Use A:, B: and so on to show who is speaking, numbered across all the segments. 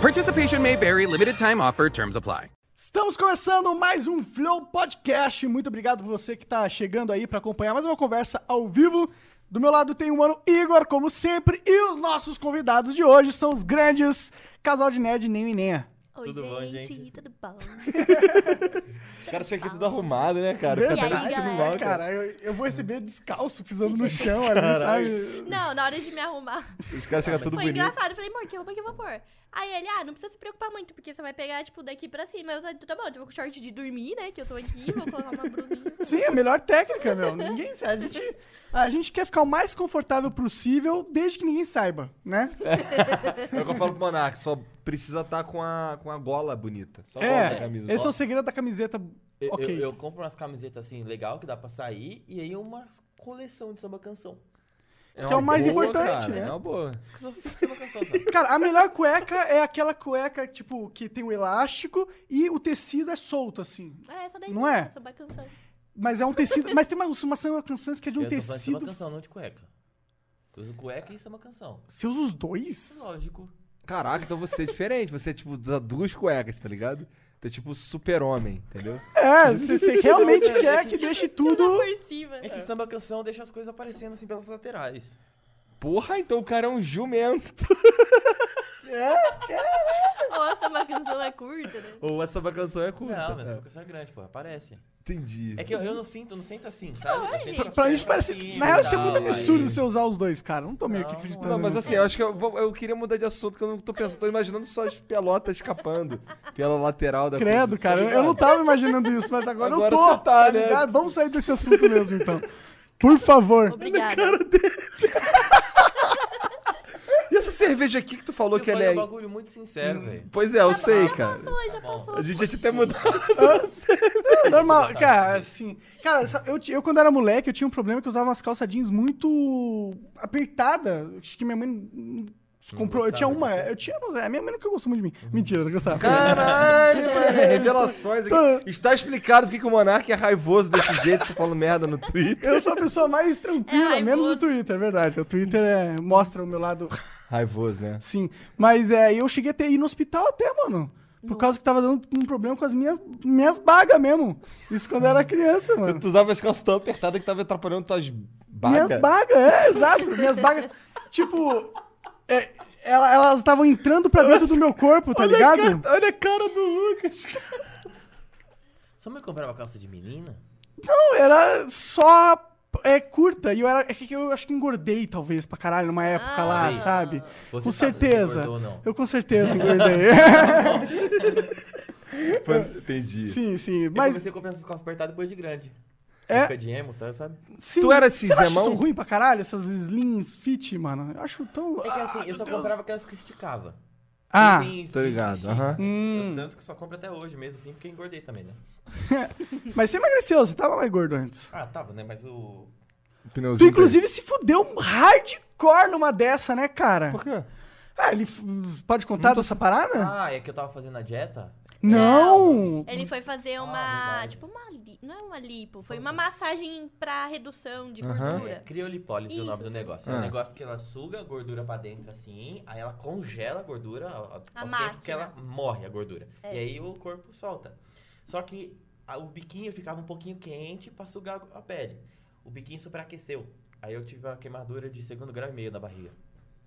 A: Participation may vary, limited time offer, terms apply.
B: Estamos começando mais um Flow Podcast. Muito obrigado por você que está chegando aí para acompanhar mais uma conversa ao vivo. Do meu lado tem o mano Igor, como sempre, e os nossos convidados de hoje são os grandes casal de nerd Nenho e Nenha.
C: Oi,
D: Tudo bom, gente?
C: Tudo bom?
D: Os caras chegam aqui tudo arrumado, né, cara? Fica
C: E aí,
D: até me sentindo
C: galera?
D: mal, cara.
B: Cara, eu, eu vou receber descalço pisando no chão ali, sabe?
C: Não, na hora de me arrumar.
D: Os caras chegam tudo
C: foi
D: bonito.
C: engraçado. Eu falei, amor, que roupa que eu vou pôr? Aí ele, ah, não precisa se preocupar muito, porque você vai pegar, tipo, daqui pra cima. Eu falei, tá bom, eu tô com short de dormir, né? Que eu tô aqui, vou colocar uma blusinha.
B: Sim, a melhor técnica, meu. Ninguém sabe. A gente, a gente quer ficar o mais confortável possível, desde que ninguém saiba, né?
D: É o que eu falo pro Monark, só precisa estar com a, com a gola bonita. Só gola da
B: É,
D: tá camisa.
B: esse é
D: Ó,
B: o segredo da camiseta.
E: Eu,
B: ok.
E: eu- eu compro umas camisetas assim, legal, que dá pra sair, e aí uma coleção de samba canção.
B: que é o
D: uma
B: mais
D: boa,
B: importante,
D: cara,
B: né?
D: É uma boa.
E: As pessoas ficam samba canção, sabe?
B: Cara, a melhor cueca é aquela cueca, tipo, que tem o elástico e o tecido é solto, assim.
C: É, essa daí
B: Não
C: mesmo,
B: é?
C: essa bacanção.
B: Mas é um tecido. Mas tem umas uma samba canções que é de um
E: eu tô falando de samba
B: tecido.
E: canção, não de cueca. Eu uso cueca e samba canção.
B: Você usa os dois?
E: Lógico.
D: Caraca, então você é diferente. Você é tipo da duas cuecas, tá ligado? Você é tipo super-homem, entendeu?
B: É, você você realmente quer que deixe
C: Tudo
B: tudo.
C: por cima.
E: É que samba canção deixa as coisas aparecendo assim pelas laterais.
D: Porra, então o cara é um jumento.
C: Ou essa bacanção é curta, né?
D: Ou essa canção é curta.
E: Não, mas
D: É.
E: samba canção é grande, pô, aparece.
D: Entendi.
E: É que eu, eu não sinto, eu não sinto assim, sabe? Eu
C: Ai,
E: sinto
C: gente.
E: assim,
B: Pra mim, isso
E: pra
B: parece.
E: cima
B: Na
E: e
B: real, isso é muito
E: tal, aí-
B: absurdo você usar os dois, cara. Não tô meio que
E: Não, não é.
B: acreditando.
D: Não, mas assim, eu acho que eu, vou- eu queria mudar de assunto, que eu não tô pensando, tô imaginando só as pelotas escapando pela lateral da
B: Credo,
D: coisa,
B: cara.
D: tá
B: Eu não
D: ligado?
B: tava imaginando isso, mas agora,
D: Agora
B: eu tô.
D: você tá, né?
B: ligado? Vamos sair desse assunto mesmo, então. Por favor.
C: Obrigada. Tá
D: E essa cerveja aqui que tu falou
E: Eu
D: que ela
E: falei
D: é.
E: um bagulho muito
B: Uhum.
E: sincero, velho.
D: Pois
C: Tá
D: é, eu sei, cara.
C: Passou, já passou.
D: A gente já tinha até mudado.
B: É Normal, cara, assim. Cara, sa- eu, ti- eu quando era moleque, eu tinha um problema que eu usava umas calça jeans muito apertada. Acho que minha mãe hum, comprou. Eu tinha uma. Eu tinha. A minha mãe nunca gostou muito de mim. Mentira, ela gostava.
D: Caralho, mano. é Revelações aqui. Está explicado porque que o Monark é raivoso desse jeito, que falando merda no Twitter.
B: Eu sou a pessoa mais tranquila,
C: É,
B: menos
C: ai,
B: no Twitter, é verdade. O Twitter é- mostra o meu lado,
D: Raivoso, né?
B: sim. Mas é, eu cheguei até ir no hospital até, mano. Por causa que tava dando um problema com as minhas, minhas bagas mesmo. Isso quando eu era criança, mano.
D: Tu usava as calças tão apertadas que tava atrapalhando tuas bagas.
B: Minhas bagas, é, exato. Minhas bagas. Tipo, é, ela- elas estavam entrando pra dentro do meu corpo, tá
D: Olha a
B: ligado?
D: cara- Olha a cara do Lucas.
E: Só me comprar uma calça de menina?
B: Não, era só é, curta. E eu era. É que eu acho que engordei, talvez, pra caralho, numa época
C: Ah.
B: lá,
E: Sim.
B: sabe?
E: Você
B: com
E: sabe se você
B: certeza.
E: engordou ou não.
B: Eu com certeza engordei.
D: Foi- Entendi.
B: sim, sim.
E: Mas... Eu
B: Mas.
E: comecei a comprar essas calças apertadas depois de grande.
B: É?
E: Época de emo, tá, sabe?
B: Sim,
D: Tu era
B: Você não acha
D: cisemão?
B: isso ruim pra caralho, essas slims fit, mano? Eu acho tão.
E: É que assim,
B: Ah,
E: eu só
B: meu Deus.
E: comprava aquelas que esticava.
B: Ah,
E: Não tem isso
D: tô
E: de
D: ligado,
E: vestir.
D: aham.
B: Hum.
E: Eu- Tanto que só compro até hoje mesmo, assim, porque eu engordei também, né?
B: ah, Mas você emagreceu, você tava mais gordo antes.
E: Ah, tava, né? Mas o.
B: Tu,
D: Pneuzinho
B: inclusive, se fudeu um hardcore numa dessa, né, cara?
D: dele. Por quê?
B: Ah, ele f- pode contar dessa parada?
E: Ah, é que eu tava fazendo a dieta?
D: É.
B: não!
C: Ele foi
D: Ah,
C: fazer uma.
E: verdade.
C: tipo, uma. Li... Não é uma lipo,
D: Uhum.
C: foi uma massagem pra redução de
D: Aham.
C: gordura.
E: Criolipólise é o
C: Isso.
E: nome do negócio. É
D: Ah.
E: um negócio que ela suga a gordura pra dentro, assim, aí ela congela a gordura ao, ao
C: A
E: tempo
C: máquina.
E: que ela morre a gordura.
C: É.
E: E aí o corpo solta. Só que a- o biquinho ficava um pouquinho quente pra sugar a pele. O biquinho superaqueceu. Aí eu tive uma queimadura de segundo grau e meio na barriga.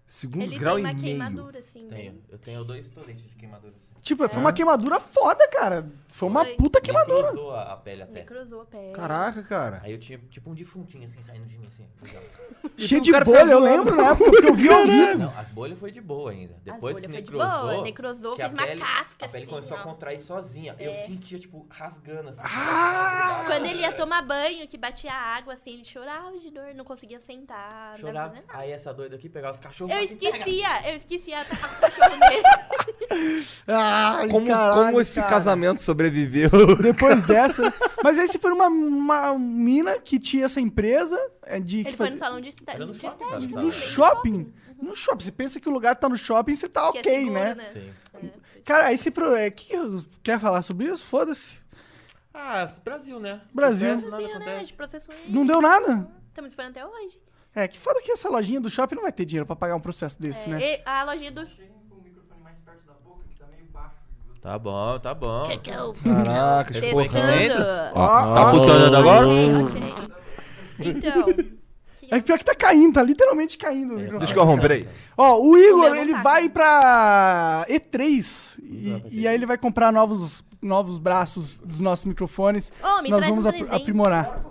D: Segundo
C: ele
D: Um grau
C: tem uma
D: e meio.
C: queimadura, assim. bem-
D: É.
E: Tenho. Eu tenho dois toletes de queimadura.
B: Tipo, foi uma queimadura foda, cara. Foi uma
C: Foi.
B: puta queimadura.
E: cruzou a, a pele até.
C: Me cruzou a pele.
D: Caraca, cara.
E: Aí eu tinha tipo um defuntinho assim saindo de mim assim. legal.
B: Cheio
D: o
B: de
D: um cara fica
B: bolha, eu
D: zoando.
B: lembro, né? Porque eu vi ao vivo.
E: Não, as bolhas foi de boa ainda. Depois
C: bolhas
E: que
C: foi de
E: necrosou.
C: boa, necrosou,
E: que a
C: fez uma
E: pele,
C: casca,
E: A pele
C: assim,
E: começou a
C: ó.
E: contrair sozinha. Eu
C: É. Ah,
E: sentia, tipo, rasgando assim.
C: Quando ele ia tomar banho, que batia água, assim, ele chorava de dor, não conseguia sentar, não dava pra
E: Chorava.
C: fazer nada.
E: Aí essa doida aqui pegava os cachorros.
C: Eu
E: assim,
C: esquecia, eu esquecia pra o cachorro dele.
B: Ai,
D: Como,
B: caralho,
D: como esse
B: cara.
D: casamento sobreviveu?
B: Depois dessa. Mas esse foi uma, uma mina que tinha essa empresa é, de.
C: Ele
B: que
C: foi
B: fazia-
C: no salão de, estética.
E: Era no
C: de
E: shopping,
C: estética,
E: cara.
C: não
B: No
C: sei,
B: shopping? No shopping. Você pensa que o lugar tá no shopping, você tá
C: que é
B: ok,
C: seguro,
B: né?
E: Sim.
C: É.
B: Cara, aí se pro. É, que, quer falar sobre isso? Foda-se.
E: Ah, Brasil, né?
B: Brasil.
E: Acontece, nada
C: Sim, né?
E: acontece.
C: De processou ele.
B: Não deu nada?
C: Estamos esperando até hoje.
B: É, que foda que essa lojinha do shopping não vai ter dinheiro pra pagar um processo desse,
C: É,
B: né?
C: e a lojinha do.
E: Tá bom, tá bom.
C: Cacau.
D: Caraca,
C: Cercando.
B: Ó,
D: Tá
B: ó.
E: funcionando agora?
C: Ok. Então.
B: É que pior que tá caindo, tá literalmente caindo o microfone.
D: É, Deixa que eu arrumo, peraí.
B: Ó, o Igor,
C: meu não
B: ele
C: tá.
B: vai pra E3 e, e aí ele vai comprar novos, novos braços dos nossos microfones.
C: Ô, me
B: Nós
C: traz
B: vamos
C: um
B: apr-
C: presente.
B: aprimorar.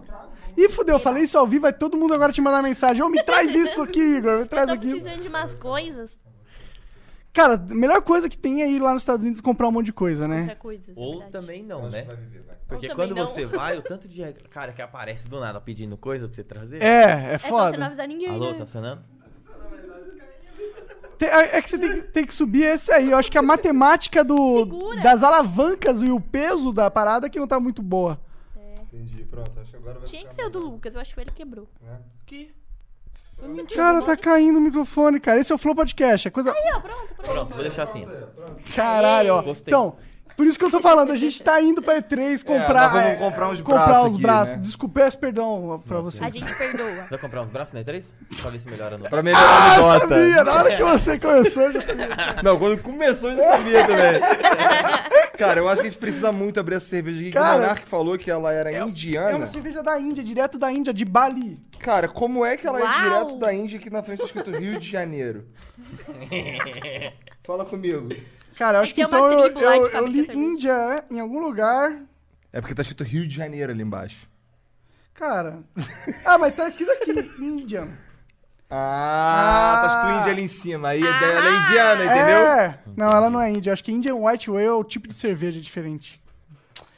B: Ih, fudeu, eu falei isso ao vivo, vai todo mundo agora te mandar mensagem. Ô, me traz isso aqui, Igor, me
C: Eu
B: traz
C: tô
B: aqui.
C: precisando de umas coisas.
B: Cara, a melhor coisa que tem é ir lá nos Estados Unidos comprar um monte de coisa, né?
C: Pra coisas, é
E: Ou
C: verdade.
E: também não, né? Porque
C: também
E: quando
C: não.
E: você vai, o tanto de cara que aparece do nada pedindo coisa pra você trazer.
B: É, é
C: É só você não
B: foda.
C: avisar ninguém.
E: Alô,
C: né?
E: tá funcionando?
B: Tem- é é que você tem que, tem que subir esse aí. Eu acho que a matemática do,
C: Segura.
B: das alavancas e o peso da parada que não tá muito boa.
D: Entendi, pronto. Acho que agora vai
C: Tinha que ser o do Lucas, eu acho que ele quebrou.
E: Que?
B: Cara, tá caindo o microfone, cara. Esse é o Flow Podcast. É coisa.
C: Aí, ó, pronto, pronto.
E: Pronto, vou deixar assim.
B: Caralho, ó.
E: Gostei.
B: Então, por isso que eu tô falando, a gente tá indo pra E3 comprar.
D: nós vamos
B: é,
D: comprar uns
B: comprar
D: braços
B: os
D: aqui,
B: braços.
D: né?
B: Desculpe, peço perdão pra você.
C: A gente perdoa.
E: Vai comprar uns braços na E3? Pra ver se melhora no.
D: Pra melhorar
B: Ah, Eu
D: a
B: sabia,
D: nota.
B: na hora que você começou, eu já sabia.
D: Não, quando começou eu já sabia também. Cara, eu acho que a gente precisa muito abrir essa cerveja aqui. que
B: Cara,
D: o Monark falou que ela era
B: É
D: indiana.
B: uma cerveja da Índia, direto da Índia, de Bali.
D: um Cara, como é que ela
C: Uau!
D: é direto da Índia aqui na frente tá escrito Rio de Janeiro? Fala comigo.
B: Cara, eu
C: É
B: acho
C: que
B: que
C: tem uma
B: então eu,
C: tribo lá que
B: eu, eu
C: fabrica
B: li
C: cerveja.
B: Índia né, em algum lugar.
D: É porque tá escrito Rio de Janeiro ali embaixo.
B: Cara. Ah, mas tá escrito aqui, Índia.
D: Ah,
B: Ah.
D: tá escrito Índia ali em cima. Aí a ideia, ela é indiana, entendeu?
B: É. Não, ela não é Índia. Acho que Indian White Ale é o tipo de cerveja diferente.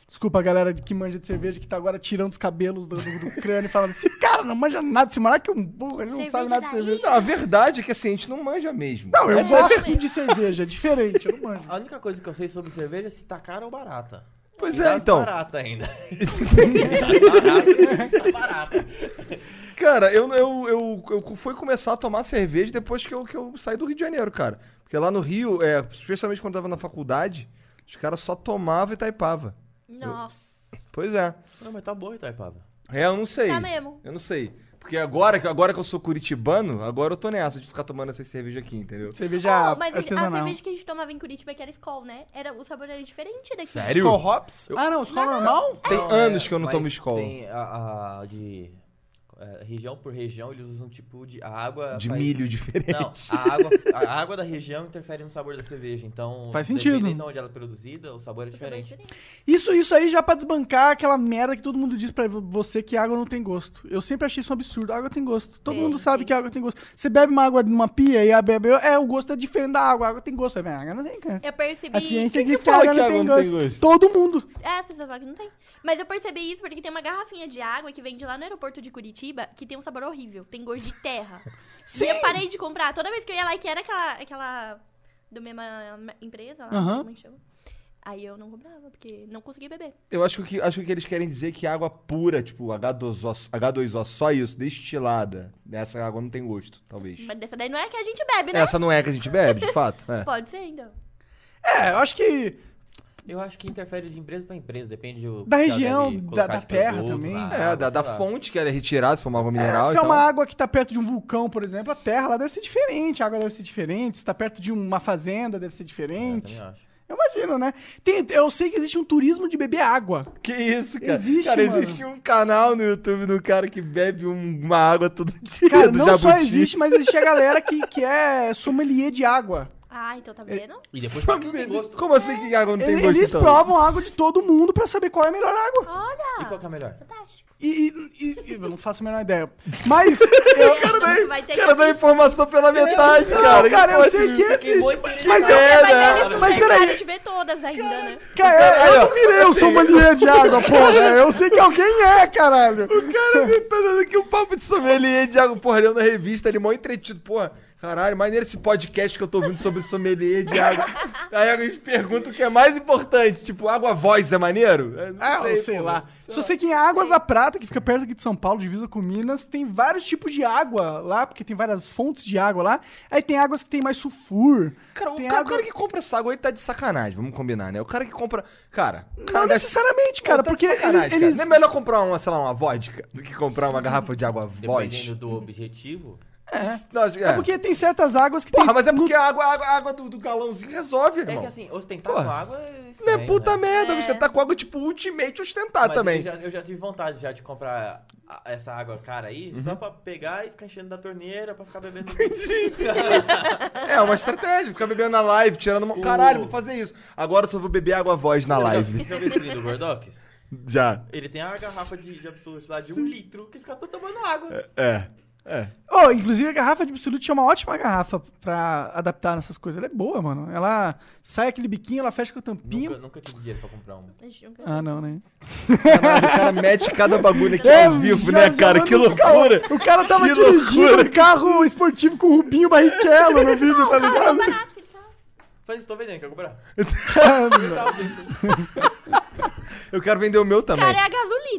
B: Desculpa a galera que manja de cerveja que tá agora tirando os cabelos do, do- do crânio e falando assim: cara, não manja nada de semana que é um burro, ele não sabe
C: Cerveja
B: nada de
C: da
B: cerveja.
D: Não, a verdade é que assim, a gente não manja mesmo.
B: Não, eu
D: Essa é a
B: gosto
D: verdade.
B: de cerveja, é diferente, eu não manjo.
E: A única coisa que eu sei sobre cerveja é se tá cara ou barata.
D: Pois
E: Tá
D: é, então.
E: barata ainda. tá barata, tá barata.
D: Cara, eu, eu, eu, eu fui começar a tomar cerveja depois que eu, que eu saí do Rio de Janeiro, cara. Porque lá no Rio, é, especialmente quando eu tava na faculdade, os caras só tomavam e taipava.
C: Nossa,
D: Pois é.
E: Não, mas tá boa Itaipava.
D: É, eu não sei.
C: tá mesmo.
D: Eu não sei. Porque agora, que- agora que eu sou curitibano, agora eu tô nessa de ficar tomando essa cerveja aqui, entendeu?
B: Cerveja
C: Oh, mas a- a
B: artesanal.
C: cerveja que a gente tomava em Curitiba, que era Skol, né? Era, o sabor era diferente daqui.
D: Sério?
B: Skull Hops? Ah, não, Skull normal?
D: Tem
E: Não,
D: anos
E: é,
D: que eu não
E: mas
D: tomo escola.
E: Tem a, a de. é, região por região, eles usam tipo de a água.
D: De
E: faz-
D: milho diferente.
E: Não, a água, a água da região interfere no sabor da cerveja. Então,
B: Faz
E: Dependendo
B: sentido.
E: de onde ela é produzida, o sabor é
C: O sabor é
E: diferente.
C: diferente.
B: Isso, isso aí já é pra desbancar aquela merda que todo mundo diz pra você que água não tem gosto. Eu sempre achei isso um absurdo. Água tem gosto. Todo
C: Tem,
B: mundo sabe que água tem gosto. Você bebe uma água numa pia e a bebe. É, o gosto é diferente da água. A água tem gosto. Eu falei, "Ah, água não tem gosto.
C: Eu
B: A
C: percebi
B: ciência
D: Quem que
B: diz que a
D: fala
B: água não tem gosto. Todo mundo.
C: É, as pessoas falam que não tem. Mas eu percebi isso porque tem uma garrafinha de água que vende lá no aeroporto de Curitiba que tem um sabor horrível. Tem gosto de terra.
B: Sim.
C: E eu parei de comprar. Toda vez que eu ia lá, que era aquela. aquela do mesma ma- empresa lá,
B: Aham.
C: como é que chama? Aí eu não comprava, porque não conseguia beber.
D: Eu acho que, acho que eles querem dizer que água pura, tipo H2O, H2O só isso, destilada. Essa água não tem gosto, talvez.
C: Mas dessa daí não é a que a gente bebe, né?
D: Essa não é a que a gente bebe, de fato. É.
C: Pode ser, então.
B: É, eu acho que.
E: Eu acho que interfere de empresa pra empresa, depende do,
B: Da
E: que ela
B: região,
E: deve
B: da-
E: colocar
B: da
E: de
B: terra
E: produto,
B: também.
E: na
D: É,
E: água,
D: da, da
E: sei lá.
D: fonte que ela é retirada, se for uma água mineral.
B: se é
D: então.
B: uma água que tá perto de um vulcão, por exemplo, a terra lá deve ser diferente. A água deve ser diferente. Se tá perto de uma fazenda, deve ser
E: É, eu
B: diferente.
E: também acho.
B: eu imagino, né? Tem- eu sei que existe um turismo de beber água.
D: Que isso, cara?
B: Existe,
D: cara,
B: mano.
D: existe um canal no YouTube do cara que bebe um- uma água todo dia.
B: Cara,
D: do
B: não só
D: jabuti.
B: existe, mas existe a galera que, que é sommelier de água.
C: Ah, então tá vendo?
E: E depois fala que não tem gosto.
D: Como assim que água não tem gosto?
B: Eles
D: então?
B: provam a água de todo mundo pra saber qual é a melhor água.
E: E qual
C: Olha!
E: que é a melhor?
C: Fantástico.
B: E, e- e- e- eu não faço a menor ideia. Mas eu,
D: Cara, daí-
C: Vai ter
D: cara
C: que
D: dá informação pela metade,
B: é um- não,
D: cara.
B: cara, eu
D: pode-
B: sei que
E: Fiquei
B: existe.
E: muito
B: Mas
E: interessado.
D: é,
C: Mas
D: né?
C: ele
B: Mas
C: mas
B: peraí.
C: de ver todas ainda, né?
B: Cara, é, eu,
D: Aí, ó,
B: não virei o
D: assim.
B: sommelier de água, porra. Eu sei que alguém é, caralho.
D: O cara me tá dando aqui um papo de sommelier de água. Porra, leu na revista, ele é mó entretido. Porra, caralho, maneiro esse podcast que eu tô ouvindo sobre sommelier de água. Aí a gente pergunta o que é mais importante. Tipo, água voz é maneiro? Eu não
B: Ah, sei, sei
D: porra.
B: lá. Só sei que em Águas da Prata, que fica perto aqui de São Paulo, divisa com Minas, tem vários tipos de água lá, porque tem várias fontes de água lá. Aí tem águas que tem mais sulfur.
D: Cara, o
B: tem
D: cara, o
B: água-
D: cara que compra essa água, ele tá de sacanagem, vamos combinar, né? O cara que compra. Cara, o cara
B: Não
D: gasta-
B: necessariamente, cara,
D: Não, tá de
B: porque
D: sacanagem,
B: eles...
D: cara.
B: eles-
D: Não é melhor comprar uma, sei lá, uma vodka do que comprar uma garrafa de água voz.
E: Dependendo do objetivo.
D: Não,
B: É. porque tem certas águas que
D: Porra,
B: tem...
D: mas é porque a água, a água, a água do, do galãozinho resolve,
E: É
D: irmão.
E: que assim, ostentar
D: Porra.
E: com água é
D: Não
E: estranho,
D: é puta
E: né?
D: merda,
C: É.
D: você tá com água tipo ultimate ostentar
E: Mas
D: também.
E: Eu já, eu já tive vontade já de comprar a- essa água cara aí,
D: Uhum.
E: só pra pegar e ficar enchendo da torneira, pra ficar bebendo.
D: É uma estratégia, ficar bebendo na live, tirando uma. Caralho, vou fazer isso. Agora eu só vou beber água voz na live.
E: Você já viu esse vídeo do Gordox?
D: Já.
E: Ele tem a garrafa de, de absorvente lá de um litro que fica todo tomando água.
D: É. É.
B: Oh, inclusive a garrafa de Absolute é uma ótima garrafa pra adaptar nessas coisas. Ela é boa, mano. Ela sai aquele biquinho, ela fecha com a tampinha.
E: Nunca, nunca tive dinheiro pra comprar um.
C: Eles nunca-
B: Ah, não, né?
D: Caralho, o cara mete cada bagulho
B: Tá
D: aqui
B: É,
D: ao vivo, né, cara? Que loucura.
B: O cara tava
D: Que
B: dirigindo
D: loucura.
B: um carro esportivo com o Rubinho Barrichello no vídeo, tá ligado?
C: Barato que ele tá.
E: Falei, estou vendendo, quer comprar?
D: Eu quero vender o meu também.
C: Cara, é a gasolina.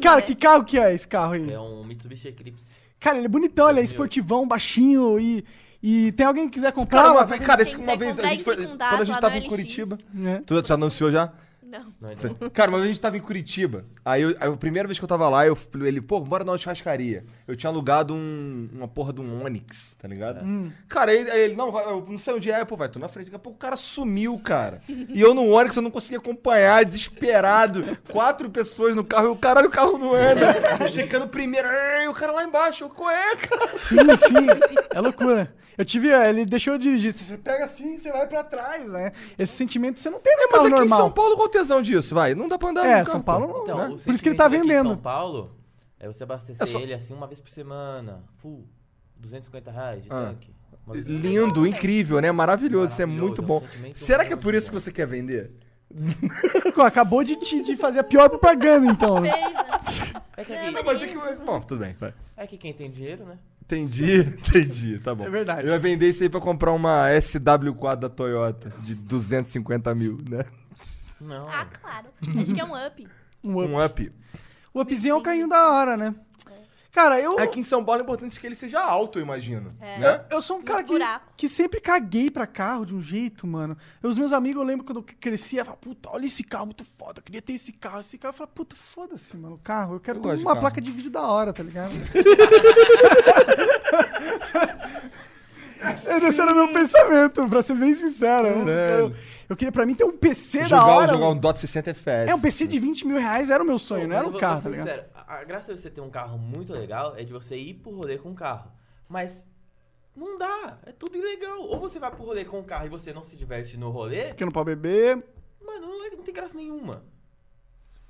B: Cara,
C: né?
B: que carro que é esse carro aí?
E: É um Mitsubishi Eclipse.
B: Cara, ele é bonitão, ele é
E: Meu.
B: esportivão, baixinho e. E tem alguém que quiser comprar?
D: Cara, uma
B: uma-
D: vez, cara, esse-
C: Tem que
D: uma vez a
C: comprar
D: gente foi.
C: em secundário,
D: Quando a gente
C: lá
D: tava
C: no
D: em
C: LX.
D: Curitiba.
B: né?
D: Tu já anunciou já?
C: Não.
E: Não, então.
D: Cara, uma vez a gente tava em Curitiba. Aí, eu- aí a primeira vez que eu tava lá, eu, ele, pô, bora dar uma churrascaria. Eu tinha alugado um- uma porra de um Onix, tá ligado? Cara, aí, aí ele, não, vai, eu não sei onde é, pô, vai, tô na frente. Daqui a pouco o cara sumiu, cara. E eu no Onix, eu não conseguia acompanhar, desesperado. Quatro pessoas no carro, e o caralho, o carro não anda. Eu Checando primeiro, ei, o cara lá embaixo, eu, qual é, cara?
B: Sim, sim. É loucura. Eu tive. ó, Ele deixou eu dirigir. Você pega assim você vai pra trás, né? É, Esse sentimento você não tem no
D: Mas
B: carro
D: aqui em São
B: normal.
D: Paulo, qual o tesão disso, vai? Não dá pra andar
B: É,
D: no carro,
B: São
D: pô.
B: Paulo não.
E: Então,
B: né?
E: o
B: Por isso que ele tá
E: sentimento aqui Em São
B: vendendo.
E: Paulo é você abastecer
D: É só-
E: ele assim uma vez por semana, full, 250 reais de
D: Ah.
E: tanque. Uma vez por semana.
D: Lindo, incrível, né? Maravilhoso, isso é
E: Maravilhoso,
D: muito
E: é um
D: bom.
E: sentimento
D: Será que é
E: muito
D: por isso que
E: bom.
D: você quer vender?
B: Acabou de, te, de fazer a pior propaganda, então. né?
C: Fez, né?
E: É que,
D: Não,
E: aqui,
D: mas é que. Bom, tudo bem, vai.
E: é que quem tem dinheiro, né?
D: Entendi, entendi, tá bom.
B: É verdade.
D: Ele vai vender isso aí pra comprar uma SW4 da Toyota de 250 mil, né?
E: Não.
C: Ah, claro. Acho que é um up.
B: Um up.
D: Um up.
B: O upzinho é o carrinho da hora, né? Cara, eu.
D: Aqui em São Paulo é importante que ele seja alto, eu imagino.
C: É.
D: Né?
B: Eu sou um cara que,
C: buraco.
B: que sempre caguei pra carro de um jeito, mano. Eu, os meus amigos, eu lembro quando eu crescia, eu falava, puta, olha esse carro muito foda, eu queria ter esse carro, esse carro. Eu falava, puta, foda-se, mano, o carro. Eu quero
D: Eu
B: ter
D: gosto de
B: uma
D: carro.
B: placa de vídeo da hora, tá ligado? Esse esse era o meu pensamento, pra ser bem sincero. Eu, eu,
D: Caralho.
B: eu queria, pra mim, ter um PC da
D: Jogar,
B: hora.
D: jogar um DOT 60 FPS.
B: É, um PC de 20 mil reais era o meu sonho,
E: Pô,
B: não era
E: mas eu
B: o
E: vou-
B: carro,
E: vou
B: tá
E: ser
B: ligado?
E: sincero, a a graça de você ter um carro muito legal é de você ir pro rolê com o carro. Mas não dá, é tudo ilegal. Ou você vai pro rolê com o carro e você não se diverte no rolê,
B: Porque não pode beber.
E: mano, não, é- não tem graça nenhuma.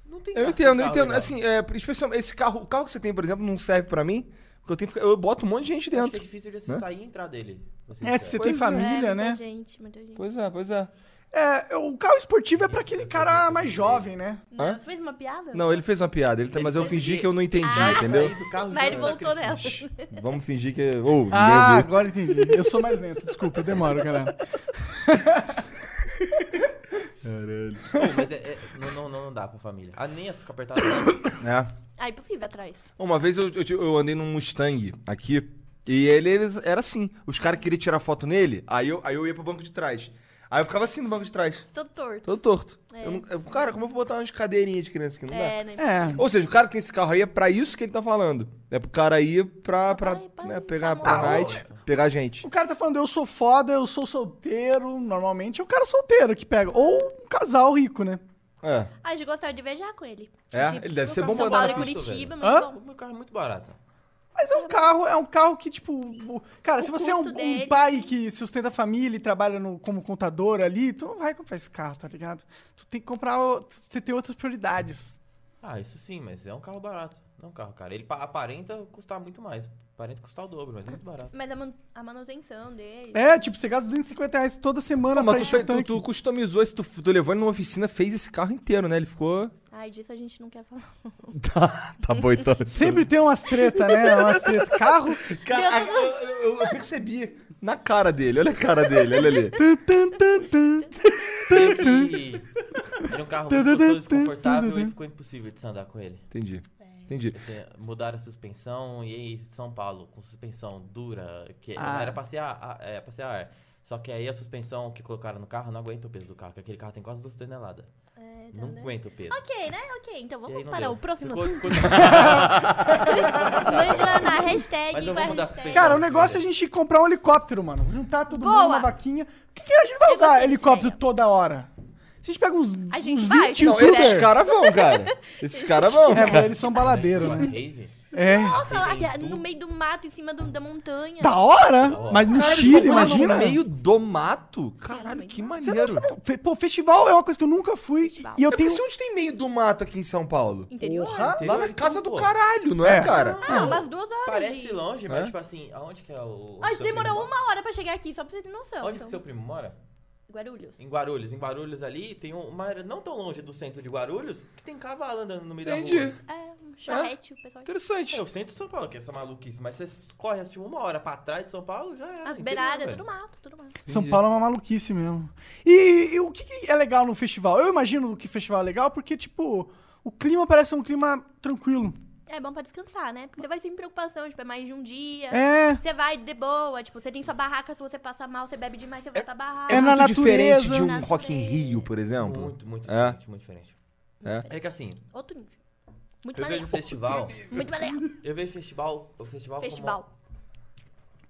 E: Não tem
D: Eu
E: graça
D: entendo,
E: um
D: eu
E: carro
D: entendo.
E: legal.
D: Assim, é, especialmente esse carro, o carro que você tem, por exemplo, não serve pra mim, porque eu tenho que ficar- eu boto um monte de gente
E: Eu acho que é
D: dentro.
E: difícil de você
D: né?
E: sair e entrar dele. pra ser
B: É, se você
E: sincero.
B: tem
D: Pois é.
B: família,
C: é,
B: né?
C: Muita gente, muita gente.
D: Pois é, pois é.
B: É, eu- o carro esportivo é pra aquele cara mais jovem, né?
C: Não,
D: Hã?
C: você fez uma piada?
D: Não, ele fez uma piada, ele tá- mas eu
E: Ele fez
D: fingi
E: que-
D: que eu não entendi,
C: Ah,
D: entendeu?
E: Sair do carro
C: Mas
E: já
C: ele
E: é
C: voltou né?
E: sacrifício.
C: nela.
D: Vamos fingir que. Ou,
B: Ah,
D: ninguém ouviu.
B: agora entendi. Eu sou mais lento, desculpa, eu demoro, galera.
D: Caralho.
E: Pô, mas é, é- não, não, não dá pra família. A nem fica apertada. atrás.
D: É.
C: Ah, impossível atrás.
D: Uma vez eu, eu- eu andei num Mustang aqui e ele, eles- era assim. Os caras queriam tirar foto nele, aí eu, aí eu ia pro banco de trás. Aí eu ficava assim no banco de trás,
C: Todo torto.
D: todo torto.
C: É.
D: Eu não- eu- cara, como eu vou botar umas cadeirinhas de criança aqui? Não dá.
C: É, né?
B: É.
D: Ou seja, o cara que tem esse carro aí é pra isso que ele tá falando. É pro cara ir pra, pra,
C: Vai, vai,
D: né, pegar
C: vai,
D: pra
C: vai.
D: night, pegar gente.
B: O cara tá falando, eu sou foda, eu sou solteiro. Normalmente é o cara solteiro que pega. Ou um casal rico, né?
D: É.
C: Ah, de gostar de viajar com ele.
D: É?
C: De-
D: ele deve ser
E: São
D: bom
C: São
D: pra
E: bombado.
C: Paulo
D: dar.
E: um
C: e Curitiba,
B: Hã?
C: mas bom.
E: O meu carro é muito barato.
B: Mas é um carro, é um carro que, tipo. o- Cara,
C: O
B: se você é um,
C: custo
B: um
C: dele,
B: pai
C: sim.
B: que sustenta a família e trabalha no- como contador ali, tu não vai comprar esse carro, tá ligado? Tu tem que comprar. o- Tu tu tem outras prioridades.
E: Ah, isso sim, mas é um carro barato. Não é um carro caro. Ele pa- aparenta custar muito mais. Aparenta custar o dobro, mas é muito barato.
C: Mas a, man- a manutenção dele.
B: É, tipo, você gasta 250 reais toda semana pra
D: mas tu,
B: encher
D: fe-
B: o
D: tu,
B: tanque.
D: tu customizou esse, tu, f- tu levou ele numa oficina, fez esse carro inteiro, né? Ele ficou.
C: Ai, disso a gente não quer falar.
D: Tá, tá bom então.
B: Sempre tem umas treta, né? Umas treta. Carro.
D: Cara, eu, eu- eu percebi na cara dele, olha a cara dele, olha ali.
E: Ele, ele é um carro muito gostoso, desconfortável e ficou impossível de se andar com ele.
D: Entendi. Entendi.
E: Tem- Mudaram a suspensão e aí São Paulo, com suspensão dura, que
B: Ah.
E: era pra ser, a, a- é, pra ser a ar. Só que aí a suspensão que colocaram no carro não aguenta o peso do carro, porque aquele carro tem quase 2 toneladas.
C: É, tá,
E: não
C: né?
E: aguenta o peso.
C: Ok, né? Ok, então
E: E aí
C: vamos
E: não
C: para
E: deu.
C: o próximo.
E: Ficou- ficou-
C: Mande lá na hashtag.
E: Mas eu
C: com
E: vou mudar a
C: hashtag.
B: Cara, o negócio é a gente comprar um helicóptero, mano. Juntar todo
C: Boa.
B: mundo numa vaquinha. Por que, que a gente vai
C: Eu
B: usar
C: gostei
B: helicóptero
C: dessa
B: toda hora? Se a gente pega uns,
C: A gente
B: uns
C: vai,
B: 20
D: Não,
C: Super.
D: esses caras vão, cara. Esses caras vão.
B: É, mas eles são baladeiros,
E: Faz
B: né?
E: rave?
B: É.
C: Nossa, lá
E: Assim,
C: no meio do mato, em cima do- da montanha.
B: Da hora!
E: Da hora.
B: Mas no
D: Cara, eles
B: Chile,
D: moram
B: imagina.
D: No meio do mato?
C: no
D: Caralho,
C: meio
D: que
C: do
B: Você não-
D: maneiro.
B: você não- fe- Pô, festival é uma coisa que eu nunca fui.
C: Festival.
B: E eu
D: É
B: tenho.
D: porque onde tem meio do mato aqui em São Paulo?
C: Interior?
D: Porra, lá
E: Interior,
D: na
E: então,
D: casa do
E: pô.
D: caralho, não é,
B: É.
D: cara?
C: Ah, umas duas horas.
E: Parece
C: gente.
E: longe, mas
D: Hã?
E: tipo assim, aonde que é o.
C: Ó, A gente
E: seu primo
C: demorou
E: mora?
C: uma hora pra chegar aqui, só pra você ter noção.
E: Onde que
C: então.
E: seu primo mora?
C: Guarulhos.
E: Em Guarulhos. Em Guarulhos ali tem um, uma área não tão longe do centro de Guarulhos que tem cavalo andando no meio da
D: Entendi.
E: rua.
C: É, um charrete, o pessoal.
E: É
D: Interessante.
E: o centro de São Paulo, que é essa maluquice, mas você corre tipo uma hora pra trás de São Paulo, já é, era.
C: As
E: entendeu,
C: beiradas,
E: velho?
C: tudo mato, tudo mato.
B: São
D: Entendi.
B: Paulo é uma maluquice mesmo. E, e o que, que é legal no festival? Eu imagino que festival é legal porque, tipo, o clima parece um clima tranquilo.
C: É bom pra descansar, né? Porque você vai sem preocupação, tipo, é mais de um dia.
B: É.
C: Você vai de boa, tipo, você tem sua barraca, se você passa mal, você bebe demais, você volta pra barraca.
B: É na
D: muito diferente
B: natureza.
D: de um
C: Natureza.
D: Rock in Rio, por exemplo.
E: Muito, muito
D: É.
E: diferente, muito diferente.
D: É.
E: É que assim,
C: Outro nível. Muito
E: eu vejo
C: maneiro.
E: o um festival,
C: Muito maneiro.
E: eu vejo festival, o festival
C: Festival.
E: como...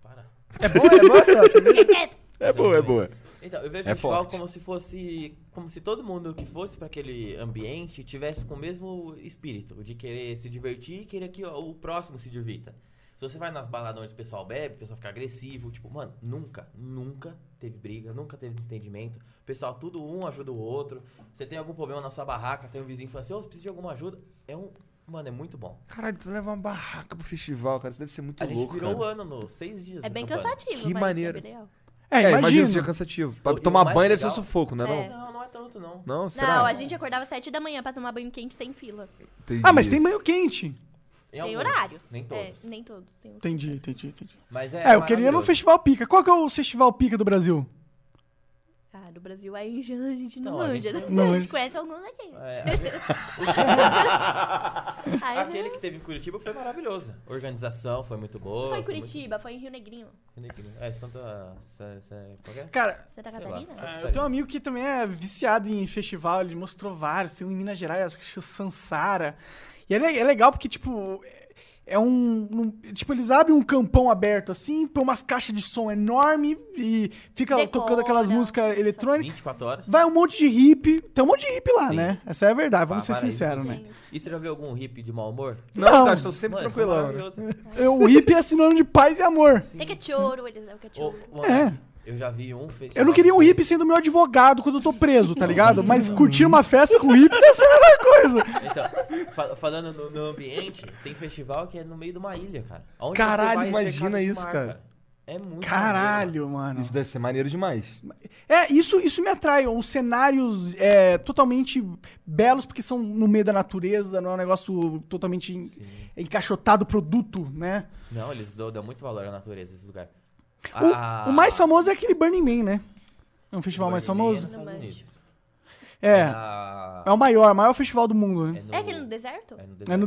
E: Para.
B: É bom, é bom essa.
C: Fica quieto.
D: É boa, é boa.
E: Então, eu vejo
D: É
E: o festival
D: forte.
E: como se fosse. Como se todo mundo que fosse pra aquele ambiente tivesse com o mesmo espírito de querer se divertir e querer que ó, o próximo se divirta. Se você vai nas baladas onde o pessoal bebe, o pessoal fica agressivo, tipo, mano, nunca, nunca teve briga, nunca teve desentendimento. O pessoal, tudo um ajuda o outro. Você tem algum problema na sua barraca, tem um vizinho falando assim, ô, você precisa de alguma ajuda. É um. Mano, é muito bom.
D: Caralho, tu leva uma barraca pro festival, cara. Isso deve ser muito
E: A gente
D: louco.
E: virou o
D: cara.
E: ano no seis dias.
C: É bem
E: acampando.
C: cansativo,
D: Que
C: mas
D: maneiro.
C: É bem legal.
B: É,
D: É, imagina
B: imagina.
D: isso é cansativo.
E: E
D: Pra
E: o
D: tomar
E: mais
D: banho deve ser um
E: legal-
D: sufoco, não é,
C: É.
D: não?
E: Não, não é tanto, não.
D: Não, será?
C: Não, a gente acordava sete da manhã pra tomar banho quente sem fila.
D: Entendi.
B: Ah, mas tem banho quente.
E: Em
C: tem
E: alguns,
C: horáários.
E: Nem todos.
C: É, nem todos. Tem uns.
B: Entendi, entendi, entendi.
E: Mas é.
B: É, eu queria no
E: maravilhoso.
B: festival pica. Qual que é o festival pica do Brasil?
C: Ah, do Brasil aí já a gente não,
E: Não, a
C: manja.
E: gente
C: né?
B: não-
C: a gente conhece alguns aqui.
E: É,
C: Aí
E: aquele que teve em Curitiba foi maravilhoso. A organização foi muito
C: foi
E: boa.
C: em
E: muito-
C: Curitiba, foi em Rio Negrinho,
E: É, Santa. Sa- Sa- Qual que é?
B: Cara,
C: Santa
E: Sei lá.
C: Catarina.
E: Ah,
B: eu tenho um amigo que também é viciado em festival, ele mostrou vários, tem um em Minas Gerais, acho que é Sansara. E é, le- é legal porque, tipo, é- é um, um- Tipo, eles abrem um campão aberto assim, põe umas caixas de som enorme e fica
C: Decora.
B: tocando aquelas músicas eletrônicas.
E: 24 horas.
B: Vai um monte de hippie. Tem um monte de hippie lá,
E: Sim.
B: né? Essa é a verdade, vamos
E: Vá-
B: ser
E: várias
B: sinceros, né?
E: vezes. E você já viu algum hippie de mau humor?
D: Não,
B: Não.
D: cara, estou sempre
E: Mano, isso é
D: tranquilão. né?
E: maravilhoso.
B: Eu- O hippie é sinônimo de paz e amor.
E: Sim.
C: Tem cachorro, eles é levam
E: Ô,
C: cachorro.
E: mano, Eu já vi um festival.
B: É. Eu não queria um
E: que-
B: hippie sendo meu advogado quando eu tô preso, tá ligado? Mas curtir uma festa com hippie deve ser a melhor coisa.
E: Então, fa- falando no, no ambiente, tem festival que é no meio de uma ilha, cara. Onde
D: Caralho,
E: você vai é
D: imagina
E: cercado de
D: isso, cara.
E: É muito. maneiro,
B: Caralho, mano.
D: Isso deve ser maneiro demais.
B: É, isso, isso me atrai. Uns cenários é, totalmente belos, porque são no meio da natureza, não é um negócio totalmente en- encaixotado produto, né?
E: mano. Não, eles dão, dão muito valor à natureza Ah, esse lugar.
B: O, o mais famoso é aquele Burning Man, né? É um festival mais famoso. É, é o maior, o maior festival do mundo, né?
C: É aquele no deserto?
E: Ah, É no
B: É no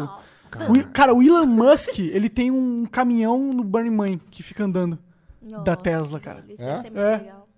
B: deserto.
C: Nossa.
B: O I- cara, o Elon Musk, ele tem um caminhão no Burning Man que fica andando.
C: Nossa,
B: Tesla, cara.
C: velho, Isso
D: É?
C: deve ser muito
B: É.
C: legal.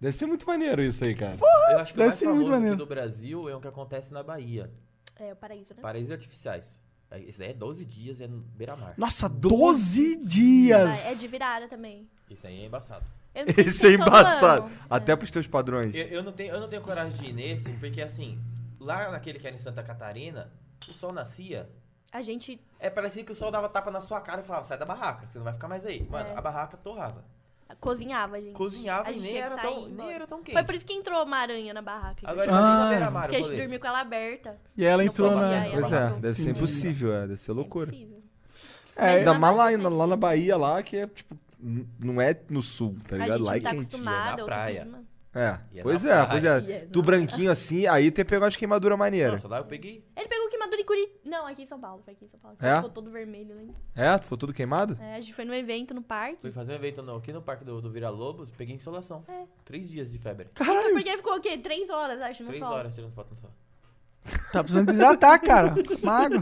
D: Deve ser muito maneiro isso aí, cara.
E: Eu acho que o
B: Deve
E: mais
B: ser muito
E: famoso aqui
B: maneiro.
E: do Brasil é o que acontece na Bahia.
C: É, o paraíso, né?
E: Paraísos artificiais. É- Esse daí é 12 dias e é no beira-mar.
B: Nossa, 12 dias!
C: É de virada também.
E: Isso aí é embaçado.
C: Eu não sei se
D: Esse é
C: tem todo
D: embaçado.
C: ano.
D: Até pros teus padrões.
E: Eu, eu não tenho, eu não tenho coragem de ir nesse, porque assim, lá naquele que era em Santa Catarina, o sol nascia
C: A gente.
E: É, parecia que o sol dava tapa na sua cara e falava, sai da barraca, você não vai ficar mais aí. Mano,
C: É.
E: a barraca torrava.
C: Cozinhava, gente.
E: Cozinhava
C: a
E: e
C: gente
E: nem
C: tinha que
E: era,
C: sair
E: tão,
C: embora.
E: nem era tão quente.
C: Foi por isso que entrou uma aranha na barraca.
E: Agora
B: Ah.
E: imagina na beira-mar o
C: porque a gente
E: rolê.
C: dormiu com ela aberta. É
B: E ela
C: Não
B: entrou
C: podia,
B: na.
C: ela-
D: Pois é, deve ser
B: Entendi.
D: impossível, é, deve ser loucura.
C: É impossível.
B: É,
D: Ainda mais lá, na- lá na Bahia, lá, que é, tipo, n- não é no sul, tá
C: a gente
D: ligado? Lá é
C: não tá
D: quente.
E: ia na
C: acostumada, outro
E: praia.
C: clima.
E: E
D: É,
E: é
D: pois
E: na
D: é,
E: praia.
D: pois
C: E é
D: é. Tu
C: na-
D: branquinho assim, aí tem pegado umas queimaduras maneiras.
E: Nossa, lá eu peguei.
C: Ele pegou queimadura em Curitiba. Não, aqui em São Paulo. Foi aqui em São Paulo.
D: É?
C: Ficou todo vermelho, né?
D: É, tu foi tudo queimado?
C: É, a gente foi num evento no
E: Fui
C: parque.
E: fazer um evento no- aqui no parque do, do Vira-Lobos, peguei insolação.
C: É.
E: Três dias de febre.
C: Isso porque ficou o quê? Três horas, acho, no
E: Três
C: sol.
E: horas tirando foto no sol.
B: Tá precisando hidratar, cara. Mago.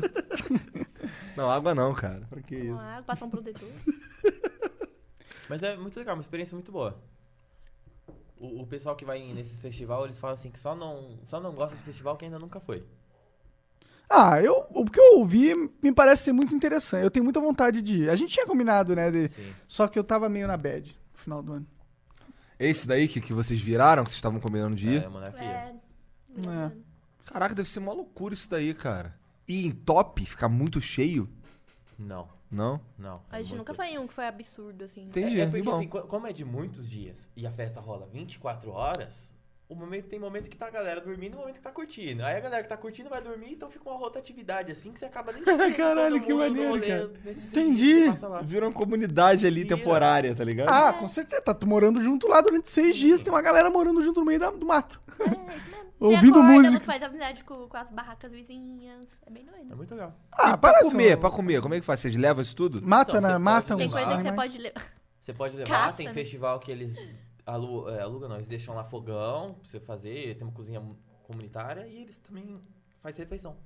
D: Não, água não, cara. Pra que
C: Com
D: isso?
C: água, passar um protetor.
E: Mas é muito legal, uma experiência muito boa. O, o pessoal que vai em- nesses festival, eles falam assim que só não, só não gosta de festival quem ainda nunca foi.
B: Ah, eu, o que eu ouvi me parece ser muito interessante. Eu tenho muita vontade de ir. A gente tinha combinado, né? de-
E: Sim.
B: Só que eu tava meio na bad no final do ano.
D: Esse daí que, que vocês viraram, que vocês estavam combinando de ir?
E: É, monarquia.
C: É.
D: É. Caraca, deve ser uma loucura isso daí, cara. E em top, ficar muito cheio?
E: Não,
D: Não?
E: não. é
C: A gente
E: muito-
C: nunca foi em um que foi absurdo, assim.
E: É,
D: Entendi,
E: é
D: que
E: porque
D: bom.
E: assim, co- como é de muitos dias e a festa rola 24 horas, o momento, tem momento que tá a galera dormindo e momento que tá curtindo. Aí a galera que tá curtindo vai dormir, então fica uma rotatividade assim que você acaba nem chegando
D: Caralho,
E: todo
D: que
E: mundo no
D: maneiro,
E: rolê
D: cara.
E: nesses seis dias
D: Entendi.
E: que passa lá.
D: Virou uma comunidade ali
E: Vira.
D: temporária, tá ligado?
B: Ah, com certeza. Tá tu morando junto lá durante seis dias. Tem uma galera morando junto no meio da- do mato.
C: É, é isso mesmo. Você
B: Ouvindo
C: acorda,
B: música.
C: Você faz amizade com, com as barracas vizinhas. É bem
E: É
C: doido.
E: muito legal.
B: Ah,
D: pra
B: parece
D: comer,
B: um-
D: pra comer. Como é que faz? Vocês levam isso tudo?
B: Mata,
E: Então,
B: né?
E: você
B: Mata
E: pode-
C: Tem
E: Os
C: coisa que você
B: animais.
C: pode ler.
E: Você pode levar,
C: Caça,
E: tem
C: né?
E: festival que eles alu- é, alugam, não, eles deixam lá fogão pra você fazer, tem uma cozinha comunitária e eles também fazem refeição.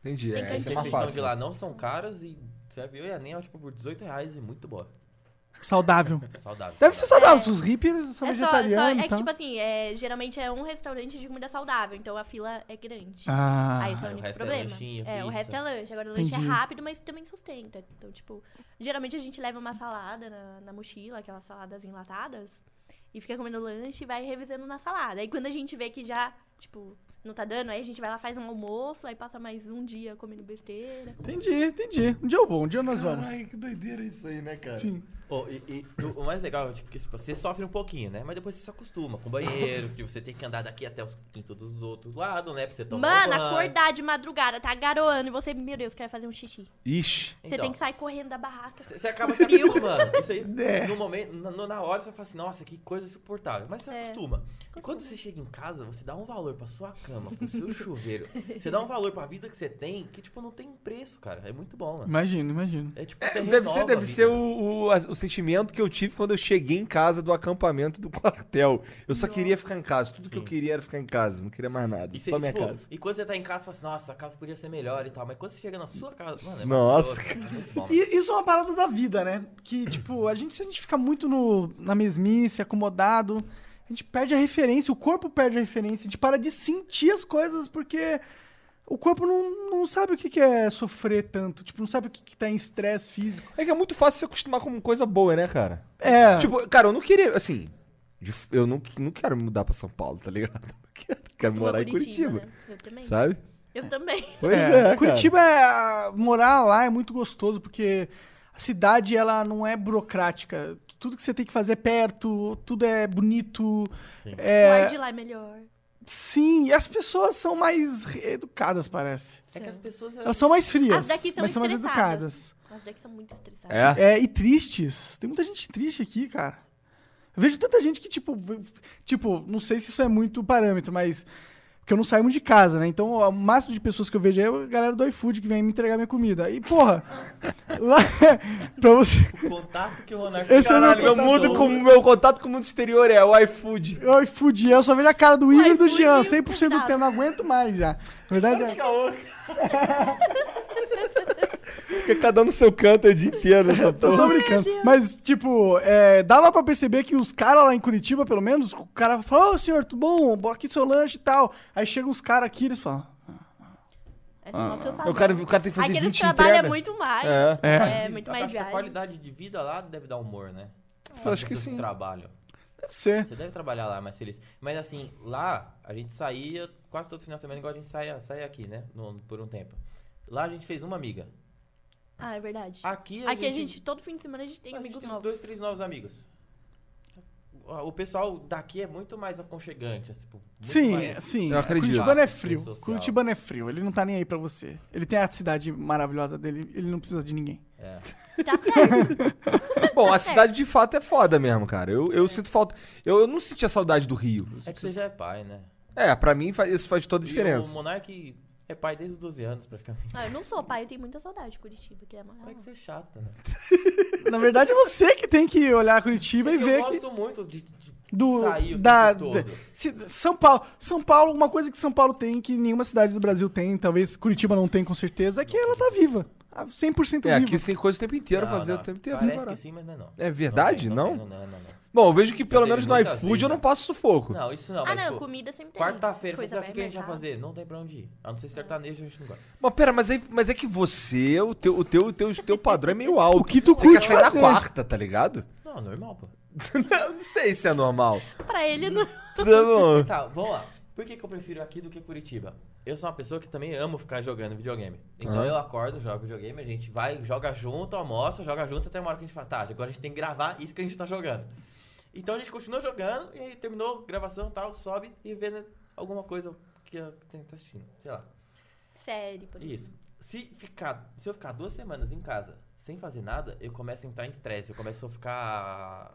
D: Entendi.
C: Tem
D: É,
C: cantina.
D: isso
E: As
D: é mais
E: refeições de
D: fácil.
E: lá não são caras e serve eu e a Nen, tipo, por 18 reais e muito boa.
B: Saudável.
E: Saudável.
B: Deve ser saudável. se Os hippies são
C: É só-
B: vegetarianos
C: só- é
B: e tal.
C: que, tipo assim, é, geralmente é um restaurante de comida saudável, então a fila é grande.
B: Ah,
C: Aí esse é
E: Ah,
C: o
E: o
C: único
E: resto é
C: problema.
E: lanchinho,
C: o
E: pizza.
C: resto é lanche. Agora, o lanche
B: Entendi.
C: é rápido, mas também sustenta. Então, tipo, geralmente a gente leva uma salada na, na mochila, aquelas saladas enlatadas, e fica comendo lanche e vai revisando na salada. Aí quando a gente vê que já, tipo, não tá dando, aí a gente vai lá, faz um almoço, aí passa mais um dia comendo bestelar.
B: entendi, entendi. Um dia eu vou, um dia nós vamos.
D: que doideira isso aí, né, cara?
B: Sim.
E: Ô, e, e o- o mais legal é tipo, que tipo, você sofre um pouquinho, né? Mas depois você se acostuma com o banheiro, que você tem que andar daqui até os quintos dos outros lados, né? Pra você tomar
C: Mano,
E: um banho.
C: acordar de madrugada, tá garoando, e você, meu Deus, quer fazer um xixi.
D: Ixi.
C: Você
E: Então.
C: tem que sair correndo da barraca. assim,
E: Você você acaba se acostumando. Isso aí,
B: É.
E: no momento, na, na hora você fala assim, nossa, que coisa insuportável. Mas você
C: É.
E: acostuma. E quando você chega em casa, você dá um valor pra sua cama, pro seu chuveiro. Você dá um valor pra vida que você tem, que, tipo, não tem preço, cara. É muito bom, mano.
B: Imagino, imagino.
E: É tipo, você
D: É, deve
E: renova
D: ser,
E: a
D: deve
E: vida.
D: ser o, o, a- o sentimento que eu tive quando eu cheguei em casa do acampamento do quartel. Eu só queria ficar em casa. Tudo que eu
E: Sim.
D: queria era ficar em casa. Não queria mais nada.
E: E, você,
D: só minha
E: tipo,
D: casa.
E: e quando você tá em casa, você fala assim, nossa, a casa podia ser melhor e tal. Mas quando você chega na sua casa, mano, é
D: Nossa,
E: maravilhoso, cara. É muito bom. mano.
B: E isso é uma parada da vida, né? Que, tipo, a gente, se a gente fica muito no, na mesmice, acomodado, a gente perde a referência, o corpo perde a referência, a gente para de sentir as coisas porque o corpo não, não sabe o que que é sofrer tanto, tipo, não sabe o que, que tá em estresse físico.
D: É que é muito fácil se acostumar com coisa boa, né, cara?
B: É, tipo,
D: Tipo, cara, eu não queria, assim. de f- Eu não, não quero me mudar pra São Paulo, tá ligado? Eu quero, quero morar em Curitiba.
C: né? Eu também.
D: Sabe?
C: Eu também.
D: Pois é. cara.
B: É, Curitiba, é, morar lá é muito gostoso porque a cidade, ela não é burocrática. Tudo que você tem que fazer é perto, tudo é bonito,
E: Sim.
C: O
B: é...
C: ar de lá é melhor.
B: Sim, e as pessoas são mais educadas, parece.
E: É que as pessoas...
B: Elas são mais frias,
C: As daqui são
B: mas são mais
C: estressadas.
B: educadas.
C: As daqui são muito estressadas.
D: É.
B: É, e tristes. Tem muita gente triste aqui, cara. Eu vejo tanta gente que, tipo, v- tipo, não sei se isso é muito parâmetro, mas. Porque eu não saio muito de casa, né? Então, o máximo de pessoas que eu vejo é a galera do iFood que vem me entregar minha comida. E, porra, lá. pra você.
E: O contato que o Monarca...
B: Esse é o meu
E: Caralho,
D: Meu
E: tá
D: mundo
E: doido.
D: com meu contato com o mundo exterior é o iFood.
B: O iFood, eu só vejo a cara do Igor e do
C: iFood é um
B: Jean,
C: e
B: 100%
C: o
B: do
C: Gustavo.
B: tempo, eu não aguento mais já. Na verdade, é.
D: Fica cada um no seu canto o dia inteiro nessa
B: Tô
D: porra.
B: só brincando. Mas, tipo, é, dava pra perceber que os caras lá em Curitiba, pelo menos, o cara fala, ô senhor, tudo bom? Bom, Aqui seu lanche e tal. Aí chegam os caras aqui, eles falam.
C: Essa é uma cansação.
D: O cara, o cara tem que fazer
C: Aquele
D: 20
C: trabalho
D: entregas.
C: é muito mais.
D: É.
C: É, muito
E: Acho
C: mais
E: que a
C: viagem. É.
E: qualidade de vida lá deve dar humor, né?
D: Eu acho que
E: Você
D: sim.
E: Trabalho.
B: Deve ser.
E: Você deve trabalhar lá mais feliz. Mas assim, lá a gente saía quase todo final de semana, igual a gente sai, sai aqui, né? No- por um tempo. Lá a gente fez uma amiga.
C: Ah, é verdade.
E: Aqui a
C: Aqui a
E: gente
C: gente, todo fim de semana, a gente tem
E: a
C: amigos
E: gente tem uns
C: novos.
E: dois, três novos amigos. O pessoal daqui é muito mais aconchegante. assim, tipo, muito
B: Sim, é,
D: é,
E: mais-
B: sim.
D: Eu acredito.
B: Curitibano é
E: Fácil,
B: frio.
E: social.
B: Curitibano é frio. Ele não tá nem aí pra você. Ele tem a cidade maravilhosa dele. Ele não precisa de ninguém.
E: É.
C: Tá certo.
D: Bom, a cidade de fato é foda mesmo, cara. Eu, eu sinto falta. Eu, eu não senti a saudade do Rio.
E: É que você já é pai, né?
D: É, pra mim faz- isso faz toda a
E: E o
D: diferença.
E: Monark é pai desde os 12 anos, praticamente.
C: Ah, eu não sou pai, eu tenho muita saudade de Curitiba, que é morar.
E: Como é que
C: lá.
E: você é chata, né?
B: Na verdade, é você que tem que olhar Curitiba e
E: eu
B: ver que.
E: gosto muito de, de
B: Do,
E: sair o
B: da,
E: tempo todo.
B: da- se- São Paulo. São Paulo, uma coisa que São Paulo tem, que nenhuma cidade do Brasil tem, talvez Curitiba não tem com certeza, é que ela tá viva. Ah, 100%
D: É,
B: viva.
D: aqui você tem coisa o tempo inteiro,
E: Não,
D: fazer
E: não,
D: o tempo inteiro. sem
E: Parece
D: parar.
E: que sim, mas não é não.
D: É verdade?
E: tem,
D: Não?
E: tem, Não, não, não, não.
D: Bom, eu vejo que pelo
E: tenho
D: menos no
E: muitas
D: iFood eu
E: vezes,
D: não
E: né?
D: passo sufoco.
E: Não, isso não,
C: Ah,
E: mas
C: não,
E: tipo,
C: comida sempre tem.
E: quarta-feira, você
C: Coisa
E: sabe o que,
C: bem
E: que a gente vai
C: mercado.
E: fazer? Não tem pra onde ir. A não ser sertanejo, a gente não gosta.
D: Mas pera, mas, aí, mas é que você, o teu, o teu, o teu, o teu padrão é meio alto.
B: O que tu
D: você quer
B: curte
D: sair na
B: fazer?
D: quarta, tá ligado?
E: Não, normal, pô.
D: eu não sei se é normal.
C: Pra
E: Hum.
C: ele, não.
D: Tá bom.
E: Tá, vamos lá. Por que, que eu prefiro aqui do que Curitiba? Eu sou uma pessoa que também amo ficar jogando videogame. Então
D: Aham.
E: eu acordo, jogo videogame, a gente vai, joga junto, almoça, joga junto até uma hora que a gente fala, tá, agora a gente tem que gravar isso que a gente tá jogando. Então a gente continua jogando e aí terminou a gravação tal, sobe e vê né, alguma coisa que eu tenho que tá assistindo. Sei lá.
C: Série, por exemplo.
E: Isso. Se, ficar, se eu ficar duas semanas em casa sem fazer nada, eu começo a entrar em estresse, eu começo a ficar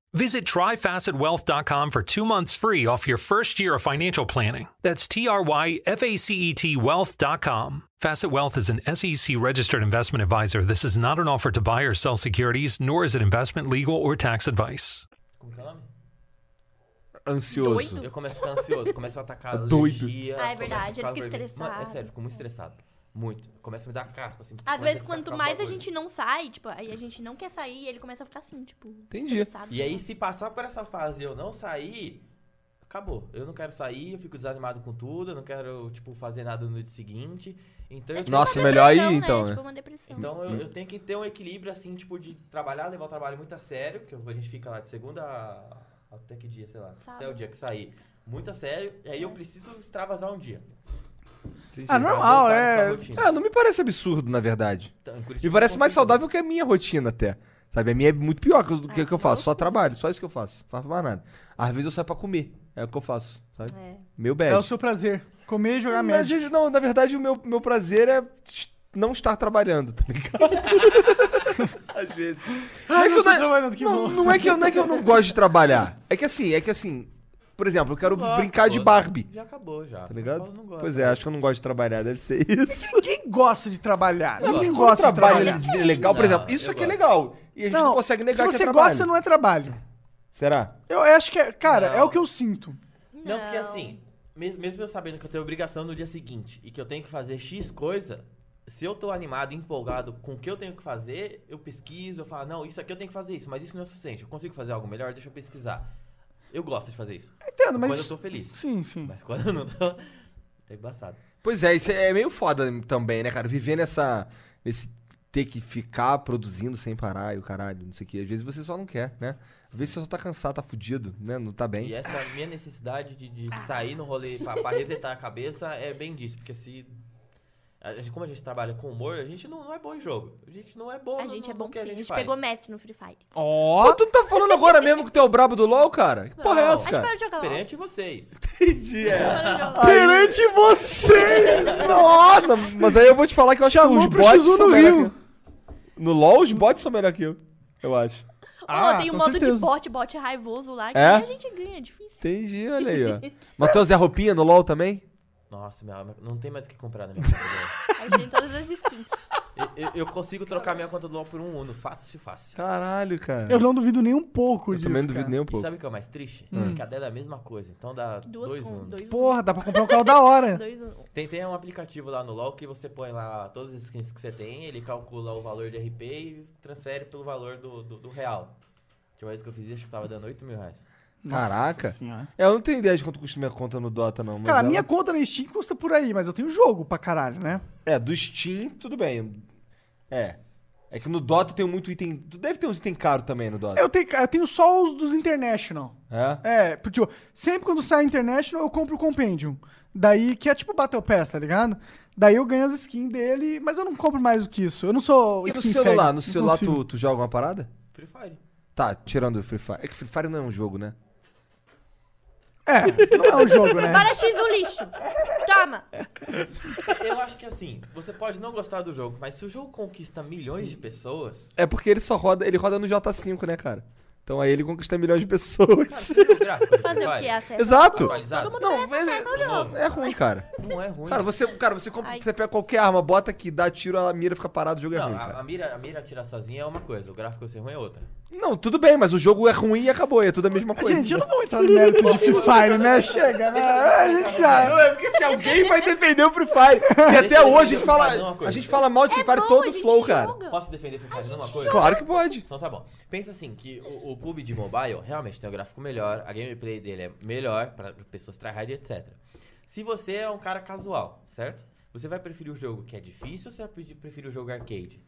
F: Visit tryfacetwealth.com for two months free off your first year of financial planning. That's T R Y F A C E T wealth.com. Facet Wealth is an SEC registered investment advisor. This is not an offer to buy or sell securities, nor is it investment, legal, or tax advice.
E: como que é o nome?
D: Ansioso.
E: Eu começo a ficar ansioso, começo a atacar
D: Doido.
E: alergia.
C: Ah, é
E: começo a
C: verdade,
E: ficar
C: ele fica
E: vermelho. Mano, é
C: estressado.
E: sério, fico muito estressado. Muito. Começa a me dar caspa, assim.
C: Às
E: começa
C: vezes,
E: a
C: quanto
E: descascar
C: mais a
E: bagulho.
C: gente não sai, tipo, aí a gente não quer sair, ele começa a ficar assim, tipo.
D: Entendi.
C: estressado. tipo,
E: E aí, se passar por essa fase e eu não sair, acabou. Eu não quero sair, eu fico desanimado com tudo, eu não quero, tipo, fazer nada no dia seguinte. Então, eu,
C: É tipo
D: Nossa,
C: uma
D: melhor aí,
C: depressão,
D: então,
C: Né?
D: né?
C: Tipo uma depressão.
E: então eu, eu tenho que ter um equilíbrio, assim, tipo, de trabalhar, levar o trabalho muito a sério, porque a gente fica lá de segunda a- até que dia, sei lá, até
C: Sábado.
E: o dia que sair. Muito a sério, e aí eu preciso extravasar um dia.
B: Ah, normal,
E: Pra voltar nessa
B: é.
E: rotina.
D: Ah, não me parece absurdo, na verdade.
E: Então, em Curitiba
D: Me
E: eu
D: parece mais
E: consigo.
D: saudável que a minha rotina até. Sabe, a minha é muito pior do que, que eu faço. Só trabalho, só isso que eu faço. Não faço mais nada. Às vezes eu saio pra comer. É o que eu faço, sabe?
C: É.
D: Meu
B: É o
D: bad.
B: seu prazer. Comer e jogar
D: Na,
B: médio.
D: gente, não, na verdade, o meu, meu prazer é est- não estar trabalhando, tá ligado? Às vezes.
B: Ah, não
D: é que eu
B: tô
D: não-
B: trabalhando, que
D: não,
B: bom.
D: não é que eu, não é que eu não gosto de trabalhar. É que assim, é que assim, por exemplo, eu quero
E: Não gosto,
D: brincar de
E: pô.
D: Barbie,
E: Já acabou, já.
D: tá ligado?
E: Eu não gosto.
D: pois é, acho que eu não gosto de trabalhar, deve ser isso.
B: Ninguém gosta de trabalhar. Ninguém
E: gosto.
B: gosta de
D: trabalho
B: trabalhar.
D: é legal, por
E: Não,
D: exemplo, isso
E: eu
D: aqui é
E: gosto.
D: legal. E a gente não, consegue negar
B: se
D: que
B: você
D: é trabalho.
B: gosta, não é trabalho.
D: Será?
B: Eu acho que, é, cara,
E: Não.
B: é o que eu sinto.
E: Não, porque assim, mes- mesmo eu sabendo que eu tenho obrigação no dia seguinte e que eu tenho que fazer X coisa, se eu tô animado, empolgado com o que eu tenho que fazer, eu pesquiso, eu falo, não, isso aqui eu tenho que fazer isso, mas isso não é suficiente. Eu consigo fazer algo melhor, deixa eu pesquisar. Eu gosto de fazer isso.
B: Entendo, mas.
E: Quando eu tô feliz.
B: Sim, sim.
E: Mas quando eu não tô. É embaçado.
D: Pois é, isso é meio foda também, né, cara? Viver nessa. Nesse ter que ficar produzindo sem parar e o caralho, não sei o quê. Às vezes você só não quer, né? Às vezes você só tá cansado, tá fudido, né? Não tá bem.
E: E é- essa minha necessidade de, de sair no rolê pra, pra resetar a cabeça é bem disso, porque se. a gente- como a gente trabalha com humor, a gente não, não é bom em jogo. A gente não é bom
C: A
E: no-
C: gente
E: no-
C: é
E: no
C: bom sim.
E: que a
C: A
E: gente,
C: gente
E: faz.
C: pegou mestre no Free Fire.
B: Ó.
D: Pô, tu não tá falando agora mesmo que tu é o brabo do LOL, cara? Que porra é essa,
E: Não.
C: A gente
D: cara?
C: parou de jogar LOL.
E: Perante vocês.
D: Entendi, é.
C: Parou de jogar LOL.
D: Perante vocês! Nossa! Mas aí eu vou te falar que eu acho
B: Chamou
D: que os
B: pro
D: bots
B: X1
D: são
B: no
D: melhor
B: Rio.
D: que eu. No LOL, os bots são melhor que eu. Eu acho.
B: Ah,
C: Ó, tem um
B: com
C: modo de
B: certeza.
C: bot, bot raivoso lá, que
D: É?
C: nem a gente ganha, é difícil.
D: Entendi, olha aí, ó. Mas tu é o Zé Roupinha no LOL também?
E: Nossa, minha, não tem mais o que comprar na minha conta do
C: Aí tem todas as skins.
E: LOL. Eu, eu- eu consigo trocar minha conta do LOL por um Uno, fácil, fácil.
D: Caralho, cara.
B: Eu não duvido nem um pouco
D: Eu
B: disso.
D: também não duvido
B: cara.
D: nem um
E: E
D: pouco.
E: sabe o que é o mais triste? É que a dela é a mesma coisa, então dá
C: Duas
E: dois
C: com
E: Uno.
C: dois.
B: Porra, dá pra comprar um carro da hora.
C: Dois, um.
E: Tem, tem um aplicativo lá no LoL que você põe lá todas as skins que você tem, ele calcula o valor de RP e transfere pelo valor do, do, do real. A última vez que eu fiz isso, acho que tava dando 8 mil reais.
D: Caraca.
B: senhora.
D: É, eu não tenho ideia de quanto custa minha conta no Dota, não. mas
B: Cara, a
D: ela-
B: minha conta na Steam custa por aí, mas eu tenho jogo pra caralho, né?
D: É, do Steam, tudo bem. É. É que no Dota tem muito item. Tu deve ter uns item caro também no Dota.
B: Eu tenho, eu tenho só os dos International.
D: É?
B: É, porque, tipo, sempre quando sai International eu compro o Compendium. Daí, que é tipo Battle Pass, tá ligado? Daí eu ganho as skins dele, mas eu não compro mais do que isso. Eu não sou
D: E no
B: skin
D: celular?
B: fag,
D: No
B: não
D: celular
B: consigo.
D: tu, tu joga uma parada?
E: Free Fire.
D: Tá, tirando o Free Fire. É que Free Fire não é um jogo, né?
B: É, não é um jogo, né?
C: Para X o lixo. Toma.
E: Eu acho que assim, você pode não gostar do jogo, mas se o jogo conquista milhões de pessoas,
D: É porque ele só roda. Ele roda no J5, né, cara? Então aí ele conquista milhões de pessoas.
E: Cara, o gráfico do Free
C: Fazer o
E: Fire
C: que? Acesso.
D: Exato!
E: atualizado
D: Não, mas é,
C: Acesso ao jogo.
D: é ruim, cara.
E: não é ruim.
D: Cara, você, cara, você, compra,
C: Ai.
D: você pega qualquer arma, bota aqui, dá tiro, a mira fica parada, o jogo é
E: não,
D: ruim,
E: a,
D: cara.
E: a mira, a mira atirar sozinha é uma coisa, o gráfico ser ruim é outra.
D: Não, tudo bem, mas o jogo é ruim e acabou, é tudo a mesma coisa.
B: Gente, eu não vou entrar no mérito de Free Fire, né? Chega, né? A gente já...
D: Não, é porque se alguém vai defender o Free Fire. E até
E: Deixa eu
D: hoje a gente,
E: fazer uma
D: fala,
E: coisa.
D: a gente fala mal de Free
C: É
D: Fire
C: bom,
D: todo
C: a
D: o
C: gente
D: flow, cara.
C: joga.
E: Posso defender Free Fire numa coisa?
D: Claro que pode.
E: Então tá bom. Pensa assim, que o, o PUBG de mobile realmente tem um gráfico melhor, a gameplay dele é melhor pra pessoas tryhard, etc. Se você é um cara casual, certo? Você vai preferir o jogo que é difícil ou você vai pre- preferir o jogo arcade?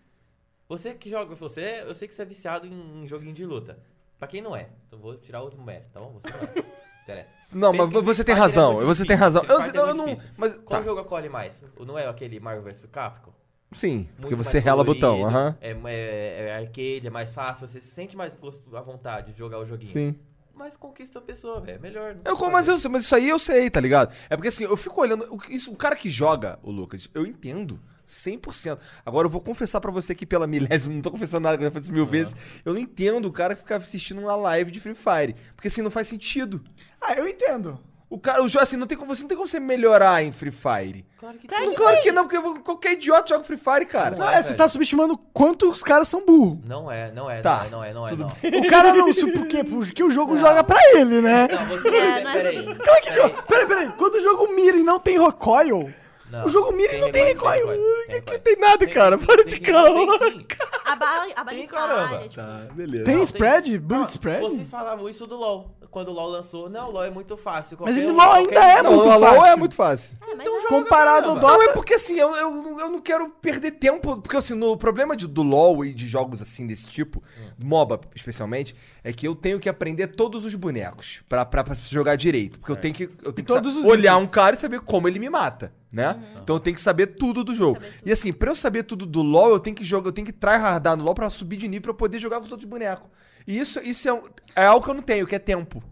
E: Você que joga, você, eu sei que você é viciado em, em joguinho de luta. Pra quem não é, então vou tirar outro mérito, tá bom? Você não é. Interessa.
D: Não,
E: Pensa
D: mas
E: que
D: você
E: Free
D: tem
E: Fire é
D: razão,
E: muito
D: você
E: difícil,
D: tem razão.
E: Free
D: Eu,
E: Fire é
D: eu
E: muito
D: não.
E: difícil.
D: Mas.
E: Qual
D: Tá.
E: jogo acolhe mais? Não é aquele Marvel vs Capcom?
D: Sim, porque
E: muito
D: você
E: mais
D: rela
E: colorido,
D: botão, aham.
E: é, é- é arcade, é mais fácil, você se sente mais gosto à vontade de jogar o joguinho.
D: Sim.
E: Mas conquista a pessoa, velho. É melhor. não
D: Eu,
E: tem
D: como- mas,
E: fazer.
D: eu, sei- mas isso aí eu sei, tá ligado? É porque assim, eu fico olhando. o que- Isso, o cara que joga, o Lucas, eu entendo. 100%. Agora eu vou confessar pra você aqui pela milésima, não tô confessando nada que eu já falei isso mil vezes. Eu não entendo o cara que fica assistindo uma live de Free Fire. Porque assim, não faz sentido.
B: Ah, eu entendo.
D: O cara, o jogo assim, não tem como, você não tem como você melhorar em Free Fire.
E: Claro que
C: Claro
D: Não,
C: que
D: claro que não, porque qualquer idiota joga Free Fire, cara.
B: Não, é, você tá subestimando quanto os caras são burros.
E: Não é, não é,
D: Tá,
E: não é, não é, não é. não.
B: O cara não... se- Por quê? Porque o jogo joga pra ele, né?
E: Não, você
C: É,
E: você-
C: não é
E: peraí.
C: assim.
B: Claro que
E: Peraí.
B: não. Peraí, peraí. Quando o jogo mira e não tem recoil,
E: Não,
B: o jogo mira e não tem recoil.
E: tem
D: Que
E: recoil.
D: tem nada, cara.
E: sim,
D: Para
E: tem
D: de
E: sim, não,
D: calma.
E: tem sim.
C: A bala, a bala
E: Ih,
C: espalha,
E: caramba.
C: tipo,
D: Tá. Ah, beleza.
B: tem
E: Não,
B: spread?
E: tem-
B: Bullet
E: Não,
B: spread?
E: Vocês falavam isso do LoL. Quando o LoL lançou, não, o LoL é muito fácil.
B: Mas
E: qualquer
B: ele
E: um-
B: LoL ainda
E: qualquer
B: é
E: um-
D: Não,
B: muito
D: o LoL é
B: fácil.
D: muito fácil.
C: é, mas é.
B: Comparado ao
D: Não,
B: Dota,
D: é porque assim, eu, eu, não- eu não quero perder tempo. Porque assim, no- o problema de, do LoL e de jogos assim desse tipo,
B: Hum.
D: MOBA especialmente, é que eu tenho que aprender todos os bonecos pra, pra, pra jogar direito. Porque eu tenho que, eu tenho que
B: É. todos
D: sa-
B: os
D: olhar
B: itens.
D: um cara e saber como ele me mata, né?
E: Uhum.
D: Então eu tenho que saber tudo do jogo.
C: Saber tudo.
D: E assim, pra eu saber tudo do LoL, eu tenho que jogar, eu tenho que tryhardar no LoL pra subir de nível pra eu poder jogar com os outros bonecos. E isso, isso é, um- é algo que eu não tenho, que é tempo.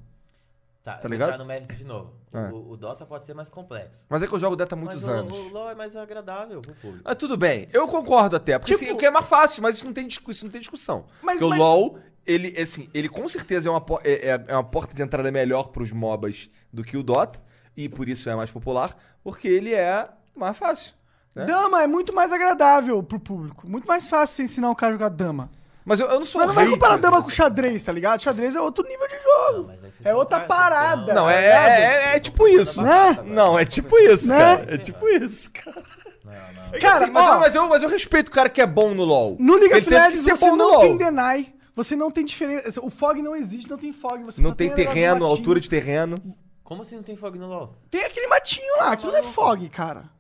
E: Tá,
D: Tá
E: vou
D: ligado?
E: entrar no mérito de novo.
D: É.
E: O, o Dota pode ser mais complexo.
D: Mas é que eu jogo Dota há muitos
E: mas o-
D: anos.
E: O, LoL é mais agradável pro público.
D: Ah, tudo bem, eu concordo até, porque
B: Tipo-
D: assim, o que é mais fácil, mas isso não tem, discu- isso não tem discussão.
B: Mas-
D: porque
B: mas-
D: o LoL, ele, assim, ele com certeza é uma, po- é, é- é uma porta de entrada melhor pros MOBAs do que o Dota, e por isso é mais popular, porque ele é mais fácil. né?
B: dama é muito mais agradável pro público. Muito mais fácil você ensinar o cara a jogar dama.
D: Mas eu, eu não sou
B: Mas não vai
D: hater.
B: comparar dama com xadrez, tá ligado? Xadrez é outro nível de jogo.
E: Não, mas aí vocês
B: É
E: não
B: outra
E: tá-
B: parada.
D: Não, é,
B: Tá
D: é, é- é tipo isso.
B: Né?
E: agora.
D: Não, é tipo isso,
B: Né?
D: cara. É tipo isso, cara.
E: Não, não.
B: Cara,
D: Assim, mas,
B: ó,
D: eu, mas, eu, mas eu respeito o cara que é bom no LoL.
B: no League
D: Ele
B: of
D: teve que
B: Legends
D: ser
B: você
D: bom
B: não
D: LoL.
B: tem deny, você não tem diferença. O fog não existe, não tem fog. Você
D: Não
B: só
D: tem
B: negócio do
D: terreno,
B: matinho.
D: altura de terreno.
E: Como assim não tem fog no LoL?
B: Tem aquele matinho lá, aquilo não é fog, cara.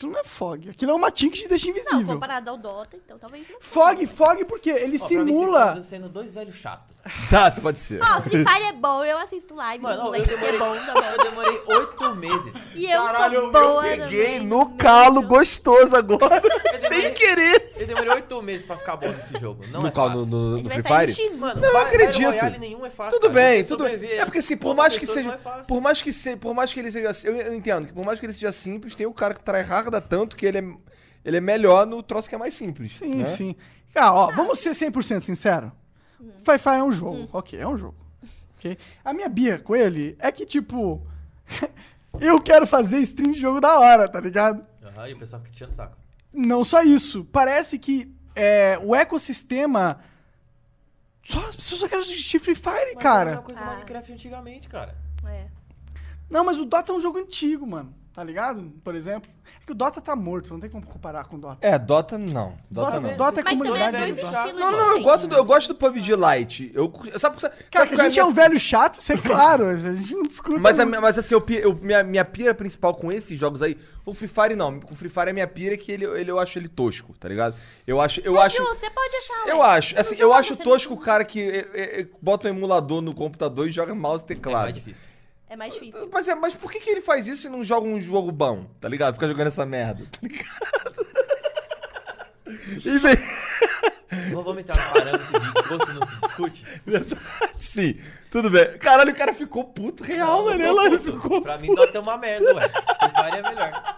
B: Aquilo não é fog. Aquilo é um matinho que te deixa
C: Não,
B: invisível.
C: comparado ao Dota, então talvez não.
B: Fog, fog por quê? Ele
E: Ó, pra mim, vocês
B: simula.
E: tão sendo dois velhos chatos.
C: É
D: Tá, pode ser.
C: Ó, Free Fire é bom, eu assisto live,
E: Mano,
C: Mano,
E: ó, eu demorei, eu demorei oito meses.
C: é E eu sou boa também, meu Deus.
D: gostoso agora,
E: sem
D: querer.
E: Eu demorei oito meses pra ficar bom nesse jogo. Não é
D: No, qual, no,
E: fácil.
D: no-
C: A
D: no
C: gente
D: Free
C: vai sair no
D: Fire?
C: X1.
E: Mano,
D: Não, eu
E: ba- Battle
D: acredito.
E: Royale nenhum é fácil,
D: Tudo
E: cara.
D: bem,
E: Você
D: tudo bem.
E: sobreviver.
D: É porque assim, por
E: Poucas
D: mais que
E: pessoas não
D: seja,
E: é fácil.
D: por mais que seja, por mais que ele seja, assim, eu, eu entendo que por mais que ele seja simples, tem o cara que tryharda tanto que ele é, ele é melhor no troço que é mais simples.
B: Sim,
D: né?
B: sim. Cara, ó, vamos ser 100% sincero. Fire Fire é um jogo, ok, é um jogo. ok? A minha birra com ele é que, tipo, Eu quero fazer stream de jogo da hora, tá ligado?
E: Aham, e o pessoal fica tirando saco.
B: Não só isso. Parece que é, o ecossistema. Só, as pessoas só querem assistir Free Fire,
E: Mas É a
B: cara.
E: mesma coisa
C: Ah.
E: do Minecraft antigamente, cara.
C: É.
B: Não, mas o Dota é um jogo antigo, mano. Tá ligado? Por exemplo. É que o Dota tá morto, não tem como comparar com o Dota.
D: É, Dota não. Dota,
B: Dota-
D: não.
B: Dota é
C: Mas também
B: comunidade
C: é dois
B: do Dota.
C: estilos
D: Não, não, eu
C: diferentes,
D: gosto, do,
C: né?
D: eu gosto do PUBG Lite. Eu, sabe, sabe,
B: Cara,
D: sabe
B: que a gente é um velho chato, isso é claro. A gente não discute.
D: Mas,
C: tá
D: a
B: não.
D: minha- mas assim, eu, pi- eu- minha, minha pira principal com esses jogos aí. O Free Fire não. O Free Fire é minha pira que ele, ele- eu acho ele tosco, tá ligado? Eu acho. Eu acho
C: Ju, você pode achar,
D: Eu
C: Alex.
D: acho.
C: Não
D: assim,
C: sei
D: eu
C: lá,
D: acho
C: você
D: tosco o
C: não-
D: cara que é, é, é, bota um emulador no computador e joga mouse e
E: É
D: teclado.
E: mais difícil.
C: É mais difícil.
D: mas, é, mas por que, que ele faz isso e não joga um jogo bom, tá ligado? Fica jogando essa merda, tá ligado? E vem-
E: Não vamos entrar no parâmetro de gosto não se discute.
D: Sim, tudo bem. Caralho, o cara ficou puto real, mano.
E: Eu tô
D: Ele
E: puto.
D: né, ficou
E: Pra mim, Dota é uma merda, ué. Free Fire é melhor.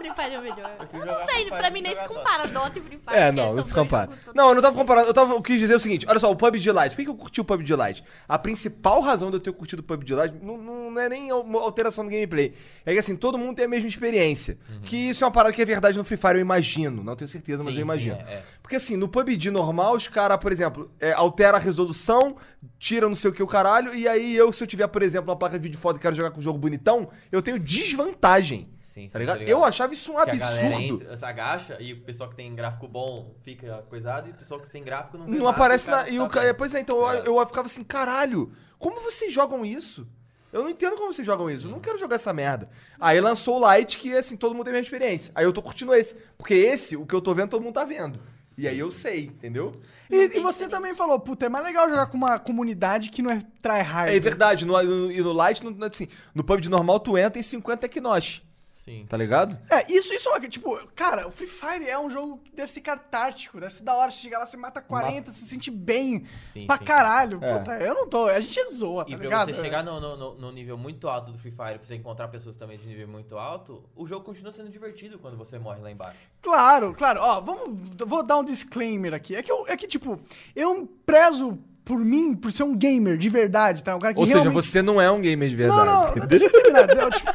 C: Free Fire é melhor.
E: prefiro
C: Eu
E: jogar
C: não sei,
E: Free Fire
C: pra
E: do
C: mim
E: que
C: nem se
E: jogar
C: compara Dota e Free Fire.
D: É,
C: porque são
D: não, não se
C: dois
D: compara.
C: jogos totalmente
D: Não, eu não tava comparando. Eu, tava, eu quis dizer o seguinte: olha só, o PUBG Lite. Por que, que eu curti o PUBG Lite? A principal razão de eu ter curtido o PUBG Lite não, não- não é nem al- uma alteração do gameplay. É que assim, todo mundo tem a mesma experiência. Que isso é uma parada que é verdade no Free Fire, eu imagino. Não tenho certeza, mas
E: Uhum. Sim,
D: eu imagino.
E: sim, é, é.
D: Porque assim, no PUBG normal, os caras, por exemplo, é, altera a resolução, tira não sei o que o caralho, e aí eu, se eu tiver, por exemplo, uma placa de vídeo foda e quero jogar com um jogo bonitão, eu tenho desvantagem.
E: Sim, sim,
D: tá
E: tô
D: ligado?
E: ligado.
D: Eu achava isso um
E: Que a galera
D: absurdo.
E: entra, se agacha e o pessoal que tem gráfico bom fica coisado e o pessoal que sem gráfico não vê
D: Não
E: nada,
D: aparece
E: o cara
D: na. E
E: tá
D: o ca- é,
E: vendo.
D: Pois é, então
E: É.
D: eu, eu ficava assim, caralho, como vocês jogam isso? Eu não entendo como vocês jogam isso, eu não quero jogar essa merda. Aí lançou o Light, que assim, todo mundo tem a mesma experiência. Aí eu tô curtindo esse. Porque esse, o que eu tô vendo, todo mundo tá vendo. E aí eu sei, entendeu?
B: E, e você também falou, puta, é mais legal jogar com uma comunidade que não é tryhard.
D: É verdade, no, no, e no Light, no, no- assim, no pub de normal tu entra em 50 Ekinosh,
E: Sim.
D: tá ligado?
B: É, isso, isso é uma- tipo, cara, o Free Fire é um jogo que deve ser catártico, deve ser da hora, você chegar lá, você mata 40, se sente bem
E: Sim,
B: pra
E: sim.
B: caralho.
D: É.
B: Puta, eu não tô, a gente zoa, tá
E: E pra
B: ligado?
E: você chegar no, no- no- no nível muito alto do Free Fire, pra você encontrar pessoas também de nível muito alto, o jogo continua sendo divertido quando você morre lá embaixo.
B: Claro, claro. Ó, vamos, vou dar um disclaimer aqui. É que, eu, é que tipo, eu prezo por mim, por ser um gamer de verdade, tá? Um cara que
D: Ou seja,
B: realmente-
D: você não é um gamer de verdade.
B: Não, não, não, deixa eu terminar. Eu, tipo,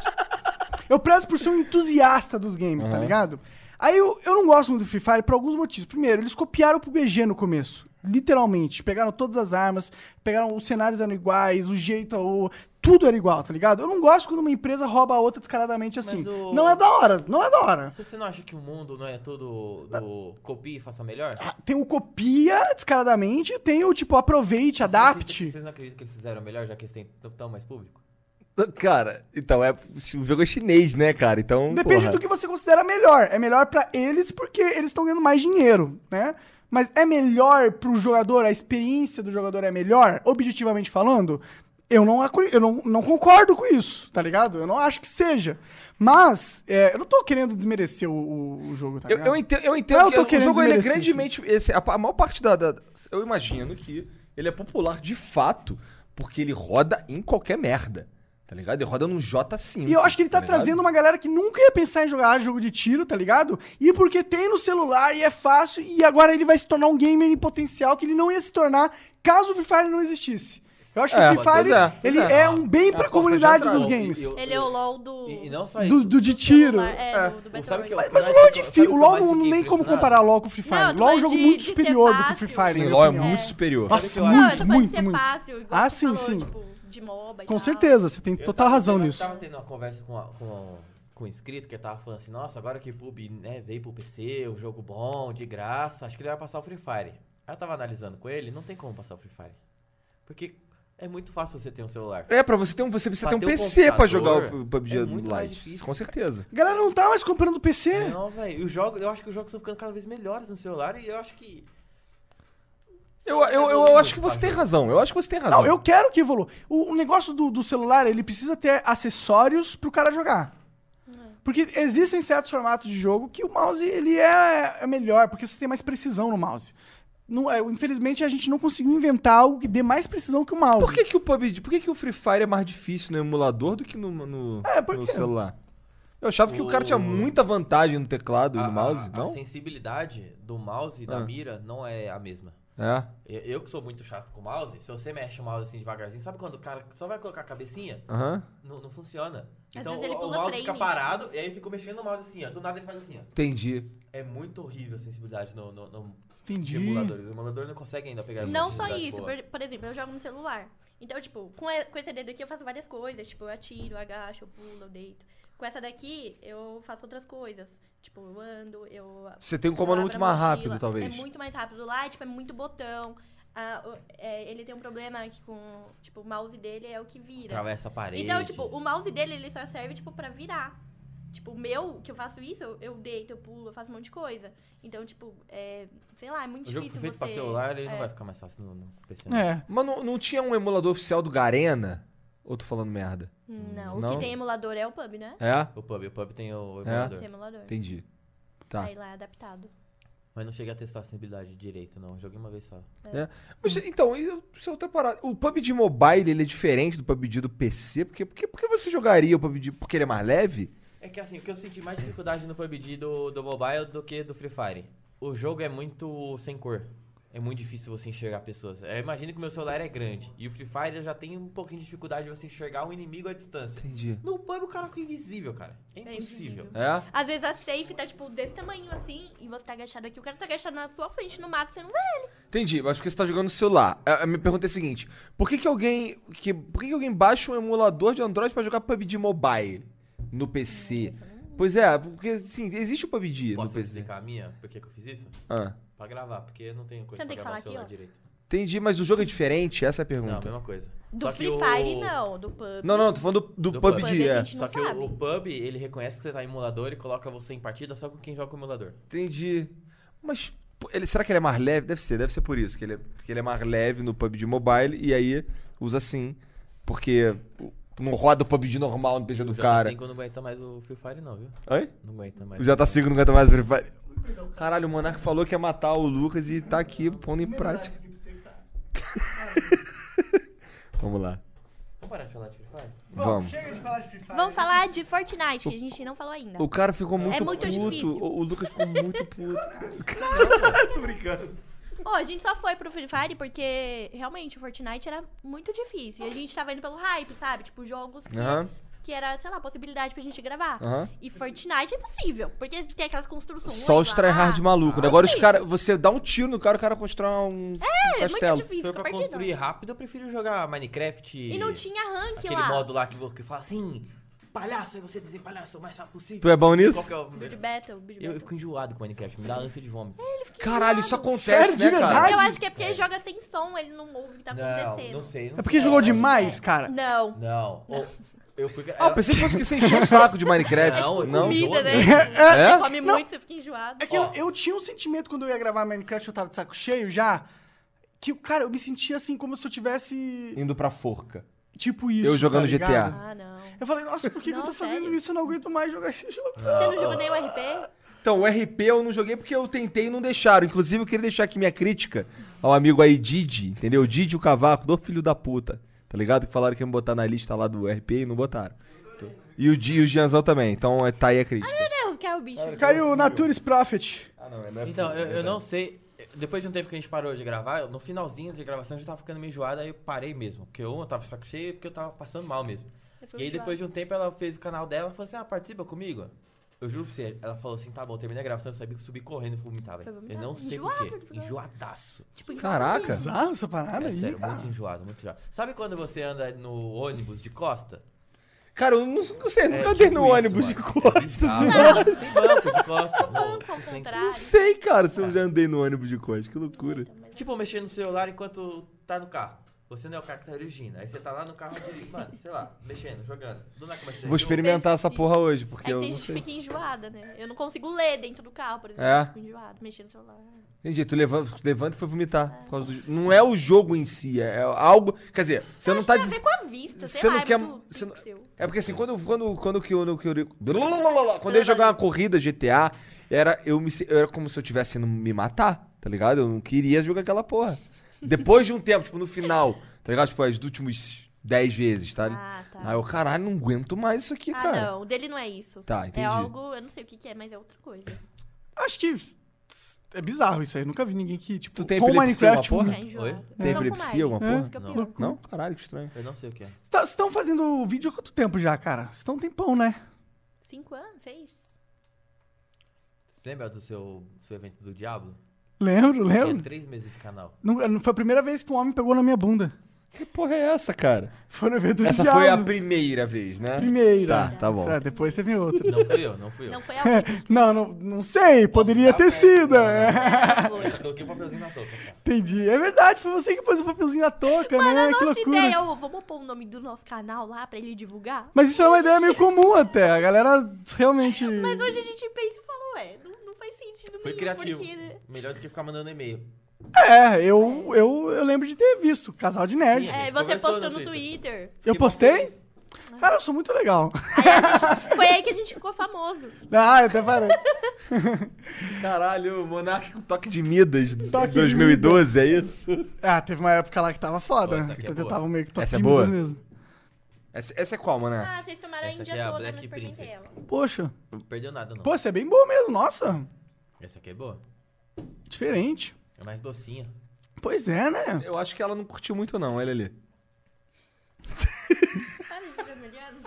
B: eu prezo por ser um entusiasta dos games, tá ligado? Aí eu, eu não gosto muito do Free Fire por alguns motivos. Primeiro, eles copiaram pro BG no começo. Literalmente. Pegaram todas as armas, pegaram os cenários eram iguais, o jeito, o... tudo era igual, tá ligado? Eu não gosto quando uma empresa rouba a outra descaradamente assim.
E: Mas o-
B: Não é da hora, não é da hora.
E: Você, você não acha que o mundo não é todo do copie e faça melhor?
B: Ah, Tem o copia descaradamente, tem o tipo aproveite,
E: Vocês não acreditam-
B: adapte.
E: Vocês não acreditam que eles fizeram melhor, já que eles têm tão- tão mais público?
D: Cara, então é. O jogo é chinês, né, cara? Então.
B: Depende
D: porra.
B: do que você considera melhor. É melhor pra eles porque eles estão ganhando mais dinheiro, né? Mas é melhor pro jogador, a experiência do jogador é melhor, objetivamente falando? Eu não, acor- eu não, não concordo com isso, tá ligado? Eu não acho que seja. Mas, é, eu não tô querendo desmerecer o- o, o jogo, tá
D: Eu,
B: ligado?
D: eu entendo, eu entendo
B: eu tô
D: que o
B: querendo
D: jogo ele é
B: desmerecer,
D: grandemente. Esse, a, a maior parte da, da- Eu imagino que ele é popular de fato, porque ele roda em qualquer merda. Tá ligado? Ele roda num J5.
B: E eu acho que ele tá,
D: ligado?
B: trazendo uma galera que nunca ia pensar em jogar jogo de tiro, tá ligado? E porque tem no celular e é fácil, e agora ele vai se tornar um gamer em potencial que ele não ia se tornar caso o Free Fire não existisse. Eu acho que
D: É,
B: o Free Fire
D: pois é, pois
B: ele
D: é.
B: é, um bem
D: porta
B: pra
D: de
B: comunidade
D: entrada.
B: dos
E: E-
B: games.
E: e-
C: Ele é o LOL do...
E: E, e não só
B: do,
E: isso.
B: do de tiro.
C: celular, É,
D: É.
C: do, do
E: Sabe
C: Battle
E: que eu-
C: Royale.
B: Mas o
E: Sabe
B: LoL é
E: que eu-
B: difícil.
E: sabe
B: O
E: que eu
B: LoL
E: mais
B: não não
E: fiquei
B: tem como
E: impressionado?
B: comparar LoL com o Free Fire.
C: Não, eu tô
B: LoL é um
C: falando
B: jogo
C: de-
B: muito
C: de ser
B: superior do que o Free Fire.
C: fácil.
D: Sim,
B: na minha
D: LOL é
B: opinião.
D: muito
C: É.
D: superior.
B: Nossa,
E: Sabe que eu acho?
C: Não, eu
B: muito,
C: tô falando de
B: muito,
C: ser
B: muito.
C: fácil, igual
B: Ah,
C: você
B: sim,
C: falou,
B: sim.
C: tipo, de MOBA e
B: Com
C: tal.
B: certeza, você tem
E: Eu
B: total
E: tava
B: razão
E: tendo-
B: nisso.
E: Tava tendo uma conversa com, a- com, com um inscrito que tava falando assim, nossa, agora que o PUB né, veio pro PC, um jogo bom, de graça, acho que ele vai passar o Free Fire. Aí eu tava analisando com ele, não tem como passar o Free Fire. Porque é muito fácil você ter um celular.
D: É, pra você ter um, você precisa ter
E: Pra
D: um
E: ter um
D: PC pra jogar o
E: computador,
D: PUBG
E: é muito mais
D: Lite.
E: difícil.
D: Com certeza.
B: A galera não tá mais comprando
D: É.
B: PC.
E: Não, velho, os jogos, eu acho que os jogos estão ficando cada vez melhores no celular e eu acho que...
D: Eu,
E: É
D: eu, eu, eu acho que você tem razão. Eu acho que você tem razão.
B: Não, eu quero que evolua. O, o negócio do, do celular, ele precisa ter acessórios pro cara jogar. Porque existem certos formatos de jogo que o mouse ele é, é melhor, porque você tem mais precisão no mouse. Não, é, infelizmente, a gente não conseguiu inventar algo que dê mais precisão que o mouse.
D: Por que, que o PUBG. Por que, que o Free Fire é mais difícil no emulador do que no, no,
B: É, por
D: no
B: quê?
D: celular? Eu achava que o cara tinha
E: O-
D: muita vantagem no teclado e no mouse,
E: a,
D: não?
E: sensibilidade do mouse e da
D: Ah.
E: mira não é a mesma.
D: É?
E: Eu, eu que sou muito chato com o mouse, se você mexe o mouse assim devagarzinho, sabe quando o cara só vai colocar a cabecinha?
D: Aham.
E: Não, não funciona. Então
C: vezes ele
E: o, o
C: pula
E: mouse
C: frame,
E: fica
C: né?
E: parado e aí eu fico mexendo no mouse assim, ó. Do nada ele faz assim, ó.
D: Entendi.
E: É muito horrível a sensibilidade no, no, no
B: Entendi.
E: de emulador. O emulador não consegue ainda pegar
C: Não só
E: sensibilidade
C: isso,
E: boa.
C: por, por exemplo, eu jogo no celular. Então, tipo, com, e- com esse dedo aqui eu faço várias coisas. Tipo, eu atiro, eu agacho, eu pulo, eu deito. Com essa daqui, eu faço outras coisas. Tipo, eu ando, eu.
D: Você tem um
C: eu
D: comando
C: abro
D: muito
C: a
D: mais
C: mochila.
D: rápido, talvez.
C: É muito mais rápido. Lá, tipo, é muito botão. Ah, o- é, ele tem um problema que com. Tipo, o mouse dele é o que vira.
E: Atravessa a parede.
C: Então, tipo, o mouse dele, ele só serve, tipo, pra virar. Tipo, o meu, que eu faço isso, eu, eu deito, eu pulo, eu faço um monte de coisa. Então, tipo, é, sei lá, é muito
E: O jogo
C: difícil
E: foi feito
C: você...
E: pra celular, ele
C: é.
E: não vai ficar mais fácil no, no PC. não.
B: É.
D: Mas não, não tinha um emulador oficial do Garena? Ou tô falando merda?
C: Não, Hum, o
D: Hum, Não?
C: que tem emulador é o pub, né?
D: É?
E: O pub, o pub tem o
D: É?
E: emulador.
C: Tem emulador.
D: Entendi. Tá.
C: Aí lá é adaptado.
E: Mas não cheguei a testar a sensibilidade direito, não. Eu joguei uma vez só.
D: É. Mas, então, e se eu parado, o PUBG Mobile ele é diferente do PUBG do PC? Porque, porque, porque você jogaria o PUBG porque ele é mais leve?
E: É que assim, o que eu senti mais dificuldade no PUBG do, do mobile do que do Free Fire. O jogo é muito sem cor. É muito difícil você enxergar pessoas. Eu imagino que o meu celular é grande. E o Free Fire eu já tem um pouquinho de dificuldade de você enxergar um inimigo à distância.
D: Entendi.
E: No pub o cara fica invisível, cara. É impossível.
C: invisível.
D: É?
C: Às vezes a safe tá, tipo, desse tamanho assim, e você tá agachado aqui, o cara tá agachado na sua frente, no mato, você não vê ele.
D: Entendi, mas porque você tá jogando no celular. A, a minha pergunta é a seguinte: por que, que alguém. Que, por que, que alguém baixa um emulador de Android pra jogar PUBG Mobile no PC?
C: Hum.
D: Pois é, porque sim, existe o PUBG no
E: Posso
D: PC.
E: explicar a minha? Por que, que eu fiz isso?
D: Ah,
E: Pra gravar, porque eu não tenho coisa
C: Você não
E: pra
C: tem que
E: gravar
C: falar
E: no celular
C: aqui, ó.
E: direito.
D: entendi, mas o jogo é diferente? Essa é a
E: Não,
D: pergunta.
E: mesma coisa.
C: Do
E: Só que
C: Free
E: o-
C: Fire, não, do pub.
D: não, não, tô falando do, do,
E: Do
D: PUBG.
C: PUBG,
D: é.
C: gente. não
E: Só que o,
C: sabe.
E: o pub, ele reconhece que você tá em emulador e coloca você em partida só com quem joga com o emulador.
D: Entendi. Mas pô, ele, será que ele é mais leve? Deve ser, deve ser por isso. Que ele, é, que ele é mais leve no PUBG Mobile e aí usa sim. Porque o- não roda o PUBG normal no PC do
E: O
D: cara.
E: 5 não aguenta mais o Free Fire não, viu?
D: Oi?
E: Não aguenta mais.
D: O Jota 5 não aguenta mais o Free Fire. Caralho, o Monark falou que ia matar o Lucas e tá aqui pondo em prática. Vamos lá.
E: Vamos parar de falar de Free Fire?
D: Vamos.
B: Chega de falar de Free Fire.
C: Vamos falar de Fortnite, que a gente não falou ainda.
D: O cara ficou muito,
C: muito
D: puto.
C: difícil.
D: O o Lucas ficou muito puto.
C: Ô, a gente só foi pro Free Fire porque realmente o Fortnite era muito difícil. E a gente tava indo pelo hype, sabe? Tipo, jogos que,
D: Aham.
C: que era, sei lá, possibilidade pra gente gravar.
D: Aham.
C: E Fortnite é impossível, porque tem aquelas construções.
D: Só os
C: lá. Ah,
D: tryhard maluco. né? Agora os
C: sim.
D: caras. Você dá um tiro no cara, o cara constrói um
C: É, é muito
D: castelo.
E: Se
C: difícil,
E: for
C: fica
E: pra
C: perdido.
E: construir rápido, eu prefiro jogar Minecraft.
C: E não tinha rank
E: Aquele
C: lá.
E: modo lá que, vo- que fala assim: palhaço, aí você dizer palhaço o mais rápido possível.
D: Tu é bom nisso?
E: Qual que é o-
C: Build Battle, Build
E: Eu, eu
C: Battle.
E: fico enjoado com Minecraft, me dá ânsia de vômito.
C: É,
D: Caralho, isso
B: Sério,
D: acontece,
B: de
D: né, cara?
B: verdade?
C: Eu acho que é porque ele joga sem som, ele não ouve o que tá
E: Não,
C: acontecendo.
E: não sei. não
B: É porque
E: sei.
B: jogou demais, cara.
C: Não.
E: Não. Ou- eu fui.
D: Ah, pensei que fosse que você encheu o saco de Minecraft. tipo,
E: Não,
D: não.
C: Comida,
E: eu enjoo
C: né?
E: mesmo.
D: É?
C: Você come
B: Não.
C: muito, você fica enjoado.
B: É que
E: Ó.
B: eu, eu tinha um sentimento quando eu ia gravar Minecraft, eu tava de saco cheio já. Que, cara, eu me sentia assim como se eu tivesse.
D: Indo pra forca.
B: Tipo isso.
D: Eu jogando
B: tá ligado?
D: GTA.
C: Ah, não.
B: Eu falei, nossa, por que, que eu tô
C: Não,
B: fazendo
C: sério?
B: isso? Eu não aguento mais jogar esse jogo.
C: Você não jogou nem o RP?
D: Então, o RP eu não joguei porque eu tentei e não deixaram. Inclusive, eu queria deixar aqui minha crítica ao amigo aí, Didi, entendeu? Didi o Cavaco, do filho da puta. Tá ligado? Que falaram que ia me botar na lista lá do RP e não botaram. Então, E o, Di, e o Gianzão também, então é, tá aí a crítica.
C: Meu Deus, que é o bicho.
B: Caiu
D: assim,
B: Nature's Prophet.
D: Ah, não,
B: É
D: não
E: Então, eu, eu não sei. Depois de um tempo que a gente parou de gravar, eu- no finalzinho de gravação eu já tava ficando meio enjoado, aí eu parei mesmo. Porque eu, eu tava de saco cheio porque eu tava passando mal mesmo.
C: Eu fico
E: E aí
C: enjoada.
E: depois de um tempo ela fez o canal dela e falou assim: Ah, participa comigo? Eu juro pra você, ela falou assim: tá bom, terminei a gravação, eu sabia que eu subi correndo e fui vomitar,
C: Foi
E: velho. Eu
C: vomitar.
E: não sei
C: Enjoado,
E: por quê.
C: tipo,
E: Enjoadaço.
C: Tipo,
D: Caraca.
B: Bizarro essa parada
E: É
B: aí,
E: sério,
B: cara.
E: muito enjoado, muito enjoado. Sabe quando você anda no ônibus de costa?
D: Cara, eu não, não sei, nunca
E: É
D: andei
E: tipo
D: no
E: isso,
D: ônibus
E: mano.
D: de costas.
E: Ah,
D: eu
E: não, tem banco de costa. Não,
C: Banco ao
D: não
E: sem-
C: contrário.
D: sei, cara, se eu já andei no ônibus de costas. Que loucura.
C: Então, mas-
E: Tipo, mexer no celular enquanto tá no carro. Você não é o cara que tá dirigindo. Aí você tá lá no carro dirigindo, mano, sei lá, mexendo, jogando. Do nada começa a
D: Vou experimentar essa porra hoje,
C: Aí
D: porque eu
C: É, tem
D: não
C: gente que
D: sei.
C: fica enjoada, né? Eu não consigo ler dentro do carro, por exemplo.
D: É.
C: Eu fico enjoado, mexendo no celular.
D: Entendi, tu levanta, levanta e foi vomitar. Por causa do, jo- não é o jogo em si, é algo. Quer dizer, você não
C: Acho
D: tá.
C: que tem a
D: des-
C: ver com a vista, sei
D: Você
C: lá,
D: não
C: é
D: quer-
C: muito
D: você não-
C: pixel.
D: É porque assim, quando eu. Quando, quando que eu. Quando que eu- quando eu ia jogar uma corrida GTA, era, eu me, se- eu era como se eu estivesse indo me matar, tá ligado? Eu não queria jogar aquela porra. Depois de um tempo, tipo, no final, tá ligado? Tipo, as últimas 10 vezes, tá?
C: Ah, tá.
D: Aí eu, caralho, não aguento mais isso aqui,
C: Ah,
D: cara.
C: não, o dele não é isso.
D: Tá, entendi.
C: É algo, eu não sei o que, que é, mas é outra coisa.
B: Acho que é bizarro isso aí. Eu nunca vi ninguém que, tipo,
D: Tu tem
B: com
D: epilepsia,
B: Minecraft.
D: uma porra?
C: É enjoado.
E: Oi?
D: Tem
C: Não, com
D: epilepsia, alguma
C: Minecraft,
D: porra?
C: fica
E: Não.
C: é pior.
D: Não? Caralho, que estranho.
E: Eu não sei o que é.
B: Vocês estão fazendo vídeo há quanto tempo já, cara? Vocês estão um tempão, né?
C: Cinco anos? é Seis?
E: Você lembra do seu, seu evento do Diablo?
B: Lembro,
E: Tinha
B: lembro.
E: três meses de canal.
B: Não, não foi a primeira vez que um homem pegou na minha bunda.
D: Que porra é essa, cara?
B: Foi no evento do
D: Essa
B: diabo.
D: foi a primeira vez, né?
B: primeira.
D: Tá, tá bom.
B: Ah, depois teve outro.
E: Não fui eu, não fui eu.
C: Não foi a única.
B: Não, não, não sei. Poderia
E: Tá
B: ter
E: perto,
B: sido.
E: não,
B: é.
C: né? Foi.
E: Eu coloquei o papelzinho na touca, sabe?
B: Entendi. É verdade, foi você que pôs o papelzinho na touca,
E: É,
B: né? que
C: Nossa
B: loucura.
C: ideia, ô, vamos pôr o nome do nosso canal lá pra ele divulgar?
B: Mas isso é uma ideia meio comum até. A galera realmente.
C: Mas hoje a gente pensa e fala, ué, não, não faz sentido
E: Foi
C: nenhum,
E: criativo.
C: porque, né?
E: Melhor do que ficar mandando e-mail.
B: É, eu, eu, eu lembro de ter visto Casal de Nerd.
E: Sim,
C: É,
E: gente
C: você
E: conversou
C: postou
E: no
C: no Twitter.
B: Eu
E: Fiquei
B: postei?
E: muito feliz.
B: Cara, eu sou muito legal.
C: Foi aí que a gente ficou famoso.
B: Ah, até parece.
D: Caralho, o Monark com toque de Midas
B: Toque de
D: 2012, é isso?
B: Ah, teve uma época lá que tava foda.
E: Pô, essa aqui é
B: que eu
E: boa.
B: tava meio que
D: Essa é
B: toquinho
D: boa?
B: mesmo.
D: Essa, essa é qual, Monark?
C: Ah, vocês tomaram
E: Essa
C: a Índia
E: aqui é a
C: toda,
E: Black
C: mas perguntei
E: Princess.
C: ela.
B: Poxa.
E: Não perdeu nada, não.
B: Pô, você é bem boa mesmo, nossa.
E: Essa aqui é boa.
B: Diferente.
E: É mais docinha.
B: Pois é, né?
D: Eu acho que ela não curtiu muito, não, olha ali.
C: Para de ficar me olhando.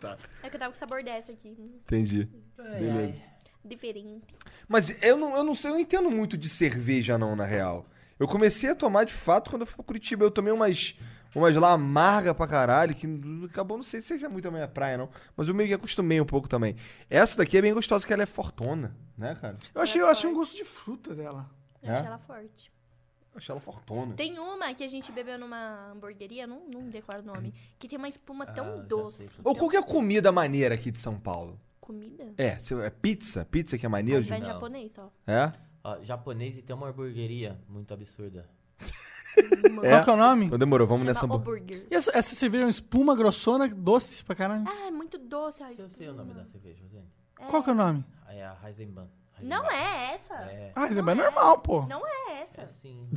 E: Tá.
C: É que eu tava com sabor dessa aqui. hum,
D: Entendi. Beleza.
C: Diferente.
D: Mas eu não, eu não sei, eu não entendo muito de cerveja, não, na real. Eu comecei a tomar de fato quando eu fui pra Curitiba. Eu tomei umas, umas lá amarga pra caralho, que acabou, não sei, não sei se é muito a minha praia, não. Mas eu meio que acostumei um pouco também. Essa daqui é bem gostosa, que ela é fortona, né, cara?
B: Eu achei, eu achei um gosto de fruta dela.
C: Eu
D: É?
C: achei ela forte.
D: Eu achei ela fortona.
C: Tem uma que a gente bebeu numa hamburgueria, não, não decoro o nome, que tem uma espuma
E: Ah,
C: tão
E: já
C: doce.
E: sei.
D: Ou qual que é a comida maneira aqui de São Paulo?
C: Comida?
D: É, se- é pizza? Pizza que é
C: Ao
D: maneiro? de-
C: invés de
E: não.
C: japonês, só.
D: É?
E: Ó, japonês e tem uma hamburgueria muito absurda.
B: Qual que é o nome?
D: Então demorou, vamos nessa.
C: Chama
D: bo-
C: hambúrguer.
B: E essa, essa cerveja é uma espuma grossona, doce pra caralho.
C: Ah, é muito doce. Ai,
E: Eu sei o nome da cerveja, Rosane.
B: Qual que é o nome?
E: É a Heisenbahn.
C: Não
E: Heisenbahn.
C: é essa.
E: É.
B: Ah, isso é bem normal, pô.
C: Não é essa.
E: É sim.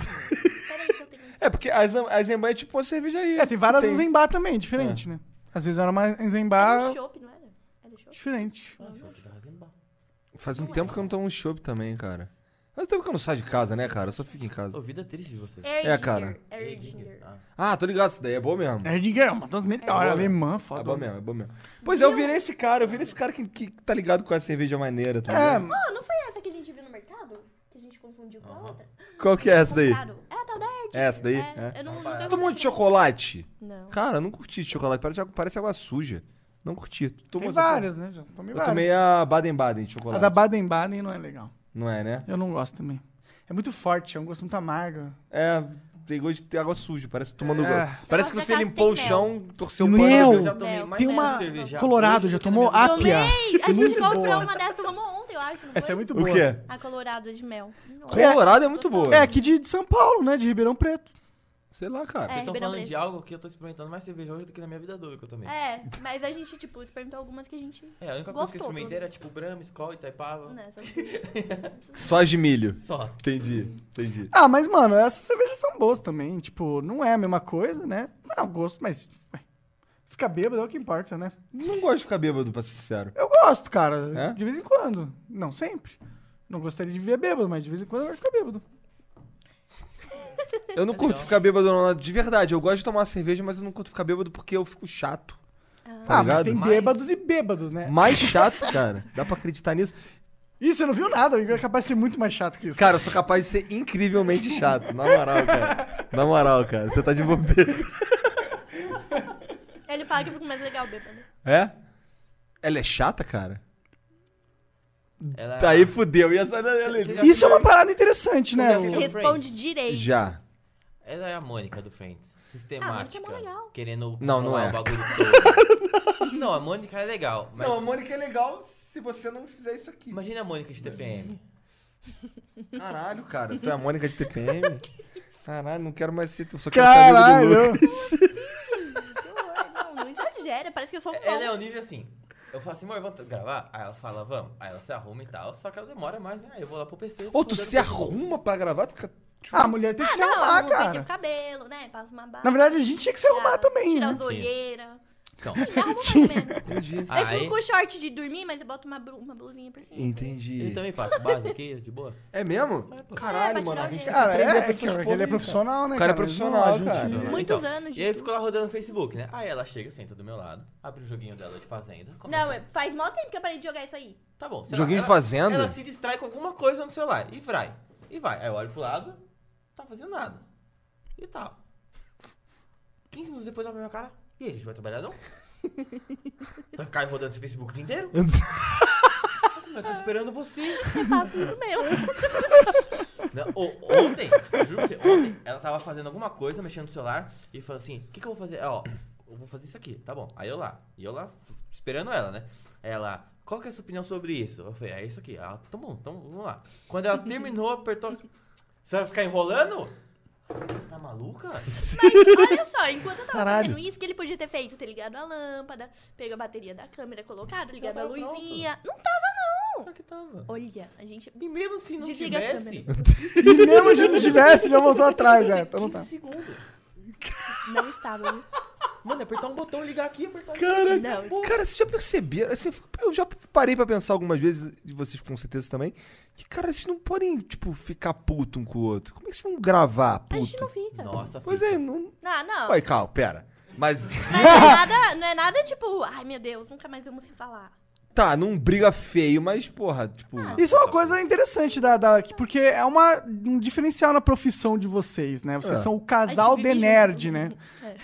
C: Peraí que eu tenho...
D: É porque a Zem- a Zemba é tipo uma cerveja aí.
B: É, tem várias tem... também,
D: É.
B: diferente, né? Às vezes era uma
C: Era
D: Ah.
B: Zenbar
C: um chopp, não era? Era um chopp?
B: diferente.
E: Ah, chopp da Heisenbahn.
D: Faz um
C: é.
D: tempo que eu não tomo um chopp também, cara. Faz um tempo que eu não saio de casa, né, cara? Eu só fico em casa.
E: Ô, vida triste de você.
C: Air
D: É, cara.
C: Ginger, Air Ginger.
E: Ah,
D: Ah, tô ligado, isso daí é bom mesmo. É,
B: Erdinger é uma das melhores.
D: É boa,
B: alemã, foda.
D: bom mesmo, é bom mesmo. Pois é, eu virei esse cara, eu virei esse cara que, que tá ligado com a cerveja maneira, tá
B: É,
D: ligado?
C: Ah, não foi essa que a gente viu no mercado? Que a gente confundiu com a
E: Aham.
C: outra?
D: Qual que é essa daí?
C: Compraram. É a tal da Air Ginger.
D: essa daí?
C: É.
D: É.
C: Eu não,
E: Rapaz.
C: nunca
D: Todo mundo de chocolate?
C: Não.
D: Cara, eu não curti de chocolate, parece, parece água suja. Não curti. Tu tomou
B: Tem
D: essa porra?
B: várias, né? Já tomei
D: Eu
B: várias.
D: tomei a Baden-Baden de chocolate.
B: A da Baden-Baden não é legal.
D: Não é, né?
B: Eu não gosto também. É muito forte, é um gosto muito amargo.
D: É, tem gosto de ter água suja, parece tomando...
B: É.
D: Parece que
C: Eu gosto
D: você
C: daquela que
D: limpou o
C: tem
D: chão, torceu o
B: Mel.
D: pano...
E: Eu já tomei
C: Mel.
E: mais
B: Tem
E: de
B: uma-
E: cerveja
B: Colorado,
E: hoje
B: já
E: do que na
B: tomou
C: Ah,
E: minha
B: ápia.
E: vida.
D: é
C: Tomei! A gente
B: Muito
C: comprou
B: boa.
C: uma dessa, tomamos ontem, eu acho. não
B: Essa
C: foi?
B: é muito
D: O
B: boa.
D: quê?
C: A colorada de mel.
D: Colorado é muito boa.
B: É aqui de, de São Paulo, né? De Ribeirão Preto.
D: Sei lá, cara.
C: É,
E: Vocês estão
C: Ribeirão
E: falando
C: Preto.
E: de algo que eu tô experimentando mais cerveja hoje do que na minha vida toda que eu tomei.
C: É, mas a gente, tipo, experimentou algumas que a gente...
E: É, a única coisa que eu
C: Gostou,
E: experimentei era tipo Brahma, Skol, Itaipava.
C: Né, essas duas.
D: Só de milho.
E: Só.
D: Entendi, entendi.
B: Ah, mas, mano, essas cervejas são boas também. Tipo, não é a mesma coisa, né? Não, eu gosto, mas. ué, Ficar bêbado é o que importa, né?
D: Não gosto de ficar bêbado, pra ser sincero.
B: Eu gosto, cara.
D: É?
B: De vez em quando. Não sempre. Não gostaria de viver bêbado, mas de vez em quando eu gosto de ficar bêbado.
D: Eu não
E: É
D: curto
E: legal.
D: ficar bêbado, não. De verdade, eu gosto de tomar cerveja, mas eu não curto ficar bêbado porque eu fico chato. Tá
B: ah, mas
D: ligado?
B: tem
E: Mas-
B: bêbados e bêbados, né?
D: Mais chato, cara. Dá pra acreditar nisso?
B: Ih, você não viu nada. O Igor é capaz de ser muito mais chato que isso.
D: Cara, eu sou capaz de ser incrivelmente chato. Na moral, cara. Na moral, cara. Você tá de bobeira.
C: Ele fala que eu fico mais legal bêbado.
D: É? Ela é chata, cara?
E: Ela... é
D: Tá aí, fudeu. E essa...
E: Você já-
B: Isso é uma parada interessante, né?
E: Você já
B: O-
E: viu?
C: Responde direito.
D: Já.
E: Ela é a Mônica do Friends. Sistemática.
C: Ah, a Mônica é mó legal.
E: Querendo
D: Não, não
E: controlar
D: é.
E: o bagulho todo. não, a Mônica é legal. Mas
D: Mônica é legal se você não fizer isso aqui.
E: imagina a Mônica de TPM.
D: Caralho, cara. Tu é a Mônica de TPM? Caralho, não quero mais ser... Eu só quero ser amigo do
B: Caralho.
D: Lucas.
C: Que horror, Não, não exagera, parece que eu sou um
E: Ela é
C: pão.
E: um nível assim. Eu falo assim, amor, vamos gravar? Aí ela fala, vamos. Aí ela se arruma e tal, só que ela demora mais, né? Aí eu vou lá pro PC. fico
D: Ou tu
E: rodando
D: se
E: o PC.
D: arruma pra gravar, tu fica...
B: Ah, a mulher tem que se
C: Não,
B: arrumar,
C: eu arrumo bem o
B: cara.
C: cabelo, né? Passa uma barba.
B: Na verdade, a gente tinha que se arrumar
C: tira-
B: também,
C: Tira
B: né?
C: as olheiras.
E: Então,
C: Me arruma mais ou menos.
D: Entendi.
C: Eu
E: aí-
C: fico com short de dormir, mas eu boto uma, blu- uma blusinha por cima.
E: ele
D: Entendi.
E: também passa base aqui, de boa.
D: É mesmo?
C: É,
D: Caralho,
C: pra
D: mano. A
C: tirar o
D: gente tem que
B: Cara, é,
D: aprender
B: é
D: com essas
B: que,
D: porra
B: ele é
D: aí, cara.
B: profissional, né?
D: O cara é
B: Eles não
D: profissional,
B: agem,
D: cara.
B: sim.
E: Então,
C: Muitos anos de
E: E aí
C: tudo.
E: ficou lá rodando no Facebook, né? Aí ela chega, senta do meu lado, abre o joguinho dela de fazenda. começa-
C: Não, é- faz mó tempo que eu parei de jogar isso aí.
E: Tá bom. sei
D: Joguinho
E: lá,
D: de
E: ela-
D: fazenda?
E: Ela se distrai com alguma coisa no celular e vai. E vai. Aí eu olho pro lado, tá fazendo nada. E tal. 15 minutos depois ela pra minha cara. E aí, a gente vai trabalhar não? Vai ficar aí rodando esse Facebook o dia inteiro? Eu falei, "Mas eu tô esperando você.
C: Eu faço isso meu.
E: Não, o- ontem, eu juro pra você, ontem ela tava fazendo alguma coisa, mexendo no celular, e falou assim: o que, que eu vou fazer? Ó, eu vou fazer isso aqui, tá bom. Aí eu lá, e eu lá, f- esperando ela, né? Ela, qual que é a sua opinião sobre isso? Eu falei: é isso aqui. Ah, tá bom, então vamos lá. Quando ela terminou, apertou. Você vai ficar enrolando? Você tá maluca?
C: Olha só, enquanto eu tava
D: Caralho.
C: fazendo isso, que ele podia ter feito, ter ligado a lâmpada, pego a bateria da câmera, colocado, ligado a
E: tava pronto.
C: luzinha. Não tava, não.
E: Claro que tava.
C: Olha, a gente.
E: E mesmo se não
C: Desliga as
E: tivesse.
B: E mesmo se não tivesse, já voltou atrás, já. Então não
E: 15
B: tá.
E: segundos.
C: Não estava. viu?
E: Mano, apertar um botão, ligar aqui, apertar aqui.
C: Não.
D: Cara, vocês já perceberam? assim, eu fico- eu já parei pra pensar algumas vezes, e vocês com certeza também, que, cara, vocês não podem, tipo, ficar puto um com o outro. Como é que vocês vão gravar
C: A gente não
D: puto?
C: fica.
E: Nossa,
D: Pois
E: fica.
D: é, não.
C: Ah, não.
D: Ué, calma, pera. Mas.
C: Mas não é nada, não é nada tipo, ai meu Deus, nunca mais vamos se falar.
D: Tá, não briga feio, mas, porra, tipo.
B: Isso é uma coisa interessante, da, da- porque é uma, um diferencial na profissão de vocês, né? Vocês
D: É.
B: são o casal
C: A gente
B: de
C: vive
B: nerd,
C: junto.
B: né?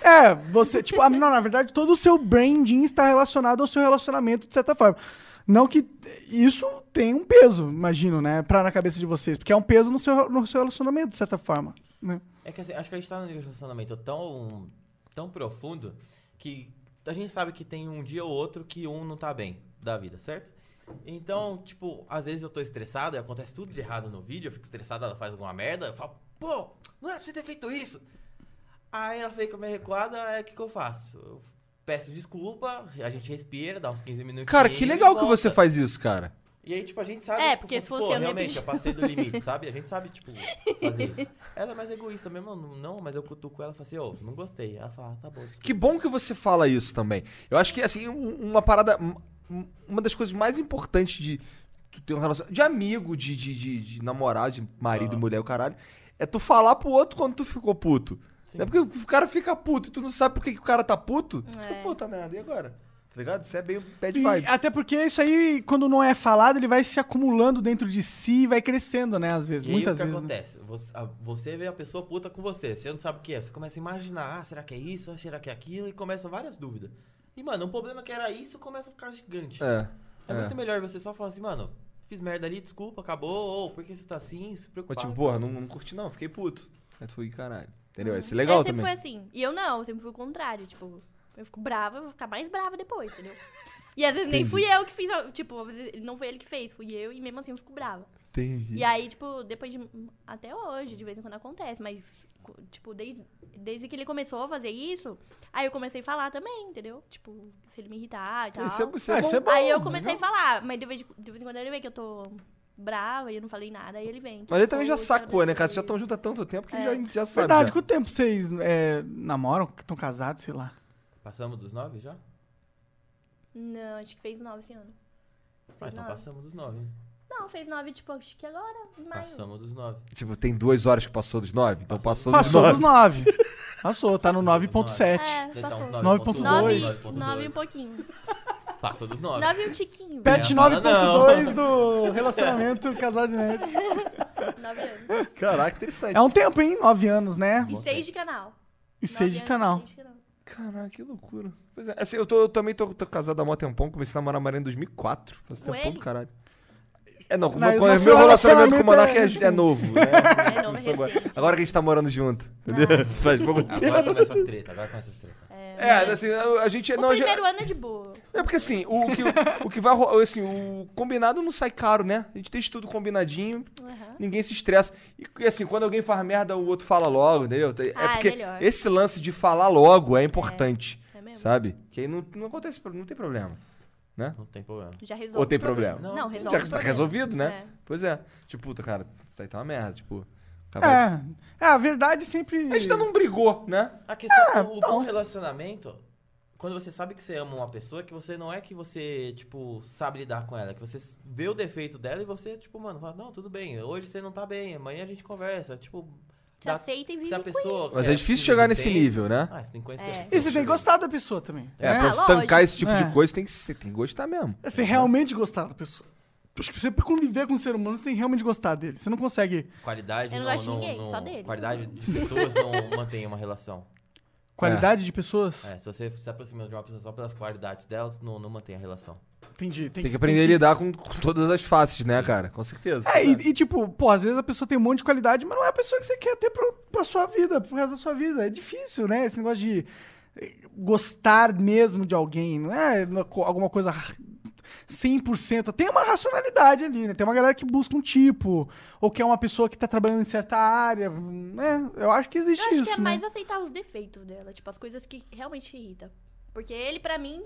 B: É, você, tipo, ah, não, na verdade, todo o seu branding está relacionado ao seu relacionamento, de certa forma. Não que isso tem um peso, imagino, né? Pra na cabeça de vocês, porque é um peso no seu, no seu relacionamento, de certa forma. Né?
E: É que assim, acho que a gente tá num relacionamento tão, tão profundo que a gente sabe que tem um dia ou outro que um não tá bem da vida, certo? Então, tipo, às vezes eu tô estressado e acontece tudo de errado no vídeo, eu fico estressado, ela faz alguma merda, eu falo, pô, não era pra você ter feito isso. Aí ela fica meio recuada, aí o que, que eu faço? Eu peço desculpa, a gente respira, dá uns 15 minutos.
D: Cara, que legal que você faz isso, cara.
E: E aí, tipo, a gente sabe.
C: É,
E: tipo,
C: porque se
E: pô,
C: fosse eu, não ia
E: realmente,
C: pedir.
E: eu passei do limite, sabe? A gente sabe, tipo, fazer isso. Ela é mais egoísta mesmo, não, não, mas eu cutuco ela e falo assim, ô, não gostei. Ela fala, tá bom. desculpa.
D: Que bom que você fala isso também. Eu acho que, assim, um- uma parada. um- Uma das coisas mais importantes de tu ter um relacionamento. De amigo, de, de, de, de namorado, de marido,
E: Aham.
D: mulher, o caralho. É tu falar pro outro quando tu ficou puto.
E: Sim.
D: É porque o cara fica puto e tu não sabe por que, que o cara tá puto. Tu fica,
C: É.
D: puta merda, e agora? Tá ligado? Isso é bem bad
B: E
D: vibe.
B: até porque isso aí, quando não é falado, ele vai se acumulando dentro de si e vai crescendo, né? Às vezes,
E: E aí,
B: muitas
E: o que
B: vezes. né?
E: acontece? Você, a- você vê a pessoa puta com você, você não sabe o que é. Você começa a imaginar, ah, será que é isso? Ah, será que é aquilo? E começa várias dúvidas. E, mano, um problema que era isso começa a ficar gigante.
D: É.
E: É
D: é.
E: muito melhor você só falar assim, mano, fiz merda ali, desculpa, acabou, ou por que você tá assim? Se
D: Mas,
E: preocupar.
D: tipo, porra, não, não curti não, fiquei puto. Aí tu foi, caralho. Entendeu? Isso é legal
C: eu sempre
D: também.
C: foi assim. E eu não, eu sempre fui o contrário. Tipo, eu fico brava, eu vou ficar mais brava depois, entendeu? E às vezes nem
D: Entendi.
C: fui eu que fiz. a- Tipo, às vezes não foi ele que fez, fui eu e mesmo assim eu fico brava.
D: Entendi.
C: E aí, tipo, depois de. Até hoje, de vez em quando acontece, mas, co- tipo, desde, desde que ele começou a fazer isso, aí eu comecei a falar também, entendeu? Tipo, se ele me irritar e tal.
D: Isso é, isso é
B: Ah, isso é bom,
D: bom.
C: aí eu comecei
B: legal.
C: a falar, mas de vez, de vez em quando ele vê que eu tô brava e eu não falei nada, aí ele vem.
D: Mas ele também já
C: "Pô, sabe
D: sacou, né, cara?
C: que-
D: Vocês já estão juntos há tanto tempo que
C: É.
D: já, já sabe.
B: Verdade,
D: já.
B: quanto tempo vocês é, namoram, que estão casados, sei lá.
E: Passamos dos nove já?
C: Não, acho que fez nove esse ano.
E: Ah,
C: Fez
E: então
C: nove.
E: passamos dos nove.
C: Não, fez nove, tipo, acho que agora, em maio.
E: Passamos dos nove.
D: Tipo, tem duas horas que passou dos nove? Então passou,
B: Passou
D: dos
B: dos
D: nove.
B: 9. Passou, tá no 9.7.
D: tipo,
C: É,
E: Deve dar uns
C: passou.
E: 9.2,
C: Nove,
E: 9.2.
C: nove e um pouquinho.
E: Passou dos nove.
C: Nove e um tiquinho.
B: Pet
E: É,
B: 9.2 do relacionamento casal de nerd.
C: Nove anos.
D: Caraca, interessante.
B: É um tempo, hein? 9 anos, né?
C: E seis de canal.
B: E 6
C: Nove
B: de
C: anos e
B: canal.
C: seis de canal.
D: Caraca, que loucura. Pois é, assim, eu, tô, eu também tô, tô casado há mó tempão, comecei a namorar a Mariana em 2004. Faz
C: Com
D: tempão
C: ele?
D: do caralho. É, não, com-
B: Mas
D: com-
B: nosso
D: meu relacionamento com o
B: relacionamento
D: Monark
B: é
D: é, é
B: recente.
D: novo, né?
C: É novo,
D: Começou agora.
C: recente.
D: Agora que a gente tá morando junto, entendeu? Faz pouco tempo.
E: Agora começa as tretas, agora começa as tretas.
D: É, assim, a a gente...
C: O
D: não, a gente-
C: primeiro ano é de boa.
D: É porque assim, o que, o que vai rolar, assim, o combinado não sai caro, né? A gente deixa tudo combinadinho,
C: Aham.
D: ninguém se estressa. E e, assim, quando alguém faz merda, o outro fala logo, entendeu? É
C: Ah, é
D: porque
C: melhor.
D: esse lance de falar logo é importante,
C: É mesmo?
D: sabe? Que aí não, não acontece, pro- não tem problema.
E: Não tem problema.
C: Já resolve.
D: Ou tem
C: o
D: problema?
C: Não,
E: Não,
C: resolve.
D: Já
C: o
D: que tá
C: problema.
D: resolvido, né?
C: É.
D: Pois é. Tipo, puta, cara, isso aí tá uma merda, tipo... acabou.
B: É. É, a verdade sempre.
D: tá A gente ainda não brigou, né?
C: Ah, então.
E: A questão, o, o bom relacionamento, quando você sabe que você ama uma pessoa, que você não é que você, tipo, sabe lidar com ela, que você s- vê o defeito dela e você, tipo, mano, fala, não, tudo bem, hoje você não tá bem, amanhã a gente conversa, tipo...
C: Se aceita e vive
E: se a
C: com
E: pessoa
D: Mas
E: quer-
D: é difícil chegar nesse
E: entende.
D: nível, né?
E: Ah, você tem que conhecer.
C: É. E
E: a
B: E
E: pessoa,
B: você tem
E: chega.
B: que gostar da pessoa também.
D: É,
C: É,
D: pra você tancar
C: lógico.
D: esse tipo
B: É.
D: de coisa, tem que, você tem que gostar mesmo.
B: Você tem que realmente gostar da pessoa. Acho que você pra conviver com o ser humano, você tem que realmente gostar dele. Você não
D: É.
B: consegue
E: Qualidade
C: Eu não
E: não,
C: gosto de
E: não-
C: ninguém,
E: não-
C: só dele.
E: Qualidade de pessoas não mantém uma relação.
B: qualidade de pessoas.
E: É, se você se aproxima de uma pessoa só pelas qualidades delas, não, não mantém a relação.
B: Entendi. Tem,
D: Tem que aprender a lidar com, com todas as faces, né, cara? Com certeza.
B: É, e, e tipo, pô, às vezes a pessoa tem um monte de qualidade, mas não é a pessoa que você quer ter pro, pra sua vida, pro resto da sua vida. É difícil, né? Esse negócio de eh, gostar mesmo de alguém, não é uma co- alguma coisa ra- 100%. Tem uma racionalidade ali, né? Tem uma galera que busca um tipo, ou que é uma pessoa que tá trabalhando em certa área, né? Eu acho que existe
C: Eu acho
B: isso,
C: que é
B: né?
C: mais aceitar os defeitos dela, tipo, as coisas que realmente te irritam. Porque ele, pra mim,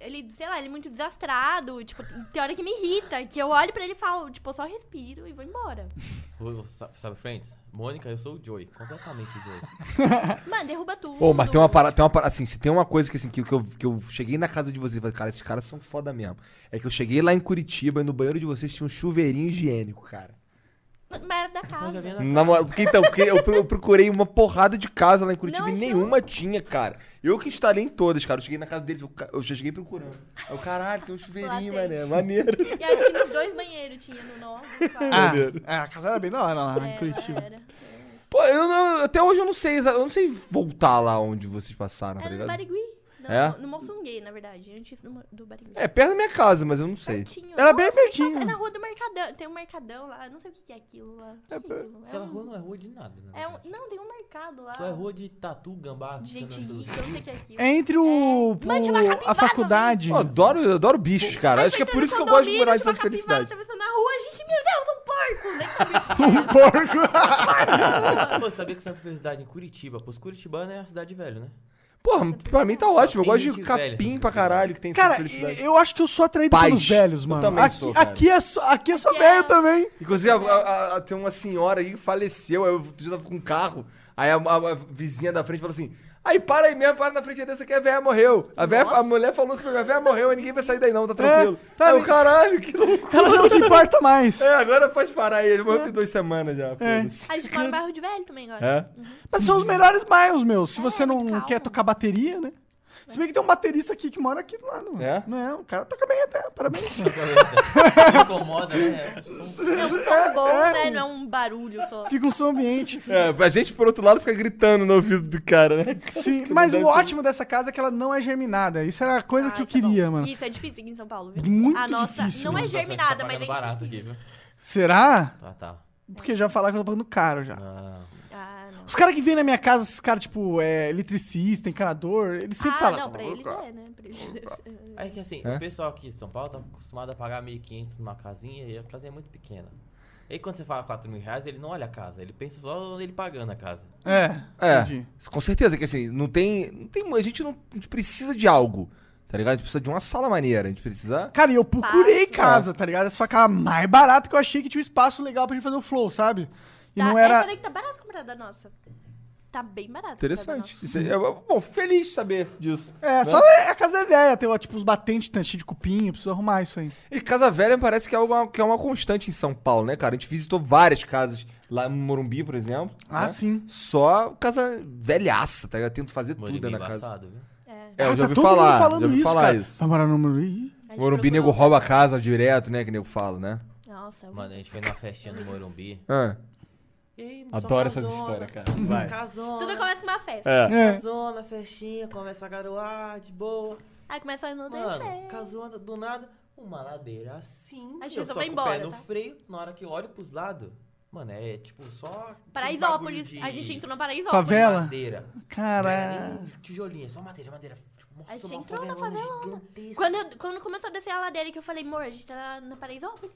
C: ele, sei lá, ele é muito desastrado, tipo, tem hora que me irrita, que eu olho pra ele e falo, tipo, eu só respiro e vou embora.
E: Ô, sa- Sabe, Friends? Mônica, eu sou o Joey. Completamente o Joey.
C: Mano, derruba tudo.
D: Ô, mas tem uma parada, tem uma parada, assim, se tem uma coisa que, assim, que, que eu, que eu cheguei na casa de vocês e falei, cara, esses caras são foda mesmo. É que eu cheguei lá em Curitiba e no banheiro de vocês tinha um chuveirinho higiênico, cara.
C: Mas era da
E: Mas
C: casa.
E: já vem na-
D: Na moral, porque então, porque eu, eu procurei uma porrada de casa lá em Curitiba
C: Não um.
D: e
C: achou?
D: nenhuma tinha, cara. Eu que instalei em todas, cara. Eu cheguei na casa deles, eu, ca- eu já cheguei procurando. Aí Eu, caralho, tem um chuveirinho,
C: Lá tem.
D: mané, maneiro.
C: E acho que nos dois banheiros tinha, no novo.
B: Ah, é, a casa era bem da hora lá em
C: Era,
B: Curitiba. Tá
C: era.
D: Pô, eu não, até hoje eu não sei, exa- eu não sei voltar lá onde vocês passaram, tá
C: Era no
D: ligado?
C: Barigui. Não,
D: É?
C: No Moçunguei, na verdade, antes do, Mo- do Barigui.
D: É, perto da minha casa, mas eu não sei.
C: Pertinho.
B: Era bem
C: Nossa,
B: pertinho.
C: É na rua do Mercadão. Tem um Mercadão lá. eu Não sei o que que é aquilo lá. O que que é aquilo? É
E: Aquela
C: um-
E: rua não é rua de nada, né?
C: É um, não, tem um mercado lá.
E: Só é rua de tatu, gambá.
C: de gente rica,
E: ficando-
C: eu não sei o que é aquilo.
B: É entre o.
C: É. Mande uma
B: pro- a
C: capivara, um
B: faculdade.
D: Eu adoro, eu adoro bichos, cara. Acho que é por isso que eu gosto de morar em Santa
C: Santa
D: Felicidade.
C: Atravessando a rua, gente, meu Deus, um porco! Né?
B: um porco.
E: Pô, você sabia que Santa Felicidade em Curitiba, pros curitibanos é a cidade velha, né?
D: Porra, pra mim tá ótimo. Eu
E: Tem
D: gosto
E: gente
D: de
E: velha em
D: capim
E: Santa
D: pra
E: Felicidade.
D: caralho que tem em Santa
B: Cara,
D: Felicidade.
B: eu acho que eu sou atraído
D: Paz.
B: pelos velhos,
D: Eu
B: mano.
D: também
B: aqui,
D: sou, cara.
B: aqui é só, aqui é só
C: Aqui é-
B: velho também.
D: Inclusive, a- a- a- tem uma senhora aí que faleceu. aí Eu outro dia eu tava com um carro. Aí a, a- a vizinha da frente falou assim: Aí para aí mesmo, para na frente dessa que a véia morreu. A, véia- a mulher falou assim pra mim: A véia morreu, aí ninguém vai sair daí não, tá tranquilo.
B: tá
D: Aí eu,
B: bem.
D: caralho, que louco.
B: Ela já não se
C: tá-
B: importa mais.
D: É, agora pode parar aí. Ele morreu tem duas semanas já.
B: É.
D: foda-se.
C: A gente mora no bairro de velho também agora.
D: É?
B: Mas são os melhores bairros, meu. Se
C: É,
B: você não
C: muito calmo.
B: quer tocar bateria, né? Se bem que tem um baterista aqui que mora aqui do lado. mano.
D: É?
B: Não, o cara toca bem até. Parabéns.
E: Me incomoda, né? É um som-
C: É um som bom,
B: é.
C: né? Não é um barulho só.
B: Fica um som ambiente.
D: É, a gente, por outro lado, fica gritando no ouvido do cara, né?
B: Sim,
D: Que
B: mas o
D: não deve ser-
B: ótimo dessa casa é que ela não é germinada. Isso era a coisa
C: Ah,
B: que eu
C: isso é bom.
B: queria, mano.
C: Isso é difícil aqui em São Paulo, viu?
B: Muito
C: a nossa
B: difícil,
C: não é
E: Santa Fé que
C: germinada,
E: tá
C: mas é
E: pagando barato aqui,
C: impossível.
E: viu?
B: Será?
E: Tá, tá.
B: Porque já falaram que eu tô pagando caro já.
E: Ah,
C: Ah, não.
B: Os caras que vêm na minha casa, esses caras, tipo, é, eletricista, encanador, eles sempre
C: ah,
B: falam.
C: não, pra eles é, né? Pra eles...
E: é que assim,
D: É?
E: o pessoal aqui de São Paulo tá acostumado a pagar 1.500 numa casinha e a casinha é muito pequena. E aí quando você fala 4 mil reais, ele não olha a casa, ele pensa só ele pagando a casa.
B: É,
D: É,
B: entendi.
D: com certeza que assim, não tem, não tem. A gente não a gente precisa de algo, tá ligado? A gente precisa de uma sala maneira, a gente precisa.
B: Cara, e eu procurei
C: Fácil.
B: casa, tá ligado? Essa foi a casa mais barata que eu achei que tinha um espaço legal pra gente fazer o flow, sabe? E
C: Tá,
B: não
C: Essa
B: era.
C: daí que tá barato comprar da nossa. Tá bem barato.
D: Interessante. Isso é, é, bom, feliz de saber disso.
B: É, só
D: Né?
B: a casa é velha, tem ó, tipo os batentes tá, cheio de cupinho, preciso arrumar isso aí.
D: E Casa Velha parece que é, uma, que é uma constante em São Paulo, né, cara? A gente visitou várias casas lá no Morumbi, por exemplo.
B: Ah,
D: né?
B: sim.
D: Só casa velhaça, tá ligado? Eu tento fazer
E: Morumbi
D: tudo na casa.
E: embaçado, viu?
C: É.
D: É, eu
B: Ah,
D: já
B: tá
D: ouvi
B: todo mundo
D: falar,
B: falando
D: já ouvi
B: isso,
D: falar
B: cara.
D: isso.
B: Vai morar no Morumbi?
C: A gente
D: Morumbi nego
C: procurou-
D: rouba a casa direto, né? Que nego fala, né?
C: Nossa,
E: Mano, a gente foi numa festinha no Morumbi.
D: Ah.
E: E aí, só
D: Adoro essas
E: casona,
D: histórias, cara. Vai.
E: Casona.
C: tudo começa com uma festa.
D: É.
B: É.
E: Casona, festinha, começa a garoar, de boa.
C: Aí começa a um não dar
E: Mano,
C: fé.
E: casona, do nada, uma ladeira assim.
C: A gente
E: eu
C: só
E: só
C: vai
E: com
C: embora,
E: o pé no
C: tá?
E: freio, na hora que eu olho pros lados. Mano, é tipo só. aquele
C: Paraisópolis.
E: bagulho de-
C: A gente entrou na Paraisópolis.
B: Favela. Ela.
E: Madeira. Não era
B: Caralho.
E: nem tijolinho, é só madeira, madeira. Tipo, Nossa,
C: A gente
E: uma
C: entrou na
E: favelona
C: favelona.
E: gigantesca.
C: Quando, eu- quando começou a descer a ladeira que eu falei, amor, a gente tá na, na Paraisópolis.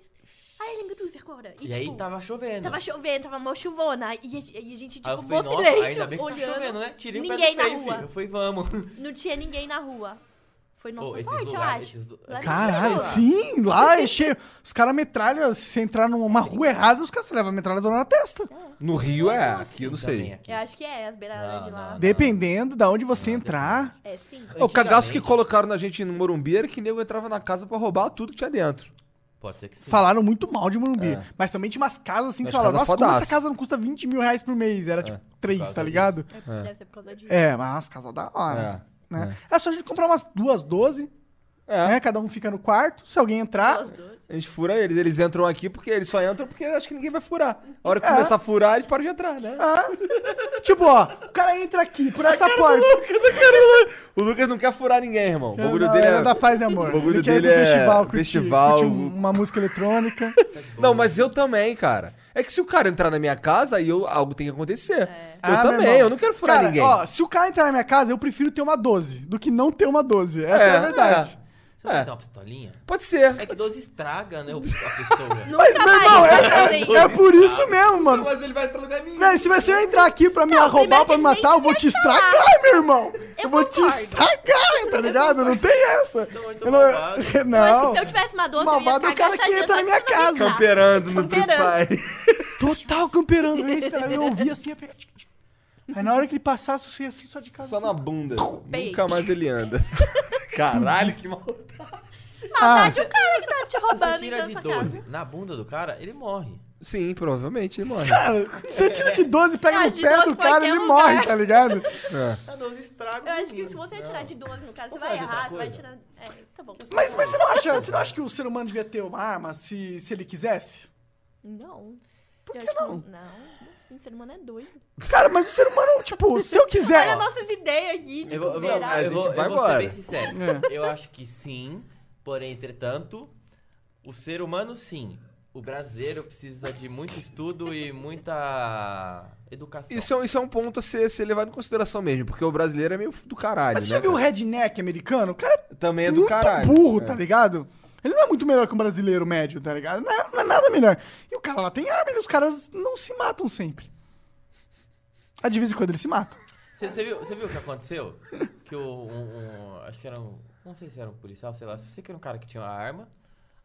C: Aí ele me trouxe agora. E,
E: E
C: tipo,
E: aí tava chovendo.
C: tava chovendo, tava mó chuvona. E, a- e a gente, tipo,
E: Aí eu falei,
C: mó
E: nossa,
C: silêncio,
E: ainda bem que tá
C: olhando.
E: chovendo, né? Tirei o pé do
C: Ninguém na
E: freio,
C: rua.
E: filho. Eu falei, vamos.
C: Não tinha ninguém na rua. Foi nossa
E: Pô, esses
C: sorte, eu
E: lugares,
C: acho.
E: esses- é
C: Lá nem
B: Caralho,
C: fechou.
B: sim, lá é cheio. Os caras metralham, se entrar numa rua errada, os caras levam a metralhadora na testa.
D: No Rio é,
E: Não,
D: aqui eu não
E: assim também,
D: sei.
E: aqui.
C: Eu acho que é, as beiradas
E: Não,
C: de lá.
E: não,
B: Dependendo da onde você entrar.
C: É, sim.
D: O cagaço que
E: Antigamente-
D: colocaram na gente no Morumbi era que nego entrava na casa pra roubar tudo que tinha dentro.
E: Pode ser que sim.
B: Falaram muito mal de Morumbi.
D: É.
B: Mas também tinha umas casas assim que
D: Mas
B: falaram,
D: casa
B: nossa, como essa
D: fodaço." É.
B: casa não custa 20 mil reais por mês? Era tipo 3,
E: causa
B: tá
E: disso.
B: ligado?
C: É, Deve ser por causa disso.
B: É, mas umas casas da
D: Ah.
B: hora. Né? É. só a gente comprar umas duas 12,
D: É.
B: né? Cada um fica no quarto. Se alguém entrar,
C: Os dois.
D: A gente fura eles, eles entram aqui porque eles só entram porque acho que ninguém vai furar. A hora que
B: É. Ah.
D: começar a furar, eles param de entrar, né?
B: tipo, ó, o cara entra aqui por essa porta.
D: O Lucas não quer furar ninguém, irmão. O bagulho
B: Não,
D: dele
B: era
D: é.
B: da paz e amor.
D: o bagulho
B: Ele quer ir
D: dele é
B: festival, curtir,
D: festival.
B: curtir um- uma música eletrônica.
D: Não, mas eu também, cara. É que se o cara entrar na minha casa, aí eu- algo tem que acontecer. Eu
B: Ah, meu
D: também,
B: irmão.
D: eu não quero furar
B: Cara,
D: ninguém.
B: Ó, se o cara entrar na minha casa, eu prefiro ter uma 12 do que não ter uma 12. Essa é, a verdade.
E: Você não
D: É.
E: tem uma pistolinha?
D: Pode ser.
E: É que
D: pode
E: 12 estraga, né, o- a pessoa.
C: Mas,
B: meu irmão,
C: é,
B: É, por isso mesmo,
D: ser.
B: mano.
D: Mas ele vai entrar no lugar nenhum.
B: Velho, se você entrar aqui pra me arrombar,
C: primeiro
B: pra me
C: que ele
B: matar, eu vou te estragar, meu irmão. Eu, vou te
C: concordo.
B: estragar, tá ligado? Não tem essa.
E: estão muito
B: Eu não,
E: malvados.
C: Eu acho
B: não.
C: que se eu tivesse uma 12,
B: Malvado é o
C: eu ia cagar
B: cara que
C: chateada,
B: entra na
C: só
B: minha
C: que eu não
B: casa.
C: ia cagar.
D: Camperando no Free
C: Camperando.
D: Fire.
B: Total camperando. Eu, ia esperar, eu ouvia assim, eu pegava... Aí na hora que ele passasse, eu saía assim só de casa.
D: Só
B: assim.
D: na bunda.
C: Bem.
D: Nunca mais ele anda. Caralho, que mal.
C: Maldade
B: Ah.
C: o cara que tá te
E: Você
C: roubando e
E: tira
C: entrando
E: de
C: na sua casa.
E: 12 na bunda do cara, ele morre.
D: Sim, provavelmente ele morre.
B: Cara, você tira de 12, pega
C: Ah,
B: no
C: de
B: pé
C: 12
B: do cara,
C: qualquer
B: ele
C: lugar.
B: morre, tá ligado?
D: Tá,
E: A 12 estraga.
C: Eu acho que se você tirar de 12 no cara, você vai
E: Vamos falar de outra
C: errar, você vai
E: coisa?
C: tirar. É, tá bom.
B: Mas, mas você, não acha, você não acha que o ser humano devia ter uma arma se, se ele quisesse?
C: Não. Por que não? Não. O ser humano é doido.
B: Cara, mas o ser humano, tipo, se eu quiser.
C: Olha as nossas ideias aqui,
E: Eu
C: tipo,
E: vou, eu vou-
C: verá.
E: eu vou-
D: A gente vai
E: eu vou ser
D: embora.
E: bem sincero. Eu acho que sim, porém, entretanto, o ser humano sim. O brasileiro precisa de muito estudo e muita educação.
D: Isso é, um- isso é um ponto a ser, ser levado em consideração mesmo, porque o brasileiro é meio do caralho,
B: Mas você
D: né?
B: já viu o
D: cara?
B: redneck americano? O cara
D: Também
B: é
D: é do
B: muito
D: caralho.
B: burro,
D: É.
B: tá ligado? Ele não é muito melhor que um brasileiro médio, tá ligado? Não é, não é nada melhor. E o cara lá tem arma e os caras não se matam sempre. Ah, De vez em quando eles se matam.
E: Você você viu, você viu o que aconteceu? Que o, um, um- acho que era um, não sei se era um policial, sei lá, só sei que era um cara que tinha uma arma.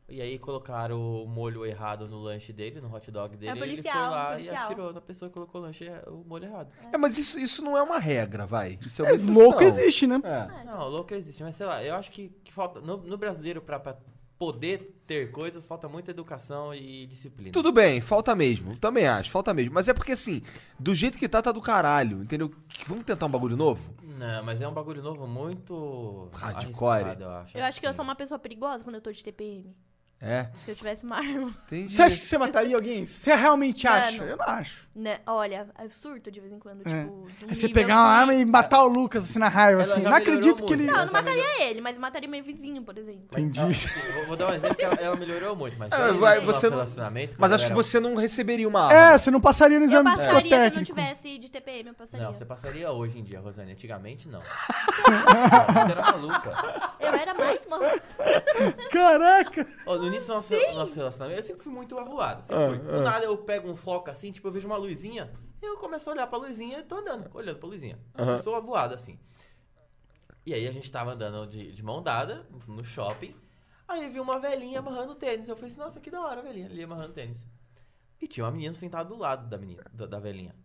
E: E aí colocaram o molho errado no lanche dele, no hot dog dele. e ele foi
C: É policial, um
E: lá e
C: policial.
E: atirou na pessoa que colocou o lanche, er- o molho errado.
D: É, mas isso, isso não é uma regra, vai. Isso é uma
B: É,
D: exceção.
B: louco existe, né?
D: É.
E: Não, louco existe, mas sei lá, eu acho que, que falta. No, no brasileiro, pra, pra poder ter coisas, falta muita educação e disciplina.
D: Tudo bem, falta mesmo. Também acho, falta mesmo. Mas é porque assim, do jeito que tá, tá do caralho, entendeu? Que- Vamos tentar um bagulho novo?
E: Não, mas é um bagulho novo muito.
D: Hardcore.
E: arriscado, Eu acho,
C: Eu acho que eu
E: assim.
C: sou uma pessoa perigosa quando eu tô de TPM.
D: É.
C: Se eu tivesse uma arma.
D: Entendi.
B: Você acha que você mataria alguém? Você realmente acha?
C: Mano.
B: Eu não acho.
C: Né? Olha, eu surto de vez em quando, tipo. de um
B: É. Aí você
C: nível
B: pegar uma
C: que-
B: arma e matar o Lucas assim na raiva,
E: Ela
B: assim.
E: já
B: Não acredito
E: melhorou
B: que ele.
E: muito,
C: Não, eu
E: Essa
C: não
E: amiga-
C: mataria ele, mas mataria meu vizinho, por exemplo.
B: Entendi.
E: Mas, ah, vou- vou dar um exemplo que ela, ela melhorou muito, mas.
D: É,
E: pelo menos
D: vai,
E: no nosso
D: você não-
E: relacionamento,
D: Mas
E: quando
D: acho que
E: era-
D: você não receberia uma
B: É,
D: arma.
B: você não passaria no
C: Eu
B: exame
C: passaria se eu não
B: psicotécnico.
C: tivesse de TPM, eu passaria.
E: Não, você passaria hoje em dia, Rosane. Antigamente não. você era maluca.
C: Eu era mais maluco.
B: Caraca!
E: Ó, no início do nosso, nosso relacionamento, eu sempre fui muito avoado. Sempre fui. Do nada eu pego um foco assim, tipo, eu vejo uma luzinha, eu começo a olhar pra luzinha e tô andando, olhando pra luzinha. Eu sou avoado assim. E aí a gente tava andando de, de mão dada no shopping. Aí eu vi uma velhinha amarrando tênis. Eu falei assim, nossa, que da hora, velhinha, ali amarrando tênis. E tinha uma menina sentada do lado da menina, da, da velhinha.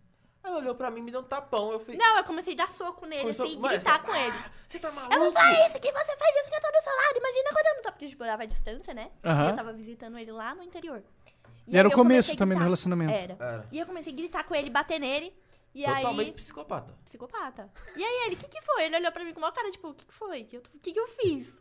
E: Ela olhou pra mim, me deu um tapão. Eu falei,
C: Não, eu comecei a dar soco nele,
E: Começou-
C: assim, e
E: Mano,
C: gritar
E: você-
C: com ele.
E: você tá maluco?
C: Eu não faz isso, que você faz isso que eu tô do seu lado. Imagina quando eu não tô, porque tipo, eu tava à distância, né?
B: Aham.
C: E eu tava visitando ele lá no interior.
B: E era
C: aí
B: o
C: eu
B: começo
C: comecei a
B: também do
C: gritar.
B: relacionamento.
C: Era.
E: Era.
C: E eu comecei a gritar com ele, bater nele. E
E: Totalmente
C: aí.
E: psicopata.
C: Psicopata. E aí ele, o que que foi? Ele olhou pra mim com uma cara, tipo, o que que foi? O que, eu- que que eu fiz?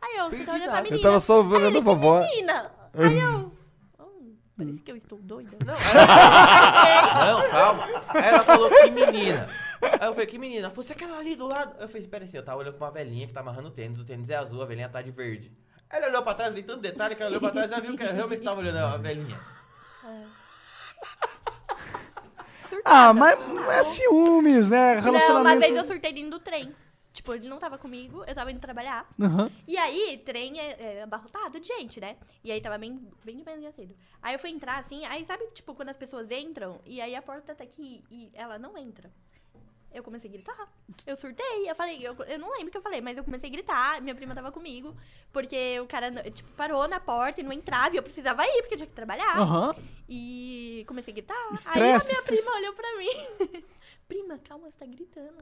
C: Aí eu, você tá olhando pra
E: Perdidaço.
C: menina.
D: Eu tava só
C: Aí
D: olhando
C: ele,
D: a vovó.
C: "Que menina! Aí eu. "Oh, parece que eu estou doida.
E: Não, ela- não, calma. Aí ela falou que menina. Aí eu falei, que menina? Ela falou, você é aquela ali do lado? Eu falei, espera assim, eu tava olhando pra uma velhinha que tá amarrando o tênis, o tênis é azul, a velhinha tá de verde. Aí Ela olhou pra trás, tem tanto detalhe que ela olhou pra trás e ela viu que eu realmente tava olhando a velhinha.
B: Ah, mas é ciúmes, né?
C: Não, uma
B: Relacionamento.
C: vez eu surtei dentro do trem. Tipo, ele não tava comigo, eu tava indo trabalhar.
B: Aham.
C: E aí, trem é, é abarrotado de gente, né? E aí tava bem, bem de manhã cedo. Aí eu fui entrar assim, aí sabe, tipo, quando as pessoas entram, e aí a porta tá aqui e ela não entra. Eu comecei a gritar. Eu surtei. Eu falei, eu, eu não lembro o que eu falei, mas eu comecei a gritar. Minha prima tava comigo, porque o cara, tipo, parou na porta e não entrava. E eu precisava ir, porque eu tinha que trabalhar.
B: Aham.
C: E comecei a gritar.
B: Estresse,
C: aí a minha
B: estresse.
C: prima olhou pra mim. prima, calma, você tá gritando.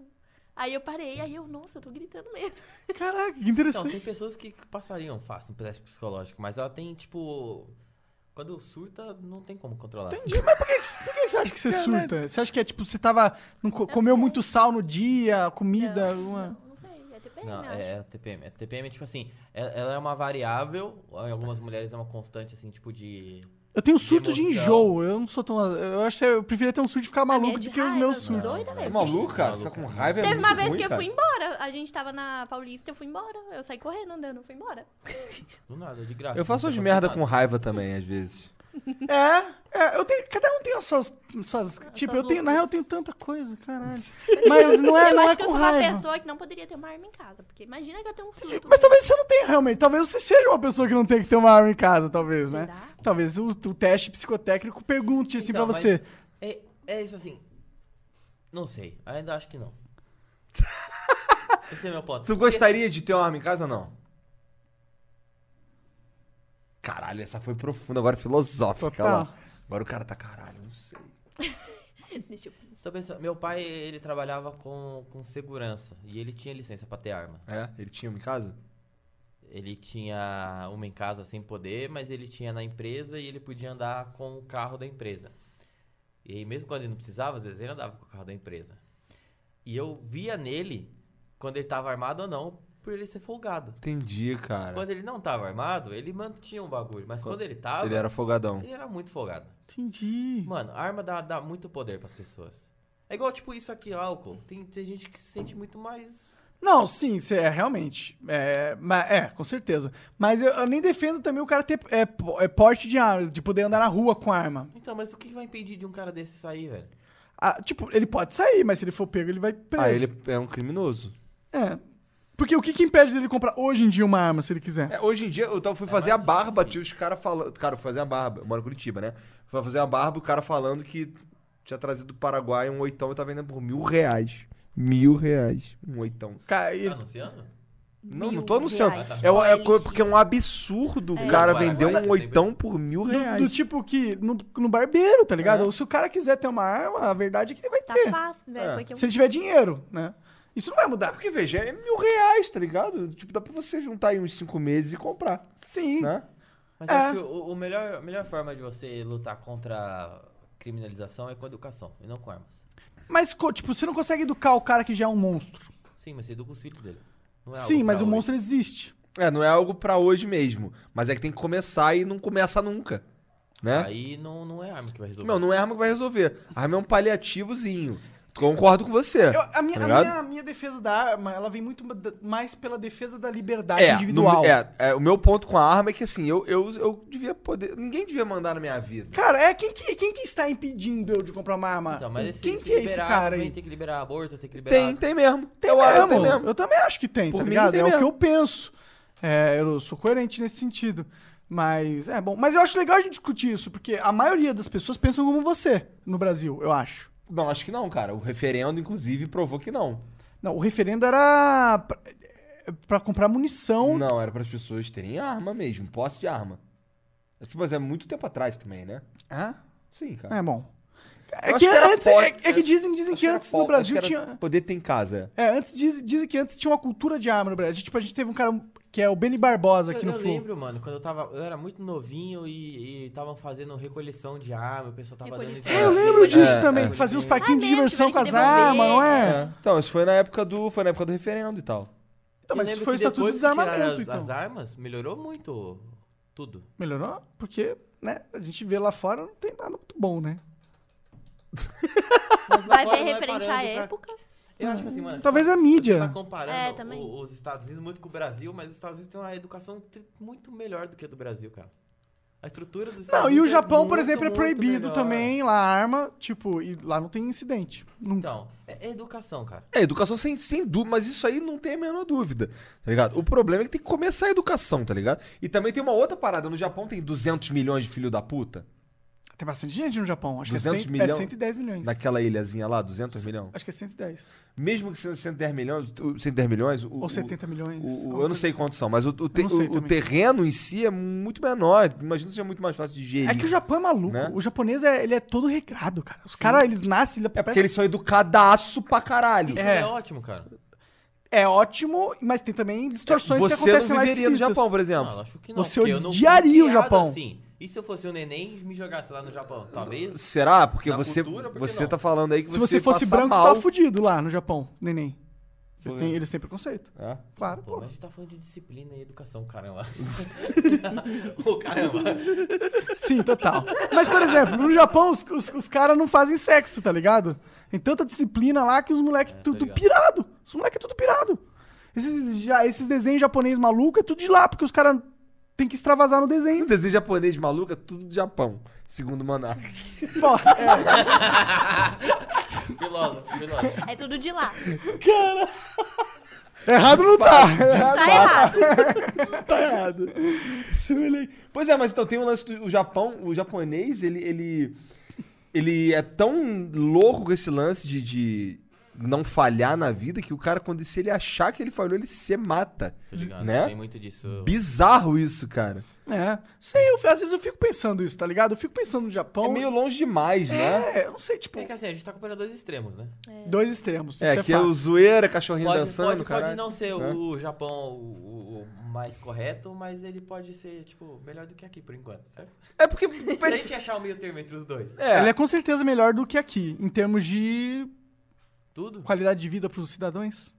C: Aí eu parei, aí eu, nossa, eu tô gritando mesmo.
B: Caraca, que
E: Então, tem
B: interessante.
E: pessoas que passariam fácil um teste psicológico, mas ela tem, tipo. Quando surta, não tem como controlar.
B: Entendi, mas por que, por que você acha que você surta? Você acha que é tipo, você tava. não co- comeu
C: sei.
B: muito sal no dia, comida,
C: É não,
B: uma.
C: não, não sei, é TPM,
E: Não,
C: eu acho.
E: é, é TPM. É TPM, tipo assim, é- ela é uma variável, em algumas mulheres é uma constante, assim, tipo de.
B: Eu tenho surto de,
E: emoção.
B: enjoo. Eu não sou tão. Eu acho que eu preferia ter um surto e ficar maluco
C: é de
B: do que os
C: raiva,
B: meus
C: não.
B: surtos.
C: Doida
D: É
C: mesmo.
D: maluco, cara?
E: Maluco.
D: Fica com raiva é
C: Teve
D: muito
C: uma vez
D: ruim,
C: que eu
D: cara.
C: fui embora. A gente tava na Paulista, eu fui embora. Eu saí correndo, andando, fui embora.
E: Do nada, de graça.
D: Eu faço
E: não
D: umas
E: sei
D: merda
E: quanto
D: com raiva também, às vezes.
B: É, é, eu tenho. Cada um tem as suas. suas tipo, eu tenho. Na
C: loucuras.
B: real, eu tenho tanta coisa, caralho. Mas não é,
C: eu
B: não
C: acho
B: é
C: que eu
B: com
C: sou uma
B: raiva.
C: pessoa que não poderia ter uma arma em casa. Porque imagina que eu tenho um surto.
B: Mas talvez você não tenha realmente. Talvez você seja uma pessoa que não tem que ter uma arma em casa, talvez, né?
C: Será?
B: Talvez o, o teste psicotécnico pergunte assim
E: Então,
B: pra
E: mas
B: você.
E: É, é isso assim. Não sei, ainda acho que não. Esse é meu ponto.
D: Tu gostaria de ter uma arma em casa ou não? Caralho, essa foi profunda, agora filosófica.
B: Total.
D: Lá. Agora o cara tá caralho, não sei.
C: Deixa eu...
E: Tô pensando, meu pai, ele trabalhava com, com segurança e ele tinha licença pra ter arma.
D: É? Ele tinha uma em casa?
E: Ele tinha uma em casa sem poder, mas ele tinha na empresa e ele podia andar com o carro da empresa. E aí, mesmo quando ele não precisava, às vezes ele andava com o carro da empresa. E eu via nele quando ele tava armado ou não, por ele ser folgado.
D: Entendi, cara.
B: É.
E: Quando ele não tava armado, ele mantinha um bagulho, mas quando ele tava,
D: Ele era
B: um-
D: folgadão.
E: ele era muito folgado.
B: Entendi.
E: Mano, a arma dá, dá muito poder pras pessoas. É igual, tipo, isso aqui, álcool. Tem, tem gente que se sente muito mais.
B: Não, sim, cê- é realmente. É, mas, é, com certeza. Mas eu, eu nem defendo também o cara ter é, po- é, porte de arma, de poder andar na rua com arma.
E: Então, mas o que vai impedir de um cara desse sair, velho?
B: Ah, tipo, ele pode sair, mas se ele for pego, ele vai preso.
D: Ah, ele é um criminoso.
B: É. Porque o que, que impede dele comprar hoje em dia uma arma, se ele quiser?
D: É, hoje em dia, eu tava- fui fazer a barba, tio, os caras falando. Cara, eu fui fazer a barba, eu moro em Curitiba, né? Fui fazer a barba, o cara falando que tinha trazido do Paraguai um oitão e tá vendendo por mil reais. Mil reais, um oitão.
B: Cara,
E: Tá
B: ele-
E: anunciando?
B: É.
D: Não,
C: Mil
D: não tô anunciando.
C: reais.
D: É, o- é
C: Olha
D: co-
C: isso.
D: porque é um absurdo o
C: É.
D: cara
E: Paraguai,
D: vender
E: você
D: um
E: tem
D: oitão por mil
B: do,
D: reais.
B: do tipo que. No, no barbeiro, tá ligado?
D: É.
B: Ou se o cara quiser ter uma arma, a verdade é que ele vai
C: Tá
B: ter.
C: fácil, velho.
D: É.
C: Porque eu...
B: Se ele tiver dinheiro, né? Isso não vai
D: É
B: mudar.
D: porque, veja, é mil reais, tá ligado? Tipo, dá pra você juntar aí uns cinco meses e comprar,
B: Sim.
D: né?
E: Mas
B: É.
E: eu acho que o, o melhor, a melhor forma de você lutar contra a criminalização é com educação e não com armas.
B: Mas, co- tipo, você não consegue educar o cara que já é um monstro.
E: Sim, mas você educa o filho dele. Não é
B: Sim,
E: algo
B: mas
E: pra
B: o
E: hoje.
B: monstro existe.
D: É, não é algo pra hoje mesmo. Mas é que tem que começar e não começa nunca, né?
E: Aí não, não é arma que vai resolver.
D: Não, não é arma que vai resolver. A arma é um paliativozinho. Concordo com você.
B: Eu- a, minha,
D: tá
B: a
D: ligado?
B: minha- a minha defesa da arma, ela vem muito da- mais pela defesa da liberdade
D: é,
B: individual.
D: no- é, é, o meu ponto com a arma é que assim, eu, eu, eu devia poder. Ninguém devia mandar na minha vida.
B: Cara, é quem que, quem que está impedindo eu de comprar uma arma?
E: Então, mas esse,
B: quem
E: se
B: que é esse
E: liberar
B: cara
E: também
B: aí?
E: Tem que liberar aborto, tem que liberar.
D: Tem, tem mesmo.
B: Tem
D: eu acho
B: mesmo.
D: que tem mesmo.
B: É, Eu também acho que tem,
D: Por
B: tá
D: mim,
B: ligado?
D: tem
B: é o que
D: mesmo.
B: eu penso. É, eu sou coerente nesse sentido. Mas é bom. Mas eu acho legal a gente discutir isso, porque a maioria das pessoas pensam como você no Brasil, eu acho.
D: Não, acho que não, cara. O referendo, inclusive, provou que não.
B: Não, o referendo era pra- pra comprar munição.
D: Não, era para as pessoas terem arma mesmo, posse de arma. É, Tipo, mas é muito tempo atrás também, né?
B: Hã?
D: Sim, cara.
B: É bom. É
D: acho
B: que,
D: que era
B: antes,
D: pó-
B: é, é que dizem, dizem
D: Acho
B: que
D: era
B: antes
D: pau-
B: no
D: acho
B: Brasil
D: que era
B: tinha.
D: Poder ter em casa.
B: É, antes diz- dizem que antes tinha uma cultura de arma no Brasil. Tipo, a gente teve um cara que é o Benny Barbosa
E: Eu,
B: aqui no
E: eu
B: Flow.
E: lembro, mano, quando eu tava. Eu era muito novinho e estavam fazendo recolhição de arma, o pessoal tava dando.
C: Recolhição.
B: É, eu lembro disso
D: É,
B: também,
D: é.
B: que fazia uns
E: É
B: parquinhos de
C: mesmo,
B: diversão
C: tiveram
B: com
C: que
B: as
E: um
C: devolver.
B: armas, não é?
D: É. Então, isso foi na época do. Foi na época do referendo e tal.
B: Então, mas
E: Eu
B: isso
E: lembro
B: foi o
E: que
B: estatuto do
E: depois que tiraram
B: desarmamento,
E: as,
B: então.
E: as armas, melhorou muito tudo.
B: Melhorou? Porque, né, a gente vê lá fora, não tem nada muito bom, né?
E: Mas lá
C: um Vai
E: fora
C: ver
E: não é
C: referente à
E: parâmetro pra-
C: época.
E: Eu acho que assim, mano.
B: Talvez
E: você
B: a
E: tá-
B: mídia.
E: Você tá comparando
C: É, também.
E: o- os Estados Unidos muito com o Brasil, mas os Estados Unidos têm uma educação tri- muito melhor do que a do Brasil, cara. A estrutura dos Estados
B: Não, e o
E: Unidos. é
B: Japão, por
E: muito,
B: exemplo, é
E: muito
B: proibido
E: melhor.
B: também lá a arma, tipo, e lá não tem incidente. Nunca.
E: Então, é, é educação, cara.
D: É, educação sem, sem dúvida, mas isso aí não tem a menor dúvida, tá ligado? O problema é que tem que começar a educação, tá ligado? E também tem uma outra parada, no Japão tem 200 milhões de filho da puta.
B: Tem bastante gente no Japão. Acho que é,
D: 200
B: cem-
D: milhão
B: é 110 milhões.
D: Naquela ilhazinha lá, 200 milhões.
B: Acho que é 110.
D: Mesmo que sendo 110 milhões, o- 110 milhões... o-
B: Ou
D: o-
B: 70 milhões.
D: o- o-
B: alguma
D: eu
B: coisa
D: não sei
B: assim.
D: quantos são, mas o, o, te-
B: não sei
D: o- o
B: também.
D: terreno em si é muito menor. Imagina seja muito mais fácil de gerir.
B: É que o Japão é maluco.
D: Né?
B: O japonês é, ele é todo regrado, cara. Os caras, eles nascem. Ele
D: É porque eles são educadaço pra caralho.
E: Isso é, ótimo, cara.
B: É ótimo, mas tem também distorções que
D: É, Você
B: acontecem
D: não
B: lá
D: viveria no
B: esquisitas.
D: Japão, por exemplo.
E: Não, eu acho que não.
B: Você
E: porque eu não fui
B: odiaria o
E: criado
B: Japão.
E: Assim. E se eu fosse um neném e me jogasse lá no Japão? Talvez.
D: Será? Porque
E: Na
D: você,
E: cultura, por que
D: você
E: não?
D: tá falando aí que
B: Se
D: você
B: você fosse
D: passa
B: branco,
D: mal.
B: você tá tava fudido lá no Japão, neném. Eles têm, eles têm preconceito.
D: É.
B: Claro,
E: Pô,
B: pô.
E: mas a gente tá falando de disciplina e educação, caramba. Ô, caramba.
B: Sim, total. Mas, por exemplo, no Japão, os, os, os caras não fazem sexo, tá ligado? Tem tanta disciplina lá que os moleques
D: É, tá
B: tudo
E: ligado.
B: pirado. Os moleques é tudo pirado. Esses, já, esses desenhos japonês malucos é tudo de lá, porque os caras têm que extravasar no desenho.
D: Um desenho japonês maluco é tudo do Japão, segundo o Monark.
B: Pô, é.
E: Filósofo, filósofo.
C: É tudo de lá.
B: Errado não tá. Errado
C: Tá errado.
B: tá errado.
D: Esse moleque- Pois é, mas então tem o lance do o Japão, o japonês, ele, ele, ele é tão louco com esse lance de, de não falhar na vida que o cara, quando se ele achar que ele falhou, ele se mata.
E: Tá ligado?
D: Né?
E: Tem muito disso.
D: Bizarro isso, cara.
B: É. Sei, eu, às vezes eu fico pensando isso, tá ligado? Eu fico pensando no Japão.
D: É meio longe demais, né?
B: É, eu não sei, tipo,
E: É que assim, a gente tá acompanhando dois extremos, né?
B: dois extremos.
D: É,
B: isso
D: que é
B: fato.
D: o zoeira, cachorrinho
E: Pode,
D: dançando,
E: pode, pode
D: cara.
E: não ser
D: né?
E: o Japão o, o- o mais correto, mas ele pode ser, tipo, melhor do que aqui por enquanto, certo?
D: É porque.
E: Se a gente achar o meio termo entre os dois,
D: É,
B: Ele é com certeza melhor do que aqui, em termos de
E: tudo.
B: qualidade de vida pros cidadãos.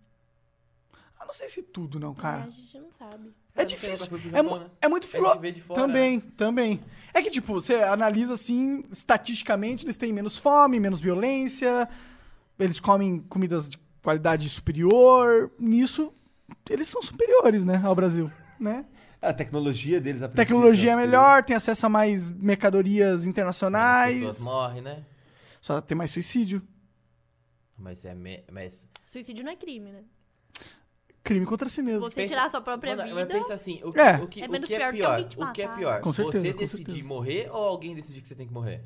B: Ah, não sei se tudo, não,
C: É,
B: cara.
C: a gente não sabe.
B: É,
E: Eu nunca
B: difícil.
E: fui pro
B: é,
E: Japão,
B: mu-
E: né?
B: é muito
E: É que
B: filó.
E: vê de fora,
B: Também, também. É que, tipo, você analisa assim, estatisticamente, eles têm menos fome, menos violência, eles comem comidas de qualidade superior. Nisso, eles são superiores, né, ao Brasil, né?
D: a tecnologia deles, a princípio,
B: Tecnologia é
D: né?
B: melhor, tem acesso a mais mercadorias
E: As
B: internacionais,
E: pessoas morrem, né?
B: só tem mais suicídio.
E: Mas é. Me... Mas,
C: Suicídio não é crime, né?
B: Crime contra si mesmo.
C: Você
E: Pensa-
C: tirar sua própria
E: Mano, mas
C: vida.
E: pensa assim: o que
B: É.
E: é, o que,
C: É
E: o
C: menos
E: que é
C: pior que
E: pior?
C: alguém te
E: o que é
C: matar.
E: pior?
B: Com certeza,
E: você
B: com
E: decidir
B: certeza.
E: morrer ou alguém decidir que você tem que morrer?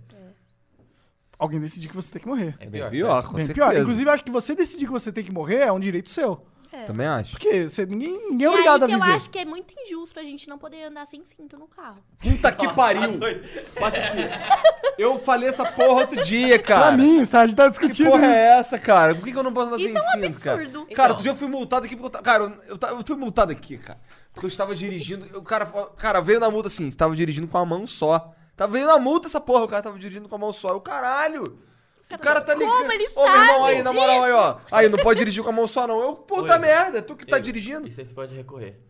B: Alguém decidir que você tem que morrer.
E: É
D: É
E: pior.
D: bem pior,
E: certo?
D: com
B: Bem
D: certeza.
B: pior. Inclusive, eu acho que você decidir que você tem que morrer é um direito seu.
C: É.
D: Também acho.
B: Porque você, ninguém, ninguém
C: E
B: é
C: aí
B: obrigado a
C: que
B: viver.
C: Eu acho que é muito injusto a gente não poder andar sem cinto no carro.
D: Puta que
E: Tá
D: pariu! Bate aqui. Eu falei essa porra outro dia, cara.
B: Pra mim, tá? a gente tá
D: Que
B: discutindo
D: porra
B: isso.
D: é essa, cara? Por que, que eu não posso andar
C: Isso
D: sem
C: é um
D: cinto, cara?
C: absurdo.
D: Cara,
E: Então.
D: outro dia eu fui multado aqui porque eu ta- Cara, eu- eu, ta- eu fui multado aqui, cara. Porque eu estava dirigindo. O cara, falou- cara veio na multa assim, estava dirigindo com a mão só. Tava veio na multa essa porra, o cara tava dirigindo com a mão só. Eu, caralho! O cara tá ligando.
C: Como ele
D: Ô, meu irmão,
C: sabe
D: aí, na moral, aí, ó. Aí, não pode dirigir com a mão só, não. Eu, puta
E: Oi.
D: merda, é tu que tá
E: Ei,
D: dirigindo.
E: Isso aí você pode recorrer.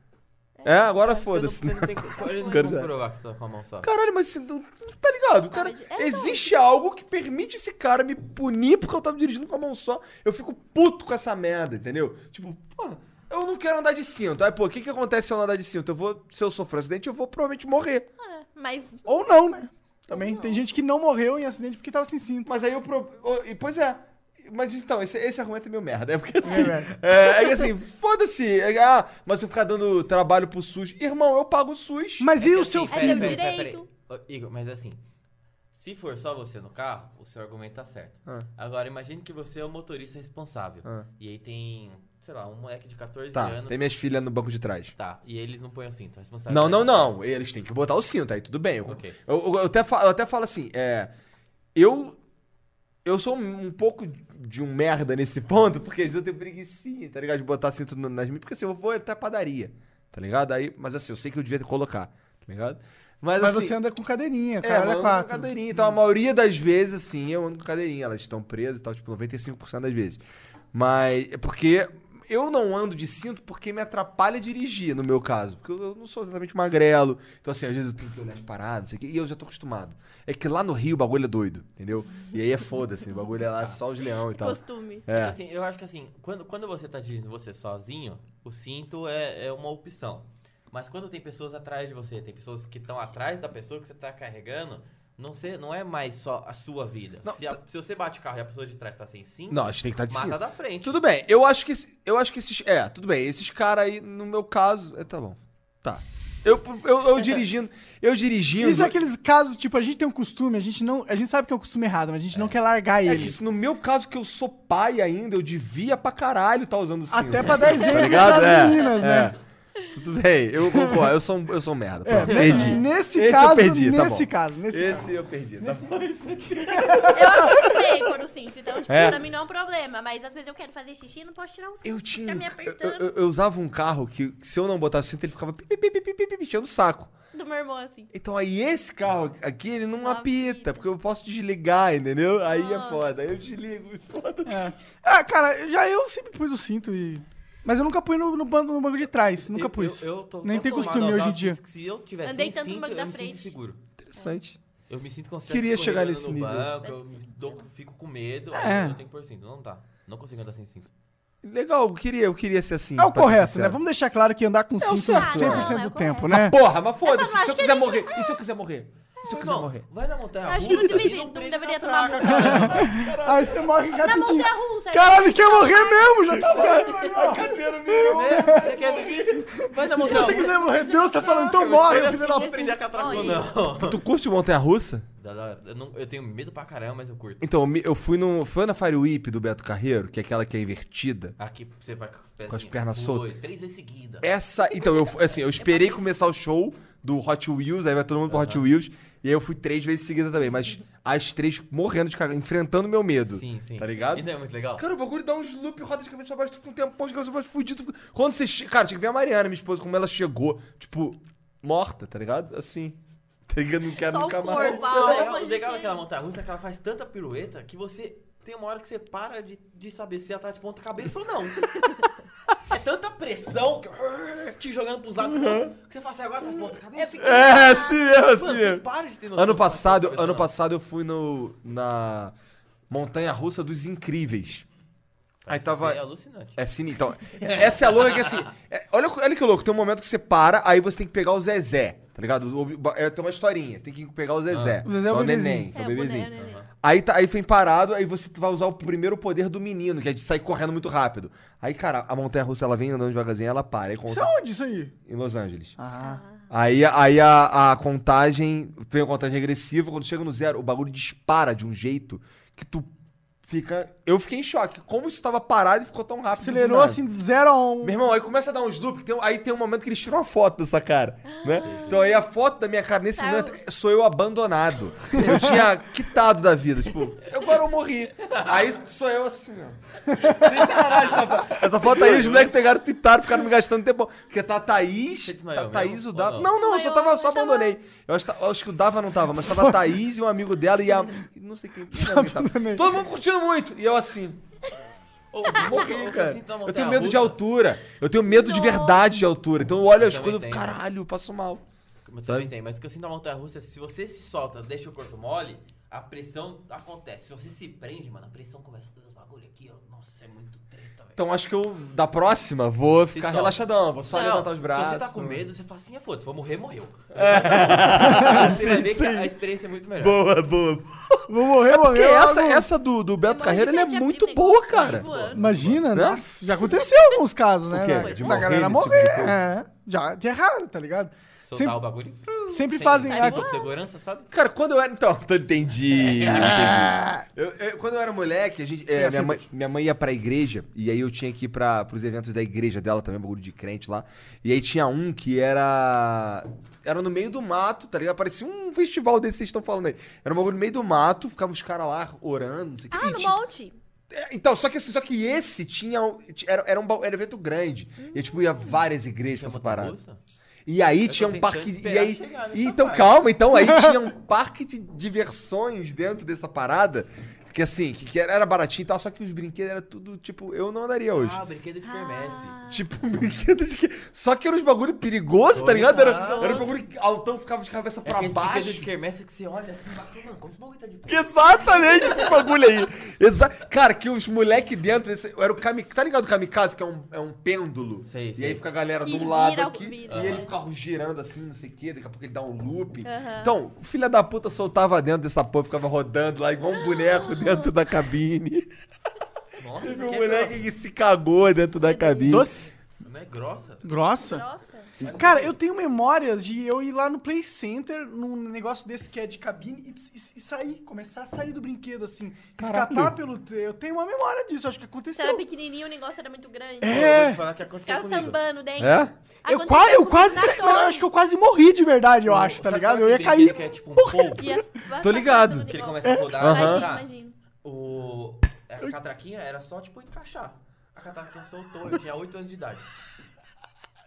D: É, agora
E: Você não-
D: foda-se.
E: Você não tem co- ele não
D: Cara,
E: tem
D: já-
E: como provar que você tá com a mão só.
D: Caralho, mas você não não tá ligado? O cara,
C: mas é, não.
D: existe algo que permite esse cara me punir porque eu tava dirigindo com a mão só. Eu fico puto com essa merda, entendeu? Tipo, pô, eu não quero andar de cinto. Aí, pô, o que que acontece se eu não andar de cinto? Eu vou, se eu sofrer um acidente, eu vou provavelmente morrer.
C: É, mas
B: Ou não, né? Também tem gente que não morreu em acidente porque tava sem cinto.
D: Mas aí eu, pro- eu- e, pois é. Mas então, esse, esse argumento é meio merda. É porque assim.
B: É merda.
D: É, é que assim, foda-se. É, ah, mas se eu ficar dando trabalho pro SUS. Irmão, eu pago o SUS.
B: Mas
E: É
B: e
E: que
B: o
E: assim,
B: seu
E: pera-
B: filho?
C: meu
E: pera- pera-
C: direito.
E: pera- Ô, Igor, mas assim, se for só você no carro, o seu argumento tá certo.
D: Ah.
E: Agora, imagine que você é o motorista responsável.
D: Ah.
E: E aí tem, sei lá, um moleque de 14
D: Tá,
E: anos.
D: tem minhas filhas no banco de trás.
E: Tá, e eles não põem o cinto, responsável.
B: É.
D: Não, não, não. Eles têm que botar o cinto, aí tudo bem. Eu,
E: Ok.
D: eu, eu- eu até, fa- eu até falo assim, é. Eu. Eu sou um um pouco de um merda nesse ponto, porque às vezes eu tenho preguicinha, tá ligado? De botar cinto no- nas minhas. Porque assim, eu vou até a padaria, tá ligado? Aí, mas assim, eu sei que eu devia colocar, tá ligado? Mas,
B: Mas
D: assim.
B: você anda com cadeirinha,
D: é, mas eu
B: cara.
D: ando
B: É,
D: com
B: quatro.
D: cadeirinha. Então, a maioria das vezes, assim, eu ando com cadeirinha. Elas estão presas e tal, tipo, 95% das vezes. Mas é porque eu não ando de cinto porque me atrapalha dirigir, no meu caso. Porque eu eu não sou exatamente magrelo. Então, assim, às vezes eu tenho que olhar as paradas, não sei o quê. E eu já tô acostumado. É que lá no Rio o bagulho é doido, entendeu? E aí é foda-se. O bagulho é lá só os leão e
B: Tá.
D: tal.
C: costume.
E: É. que
D: É.
E: assim, eu acho que assim, quando, quando você tá dirigindo você sozinho, o cinto é, é uma opção. Mas quando tem pessoas atrás de você, tem pessoas que estão atrás da pessoa que você tá carregando, não, sei, não é mais só a sua vida.
D: Não,
E: se, a- se você bate o carro e a pessoa de trás tá sem cinto,
D: Não, a gente tem que estar de
E: mata
D: cinto.
E: da frente.
D: Tudo bem, eu acho que esse- eu acho que esses. É, tudo bem, esses caras aí, no meu caso. É, tá bom. Tá. Eu, eu, eu dirigindo. Eu dirigindo.
B: Isso é aqueles casos, tipo, a gente tem um costume, a gente não. A gente sabe que é um costume errado, mas a gente não quer largar
D: É
B: ele.
D: que se no meu caso, que eu sou pai ainda, eu devia pra caralho tá usando cinto.
B: Até pra dar exemplo
D: Tá
B: pras
D: ligado? É,
B: meninas, né? É,
D: é. Tudo bem, eu concordo. Eu sou um, eu sou um merda. pronto,
B: Ne-
D: perdi.
B: Nesse
D: Esse eu
B: caso,
D: perdi, tá
B: nesse
D: bom.
B: caso, nesse
D: Esse
B: caso.
D: eu perdi. Tá bom.
C: Eu acostumei quando sinto, então, tipo,
D: É.
C: pra mim não é um problema. Mas às vezes eu quero fazer xixi e não posso tirar um
D: Eu
C: filtro.
D: tinha.
C: Tá me
D: eu,
C: apertando
D: eu- eu usava um carro que, se eu não botasse cinto, ele ficava pi, pi, pi, pi, pi, pi, pi, enchendo o saco.
C: do meu irmão, assim.
D: Então aí esse carro aqui, ele não
C: Não
D: apita,
C: apita.
D: porque eu posso desligar, entendeu? Aí é
C: Nossa.
D: foda. Aí eu desligo e foda-se.
B: É. Ah, cara, eu já eu sempre pus o cinto e. Mas eu nunca pus no, no, banco, no banco de trás. Nunca
E: eu,
B: pus.
E: eu, eu tô
B: Nem
E: tão
B: tem
E: acostumado a
B: costume
E: usar
B: hoje em
E: o cinto
B: dia.
E: que Se eu tivesse
C: Andei
E: sem
C: tanto no
E: cinto,
C: banco da
E: eu me sinto
C: frente.
E: seguro.
D: Interessante.
E: Eu me sinto constante.
D: Queria chegar nesse
E: no
D: nível.
E: Banco, eu me dou- fico com medo,
B: É.
E: aí eu tenho que pôr cinto. Não dá. Não consigo andar sem cinto.
D: Legal, eu queria, eu queria ser assim.
B: É o
D: pra ser
B: correto,
D: sincero.
B: né? Vamos deixar claro que andar com cinto
D: certo,
B: 100%
C: é.
B: do
C: É o
B: tempo,
C: correto.
B: né?
D: Porra, mas foda-se.
C: acho
D: Se eu
C: que
D: quiser
C: a gente-
D: morrer. E se eu quiser morrer? E se eu quiser
E: Irmão,
D: morrer?
E: vai na montanha
C: Acho que não
E: russa, um
C: devia-
E: e
C: não
E: prende
C: deveria
E: na
C: tomar
E: traca,
C: multa.
E: cara.
B: Aí você morre
C: Na
B: rapidinho.
C: montanha russa. né? Então,
B: Caralho, quer morrer mesmo? Já tá
E: Né? Você quer- Vai na
B: Se
E: montanha
B: você
E: russa.
B: quiser morrer, Deus tá falando, então morre, filho da
E: Não prender a catraca,
C: Olha.
E: não.
D: Tu curte montanha russa?
E: Da- da- Eu, não- eu tenho medo pra caramba, mas eu curto.
D: Então, eu me- eu fui no. Foi na Fire Whip do Beto Carreiro, que é aquela que é invertida.
E: Aqui você vai com as pernas,
D: pernas soltas.
E: Três vezes seguida.
D: Essa. Então, eu assim, eu esperei começar o show do Hot Wheels, aí vai todo mundo pro Hot Wheels. E aí eu fui três vezes seguida também, mas as três morrendo de cagada, enfrentando meu medo.
E: Sim, sim.
D: Tá ligado?
E: Isso é muito legal.
D: Cara, o bagulho dá uns loop, roda de cabeça pra baixo, tu fica um tempão de cabeça pra baixo, fudido. Quando você. che- Cara, tinha que ver a Mariana, minha esposa, como ela chegou, tipo, morta, tá ligado? Assim. Tá ligado? Não quero
C: Só o
D: nunca mais.
C: corpo,
E: Isso é
C: Ah,
E: legal,
C: uma
E: o legal
C: gente-
E: daquela montanha russa é que ela faz tanta pirueta que você tem uma hora que você para de, de saber se ela tá de ponta cabeça ou não. é tanta pressão que te jogando pros lados
D: Uhum.
E: que você fala assim, agora tá de ponta cabeça.
C: Eu fico-
D: É, assim mesmo, assim
E: Mano, você
D: mesmo.
E: para de ter noção
D: Ano
E: se tá de
D: passado,
E: ponta
D: ano
E: cabeça ou não.
D: passado eu fui no. na Montanha Russa dos Incríveis. Aí
E: Isso
D: tava.
E: É alucinante.
D: É sim, então. Essa é a louca que assim. é- olha, olha que louco, tem um momento que você para, aí você tem que pegar o Zezé, tá ligado? O- o- é, tem uma historinha, tem que pegar o Zezé.
B: O Zezé é o
D: que
B: bebezinho.
D: neném, que
C: É,
D: é
C: o
D: o
C: boné,
D: bebezinho.
C: né? né?
D: Aí, tá, aí vem parado, aí você vai usar o primeiro poder do menino, que é de sair correndo muito rápido. Aí, cara, a montanha russa ela vem andando devagarzinho, ela para. Aí
B: Isso
D: conta
B: é onde isso aí?
D: em Los Angeles.
B: Ah.
D: Aí, aí a, a contagem, tem a contagem regressiva, quando chega no zero, o bagulho dispara de um jeito que tu fica. Eu fiquei em choque. Como isso tava parado e ficou tão rápido. do
B: Acelerou
D: nada.
B: assim, do zero a um.
D: Meu irmão, aí começa a dar uns loop, que tem- aí tem um momento que eles tiram uma foto dessa cara,
E: Ah.
D: né? Então aí a foto da minha cara nesse
C: Tá,
D: momento sou eu abandonado. Eu tinha quitado da vida, tipo, agora eu morri. Aí sou eu assim, ó. Sem sacanagem, rapaz. Essa foto aí, os moleques pegaram, tentaram, ficaram me gastando tempo. Porque tá a Thaís,
E: Você desmaiou
D: tá a Thaís,
E: mesmo,
D: o
E: ou
D: Dava... Não,
E: não?
D: não, eu só,
C: Desmaiou,
D: tava, só
C: mas tava-
D: abandonei. Eu acho, ta- acho que o Dava não tava, mas tava a Thaís e um amigo dela e a... Não sei quem. não lembro quem tava. Todo mundo curtindo muito. E eu assim...
E: Ô,
D: Eu morri,
E: eu assim, então,
D: cara.
E: sinto na
D: Eu
E: montanha
D: tenho medo de
E: russa-
D: altura. Eu tenho medo de verdade de altura. Então eu olho
E: Eu
D: as
E: também
D: coisas e
E: tenho.
D: caralho, eu passo mal.
E: Mas
D: Sabe?
E: também tem, mas o que eu sinto na montanha russa é se você se solta, deixa o corpo mole, a pressão acontece. Se você se prende, mano, a pressão começa a fazer os bagulho aqui, ó. Nossa, é muito treta, velho.
D: Então acho que eu, da próxima, vou ficar
E: solta.
D: relaxadão. Vou só
E: Não,
D: levantar os braços.
E: Se você tá com medo, você fala assim, é foda-se, vou morrer, morreu. você vai ver que a a experiência é muito melhor.
D: Boa, boa.
B: Vou morrer,
D: É Porque
B: morrer.
D: essa,
B: logo.
D: essa do, do Beto
C: morro de
D: Carreiro ele é
C: medo de abrir
D: muito
C: negócio
D: boa,
C: e sair
D: cara.
C: voando.
B: Imagina,
D: Né?
B: nossa, já aconteceu alguns casos, né?
D: O quê?
B: Da,
D: De
B: da
D: morrer
B: galera
D: nesse tipo
B: morrer.
D: de coisa?
B: é, já de errado, tá ligado?
E: Soltar
B: Sempre-
E: o bagulho e frum,
B: Sempre
E: sem-
B: fazem.
E: sem
B: a-
E: cinto de segurança, sabe?
D: Cara, quando eu era. Então, tô- entendi.
E: É.
D: entendi. Eu- eu- quando eu era moleque, a gente, é,
B: É,
D: minha,
B: assim,
D: mãe, minha mãe ia pra igreja, e aí eu tinha que ir pra, pros eventos da igreja dela também, bagulho de crente lá. E aí tinha um que era. Era no meio do mato, tá ligado? Parecia um festival desse que vocês estão falando aí. Era um bagulho no meio do mato, ficavam os caras lá orando, não sei o que.
C: Ah,
D: e
C: no
D: tinha-
C: monte.
D: é, Então, só que, assim, só que esse tinha. um- Era, era um, ba- era um evento grande.
C: Hum.
D: E tipo, ia várias igrejas pra essa parada. E aí
E: Eu tô
D: tinha um
E: tentando
D: parque. E
E: esperar
D: aí.
E: chegar nessa
D: e então,
E: parte.
D: calma, então aí tinha um parque de diversões dentro dessa parada. Que assim, que, que era, era baratinho e tal, só que os brinquedos eram tudo, tipo, eu não andaria hoje.
E: Ah, brinquedo de permesse.
D: Tipo, brinquedo de que. Só que era uns bagulho perigoso, tá
E: Tô
D: ligado? Era,
E: ligado.
D: era um bagulho que altão ficava de cabeça pra
E: aquele brinquedo
D: baixo.
E: de quermesse que você olha assim, e fala, mano, como esse bagulho tá de pé?
D: Exatamente esse bagulho aí. Exa Cara, que os moleque dentro desse. Era o kamikaze. Tá ligado o kamikaze, que é um, é um pêndulo?
E: Sei,
D: e
E: sei.
D: aí fica a galera
C: Que
D: de um
C: vira
D: lado
C: o-
D: aqui.
C: vira.
D: E ele fica girando assim, não sei o quê. Daqui a pouco ele dá um loop.
C: Aham.
D: Então, o filho da puta soltava dentro dessa porra, ficava rodando lá, igual um boneco dentro da cabine.
E: Nossa,
D: Teve
E: isso
D: um
E: aqui é
D: moleque que se cagou dentro da cabine.
B: Doce?
E: grossa. Não é grossa?
B: Grossa?
C: Nossa.
B: Cara, eu tenho memórias de eu ir lá no Play Center, num negócio desse que é de cabine, e, e- e sair, começar a sair do brinquedo, assim. Escapar pelo. tre- Eu tenho uma memória disso, acho que
C: Você
B: aconteceu.
C: era Então, é pequenininho, o negócio era muito grande.
E: Eu vou te falar o que aconteceu
C: Ficava
E: comigo.
C: sambando né? Ah, dentro.
D: É?
B: Eu,
C: Aconteceu
B: qua- eu
C: comigo
B: quase.
C: na
B: sa-
C: torre.
B: Eu acho que eu quase morri de verdade, eu acho, tá
E: Sabe-
B: ligado?
E: sabe
B: Eu ia
E: aquele
B: cair.
E: brinquedo Que é tipo um polvo,
C: Ia- vai
D: Tô
C: passar pelo
D: ligado.
E: que ele
C: negócio.
E: começa a Tá. rodar,
C: Imagino,
E: rodar.
C: imagino.
E: O... A catraquinha era só, tipo, encaixar. A catraquinha soltou, eu tinha 8 anos de idade.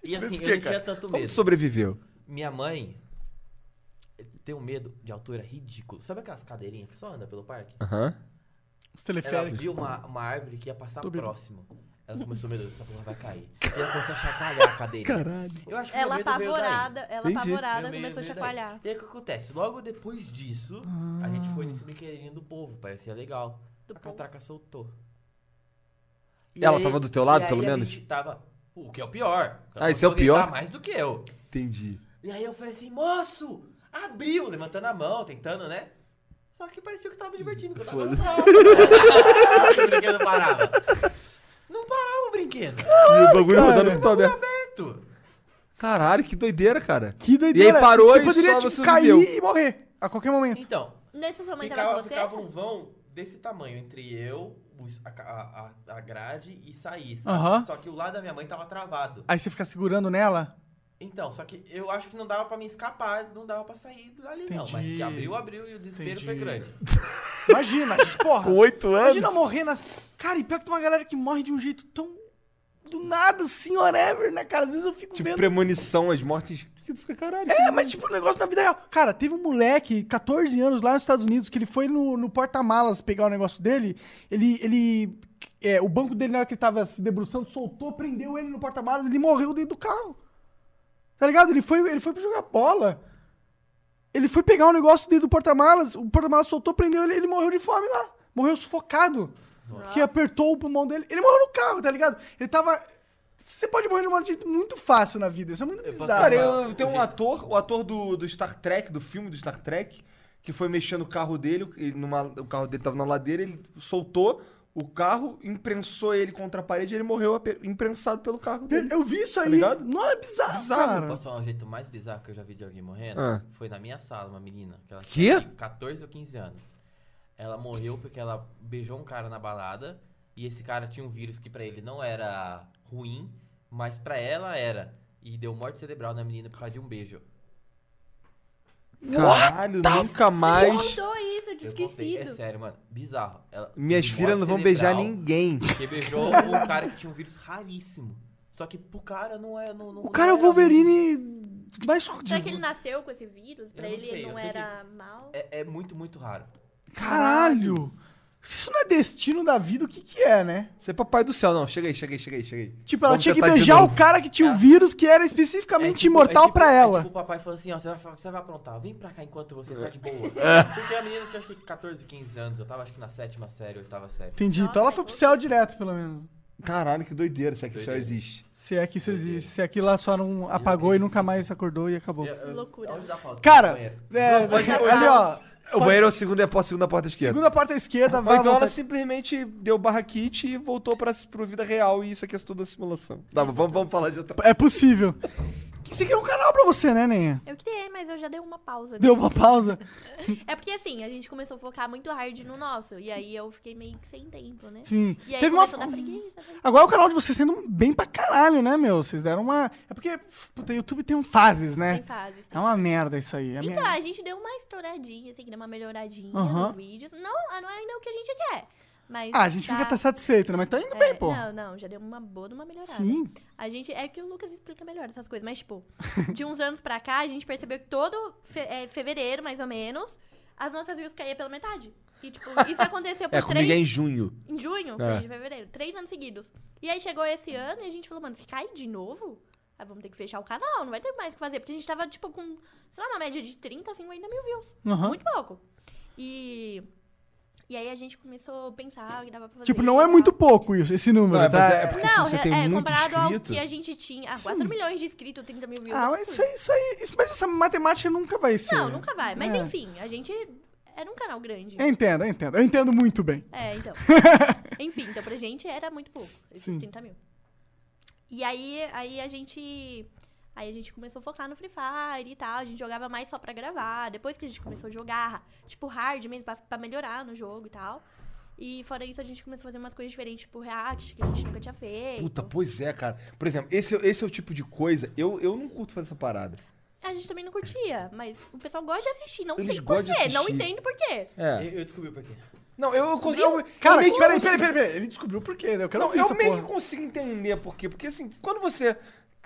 E: E assim, eu não tinha tanto
D: Como tu
E: medo.
D: sobreviveu?
E: Minha mãe tem um medo de altura ridículo. Sabe aquelas cadeirinhas que só anda pelo parque?
D: Aham.
B: Os
E: Ela
B: teleféricos.
E: viu uma, uma árvore que ia passar
B: Tô bêbado.
E: próximo. Ela começou, meu Deus, essa porra vai cair. E ela começou a chacoalhar a cadeira.
D: Caralho.
E: Eu acho que
C: Ela tá
E: meu medo veio é daí.
C: apavorada, ela
D: Entendi.
E: Meu
C: apavorada
E: medo é
C: começou a
E: veio daí.
C: chacoalhar.
E: E aí o que acontece? Logo depois disso, a gente
D: Ah.
E: foi nesse brinquedinho do povo, parecia legal.
C: Do
E: a
C: povo.
E: catraca soltou.
D: Ela tava do teu lado,
E: e aí
D: pelo
E: a
D: menos?
E: gente tava. O que é o pior.
D: Ah, esse é o
E: começou a gritar
D: pior?
E: mais do que eu.
D: Entendi.
E: E aí eu falei assim, moço, abriu, levantando a mão, tentando, né? Só que parecia que eu tava me divertindo, porque eu tava só. o brinquedo parava. Não parava o brinquedo.
D: E o bagulho
B: cara.
D: rodando com tua aberto.
E: Certo?
D: Caralho, que doideira, cara.
B: Que doideira.
D: E aí parou
B: você
D: e
B: poderia,
D: só
B: tipo,
D: você
B: cair
D: viveu.
B: e morrer a qualquer momento.
E: Então,
C: Nesse momento
E: ficava,
C: ela com
E: ficava
C: você?
E: um vão desse tamanho entre eu, os- a, a, a- a grade e sair,
B: Aham.
E: sabe? Só que o lado da minha mãe tava travado.
B: Aí você fica segurando nela.
E: Então, só que eu acho que não dava pra me escapar, não dava pra sair dali, não. Mas
B: Entendi.
E: que abriu, abriu e o desespero foi
B: Entendi.
E: grande.
B: Imagina, gente, porra.
D: oito
B: Imagina morrer nas. Cara, e pior que tem uma galera que morre de um jeito tão. Do nada, assim, whatever, né, cara? Às vezes eu fico
D: Tipo,
B: vendo.
D: premonição, as mortes. Que tu fica, caralho.
B: É, mas tipo, o negócio na vida real. Cara, teve um moleque, 14 anos, lá nos Estados Unidos, que ele foi no, no porta-malas pegar o negócio dele. Ele. ele é, o banco dele, na hora que ele tava se debruçando, soltou, prendeu ele no porta-malas, ele morreu dentro do carro. Tá ligado? Ele foi, ele foi pra jogar bola. Ele foi pegar o negócio dentro do porta-malas, o porta-malas soltou, prendeu ele, ele morreu de fome lá. Morreu sufocado. Que apertou o pulmão dele. Ele morreu no carro, tá ligado? Ele tava. Você pode morrer de um jeito muito fácil na vida. Isso é muito
E: posso
B: bizarro.
D: Cara,
E: Tava-
D: eu, tem um ator, o ator do, do Star Trek, do filme do Star Trek, que foi mexendo o carro dele, ele numa- o carro dele tava na ladeira, ele soltou o carro, imprensou ele contra a parede e ele morreu ape- imprensado pelo carro dele.
B: Eu vi
E: Tá
B: isso aí.
D: ligado?
B: não, é bizarro,
D: Bizarro,
B: cara.
E: Posso falar um jeito mais bizarro que eu já vi de alguém morrendo?
D: Ah.
E: Foi na minha sala, uma menina. Que ela
D: Quê?
E: tinha acho que 14 ou 15 anos. Ela morreu porque ela beijou um cara na balada. E esse cara tinha um vírus que pra ele não era ruim, mas pra ela era. E deu morte cerebral na menina por causa de um beijo.
D: Caralho, nunca mais.
C: Contou isso, eu tinha
E: Eu contei, é
C: esquecido.
E: sério, mano. Bizarro. Ela-
D: Minhas
E: deu
D: filhas
E: morte
D: não vão beijar
E: cerebral
D: ninguém.
E: Porque beijou um cara que tinha um vírus raríssimo. Só que pro cara não é. Não, não-
B: O cara é o
E: não era ruim.
B: Wolverine mais.
C: Será que ele nasceu com esse vírus? Pra
E: não
C: ele
E: sei, eu
C: não
E: sei que-
C: era mal?
E: É- é muito, muito raro.
C: tá
B: Caralho! Se isso não é destino da vida, o que que é, né?
D: Você é papai do céu, não. Chega aí, chega aí, chega aí, chega aí.
B: Tipo, ela
D: Vamos
B: tinha que
D: tentar
E: tá
D: de
B: beijar o
D: novo.
B: cara que tinha o vírus que era especificamente
E: tipo-
B: imortal
E: tipo-
B: pra
E: é
B: ela.
E: tipo o papai falou assim, ó, você vai, você vai aprontar, vem pra cá enquanto você tá de boa. Porque a menina tinha acho que 14, 15 anos, eu tava acho que na sétima série, oitava série.
B: Entendi.
C: Nossa,
B: então ela
C: é
B: foi pro
C: todo-
B: céu direto, pelo menos.
D: Caralho, que doideira, se é que o céu
E: Doideira.
D: existe.
B: Se é que isso existe. Se aquilo lá só não apagou e nunca mais acordou e acabou.
E: Eu- eu-
C: Loucura.
E: aonde dá pausa?
B: Cara,
E: No banheiro.
B: é,
D: pode-
B: ali, ó.
D: O banheiro é o segundo, é a porta- segunda porta esquerda.
B: Segunda porta à esquerda,
D: Ou
B: vai.
D: então ela
B: voltar-
D: simplesmente deu barra kit e voltou pra, pro vida real e isso aqui é tudo uma simulação. Tá, mas vamos, vamos falar de outra.
B: É possível. Você criou um canal pra você, né, Nenha?
C: Eu criei, é, mas eu já dei uma pausa. né?
B: Deu uma pausa.
C: É porque assim, a gente começou a focar muito hard no nosso. E aí eu fiquei meio que sem tempo, né?
B: Sim.
C: E aí
B: Teve uma.
C: começou a dar preguiça. né?
B: Agora o canal de vocês sendo bem pra caralho, né, meu? Vocês deram uma. É porque, puta, YouTube tem um fases, né?
C: Tem fases.
B: É uma merda isso aí. É
C: Então,
B: merda.
C: a gente deu uma estouradinha, assim, deu uma melhoradinha
B: Aham.
C: nos vídeos. Não, ah, não é ainda o que a gente quer. Mas
B: Ah, a gente nunca tá satisfeito, né? Mas tá indo
C: é,
B: bem, pô.
C: Não, não, já deu uma boa de uma melhorada.
B: Sim.
C: A gente. É que o Lucas explica melhor essas coisas, mas, tipo, de uns anos pra cá, a gente percebeu que todo fe- é, fevereiro, mais ou menos, as nossas views caíam pela metade. E, tipo, isso aconteceu por
D: É, comigo
C: três.
D: é em junho.
C: Em junho,
D: É.
C: mês de fevereiro. Três anos seguidos. E aí chegou esse ano e a gente falou, mano, se cai de novo, aí vamos ter que fechar o canal, não vai ter mais o que fazer. Porque a gente tava, tipo, com, sei lá, uma média de 30, 50 mil views.
B: Aham.
C: Muito pouco. E. E aí a gente começou a pensar o que dava pra fazer.
B: Tipo, não é muito pouco isso, esse número,
D: Não, é,
B: tá?
D: mas é- porque se
C: Não,
D: você
C: é-
D: tem
C: é,
D: muito
C: comparado ao
D: inscrito-
C: que a gente tinha. Ah,
B: Sim.
C: 4 milhões de inscritos, 30 mil views.
B: Ah,
C: é um
B: mas isso
C: absurdo.
B: aí, isso aí. isso- mas essa matemática nunca vai ser.
C: Não, nunca vai. Mas
B: É.
C: enfim, a gente era um canal grande.
B: Eu entendo, eu entendo. Eu entendo muito bem.
C: É, então. Enfim, então pra gente era muito pouco, esses
B: Sim.
C: 30 mil. E aí, aí a gente Aí a gente começou a focar no Free Fire e tal. A gente jogava mais só pra gravar. Depois que a gente começou a jogar, tipo, hard mesmo, pra, pra melhorar no jogo e tal. E fora isso, a gente começou a fazer umas coisas diferentes, tipo React, que a gente nunca tinha feito.
D: Puta, pois é, cara. Por exemplo, esse, esse é o tipo de coisa. Eu, eu não curto fazer essa parada.
C: A gente também não curtia, mas o pessoal gosta de assistir. Não
D: Eles
C: sei
D: gostam de
C: porquê, não
D: assistir.
C: entendo porquê.
D: É.
E: Eu, eu descobri por quê.
D: Não, eu, eu, eu
B: Cara,
D: meio que
B: peraí,
C: assim?
B: peraí,
D: consigo-
B: peraí, peraí. Ele descobriu por quê, né? Eu quero
D: Não,
B: ouvir
D: eu
B: essa
D: meio
B: porra.
D: que consigo entender por quê. Porque assim, quando você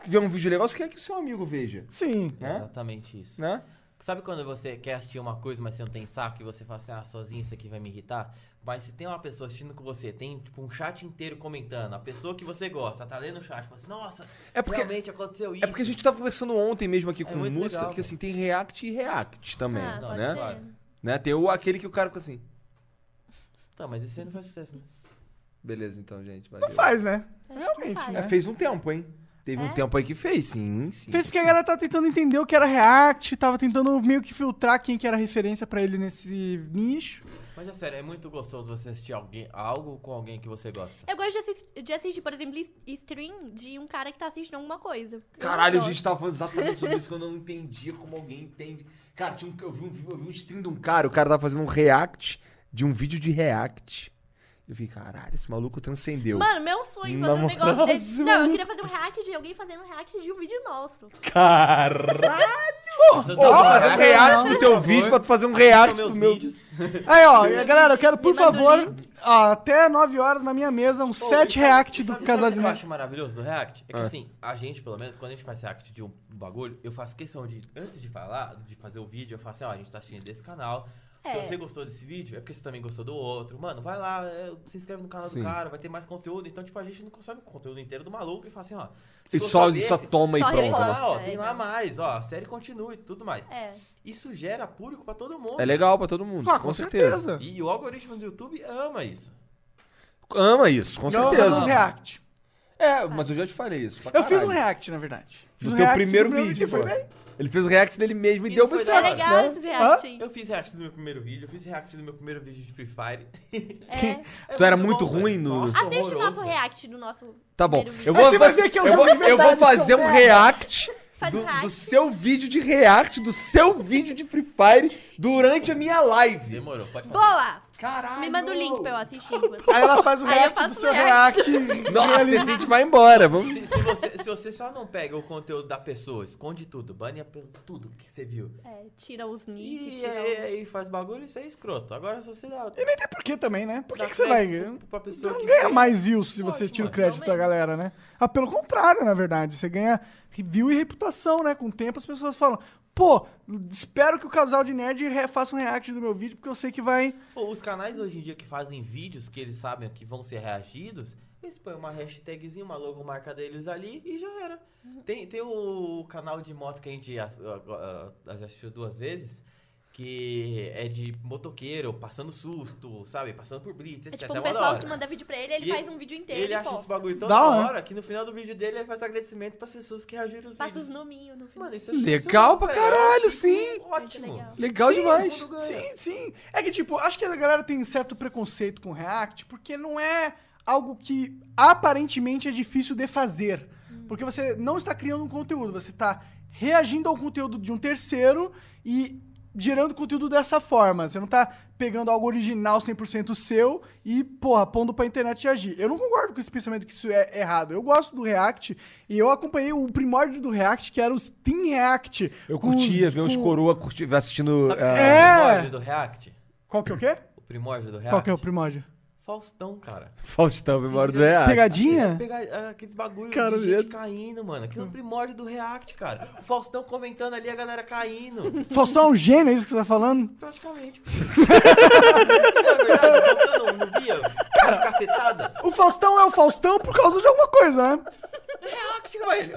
D: vê um vídeo legal, você quer que o seu amigo veja.
B: Sim.
D: Né?
E: Exatamente isso.
D: Né?
E: Sabe quando você quer assistir uma coisa, mas você não tem saco e você fala assim, ah, sozinho isso aqui vai me irritar? Mas se tem uma pessoa assistindo com você, tem tipo um chat inteiro comentando, a pessoa que você gosta, tá lendo o chat, fala assim, nossa,
D: É porque-
E: realmente aconteceu isso.
D: É porque a gente tava conversando ontem mesmo
C: É
D: aqui com o
E: muito
D: Mussa,
E: legal,
D: que assim, tem React e React também,
C: Ah, pode
D: né?
C: ser.
D: Né? Tem o, aquele que o cara fica assim,
E: Tá, mas esse aí não faz sucesso, né?
D: beleza então, gente, valeu.
B: Não faz, né?
C: Acho que
B: Realmente,
C: faz.
D: É,
B: né?
D: fez um tempo, hein? Teve um
C: É?
D: tempo aí que fez, sim, sim.
B: Fez porque a galera tava tentando entender o que era React, tava tentando meio que filtrar quem que era referência pra ele nesse nicho.
E: Mas é sério, é muito gostoso você assistir alguém, algo com alguém que você gosta.
C: Eu gosto de, assis- de assistir, por exemplo, is- stream de um cara que tá assistindo alguma coisa. Eu
D: Caralho, a
C: gosto.
D: gente tava falando exatamente sobre isso quando eu não entendia como alguém entende. Cara, tinha um- eu, vi um, eu vi um stream de um cara, o cara tava fazendo um react de um vídeo de react. Eu vi, caralho, esse maluco transcendeu.
C: Mano, meu sonho fazer
D: Não,
C: um negócio
D: nossa,
C: desse. Não,
D: mano.
C: eu queria fazer um hack de alguém fazendo um hack de um vídeo nosso.
D: Caralho!
E: Você
D: Ô, vou fazer um
E: Caraca,
D: react
E: não,
D: do teu
E: por
D: vídeo
E: favor.
D: pra tu fazer um
E: Assistam
D: react
E: meus
D: do meu.
E: vídeos.
B: Aí, ó, e galera, eu quero, por
C: Me manda o
B: favor, ó, até 9 horas na minha mesa, uns
E: Pô, é
B: 7
E: e sabe-
B: React
E: e
B: do
E: sabe-
B: casal
E: sabe
B: de
E: o que eu
B: Nós.
E: acho maravilhoso do React?
D: Ah.
E: É que assim, a gente, pelo menos, quando a gente faz React de um bagulho, eu faço questão de, antes de falar, de fazer o vídeo, eu faço assim, ó, a gente tá assistindo desse canal.
C: É.
E: Se você gostou desse vídeo, é porque você também gostou do outro. Mano, vai lá, é, se inscreve no canal
D: Sim.
E: do cara, vai ter mais conteúdo. Então, tipo, a gente não consome o conteúdo inteiro do maluco e fala assim, ó. você
D: E
E: gostou
D: só,
E: desse?
D: só toma e
C: Só
E: Tem
D: pronto.
C: reposta.
D: né?
E: lá, ó,
C: É,
E: tem lá
C: não.
E: mais, ó, a série continua e tudo mais.
C: É.
E: Isso gera público pra todo mundo.
D: É legal pra todo mundo,
B: Ah,
D: com certeza.
E: E o algoritmo do YouTube ama isso.
D: Ama isso, com
B: Eu
D: certeza.
B: fiz um React.
D: É, mas eu já te falei isso. pra
B: Eu fiz um
D: caralho.
B: React, na verdade. Fiz
D: Do
B: um
D: teu
B: react
D: primeiro
B: do meu
D: vídeo,
B: e foi
D: pô.
B: bem.
D: Ele fez o react dele mesmo e,
E: E
D: deu
E: não foi
D: certo.
C: É
E: nada.
C: legal
D: né?
C: esse react, hein?
E: Eu fiz react do meu primeiro vídeo, eu fiz react do meu primeiro vídeo de Free Fire.
C: É.
E: É
D: Tu era muito
E: bom,
D: ruim
E: velho.
D: no-
E: Nossa,
C: Assiste o
E: horroroso,
C: nosso
E: velho.
C: react do nosso.
D: Tá bom.
C: primeiro vídeo.
D: Eu vou,
B: Aí você vai
D: fazer-
B: ver que eu
D: eu
B: sou
D: vou-
B: de verdade,
D: eu vou
B: seu
D: fazer um
B: merda.
D: react
C: Faz
D: do,
C: um react.
D: do seu vídeo de react, do seu vídeo de Free Fire durante a minha live.
E: Demorou, pode falar.
C: Boa!
D: Caralho!
C: Me manda o link pra eu assistir. com você.
B: Aí ela faz o
C: Aí eu
B: react
C: faço
B: do
C: o
B: seu react.
C: react.
D: Nossa, esse a gente vai embora. Vamos...
E: Se, se você, se você só não pega o conteúdo da pessoa, esconde tudo, bane a pe- tudo que você viu.
C: É, tira os nick,
E: E,
C: tira É os...
E: e- e faz bagulho, isso é escroto. Agora se você dá.
B: E nem tem porquê também, né? Por que,
E: dá
B: que você vai
E: crédito
B: ganhar?
E: Pra pessoa que
B: Ganha
E: fez.
B: mais views se você
E: Ótimo,
B: tira o
E: né?
B: crédito da
C: Realmente.
B: galera, né? Ah, pelo contrário, na verdade. Você ganha view e reputação, né? Com o tempo as pessoas falam, pô, espero que o casal de nerd re- faça um react do meu vídeo, porque eu sei que vai.
E: Pô, os canais hoje em dia que fazem vídeos que eles sabem que vão ser reagidos, eles põem uma hashtagzinha, uma logomarca deles ali e já era.
C: Uhum.
E: Tem, tem o canal de moto que a gente ass- ah, ah, já assistiu duas vezes, que é de motoqueiro, passando susto, sabe? Passando por blitz,
C: É
E: etc.
C: tipo
E: É
C: um
E: uma da
C: pessoal
E: hora.
C: que manda vídeo pra ele, ele
E: E
C: faz um vídeo inteiro.
E: ele
C: e
E: acha
C: posta.
E: esse bagulho tão
B: Da
E: da
B: hora.
E: hora que no final do vídeo dele ele faz agradecimento pras pessoas que reagiram os
C: Passa os
E: vídeos.
C: nominhos no final.
E: Mano, isso é
D: Legal
E: sensacional,
D: pra
E: velho.
D: caralho,
E: Sim,
D: sim.
E: Ótimo.
C: Muito legal.
D: Legal
B: Sim,
D: demais.
E: todo mundo ganha.
B: Sim, sim. É que, tipo, acho que a galera tem certo preconceito com react, porque não é algo que aparentemente é difícil de fazer. Porque você não está criando um conteúdo, você está reagindo ao conteúdo de um terceiro e gerando conteúdo dessa forma. Você não está pegando algo original 100% seu e, porra, pondo pra internet te agir. Eu não concordo com esse pensamento que isso é errado. Eu gosto do React e eu acompanhei o primórdio do React, que era o Steam React.
D: Eu
B: com os-
D: curtia ver uns
B: com-
D: coroa curti- assistindo.
E: Sabe
D: ah,
E: qual é o primórdio do React?
B: Qual que é o quê?
E: O primórdio do React?
B: Qual que é o primórdio?
E: Faustão, cara.
D: Faustão, memória do
E: Sim,
D: react.
B: Pegadinha?
E: Pegar ah, aqueles bagulho
D: Cara,
E: de gente
D: eu-
E: caindo, mano. Aquilo é o primórdio do React, cara. O Faustão comentando ali, a galera caindo.
B: Faustão é um gênio, é isso que você tá falando?
E: Praticamente. não, é verdade, o Faustão não, não via as cacetadas.
B: O Faustão é o Faustão por causa de alguma coisa, né?
E: React, velho.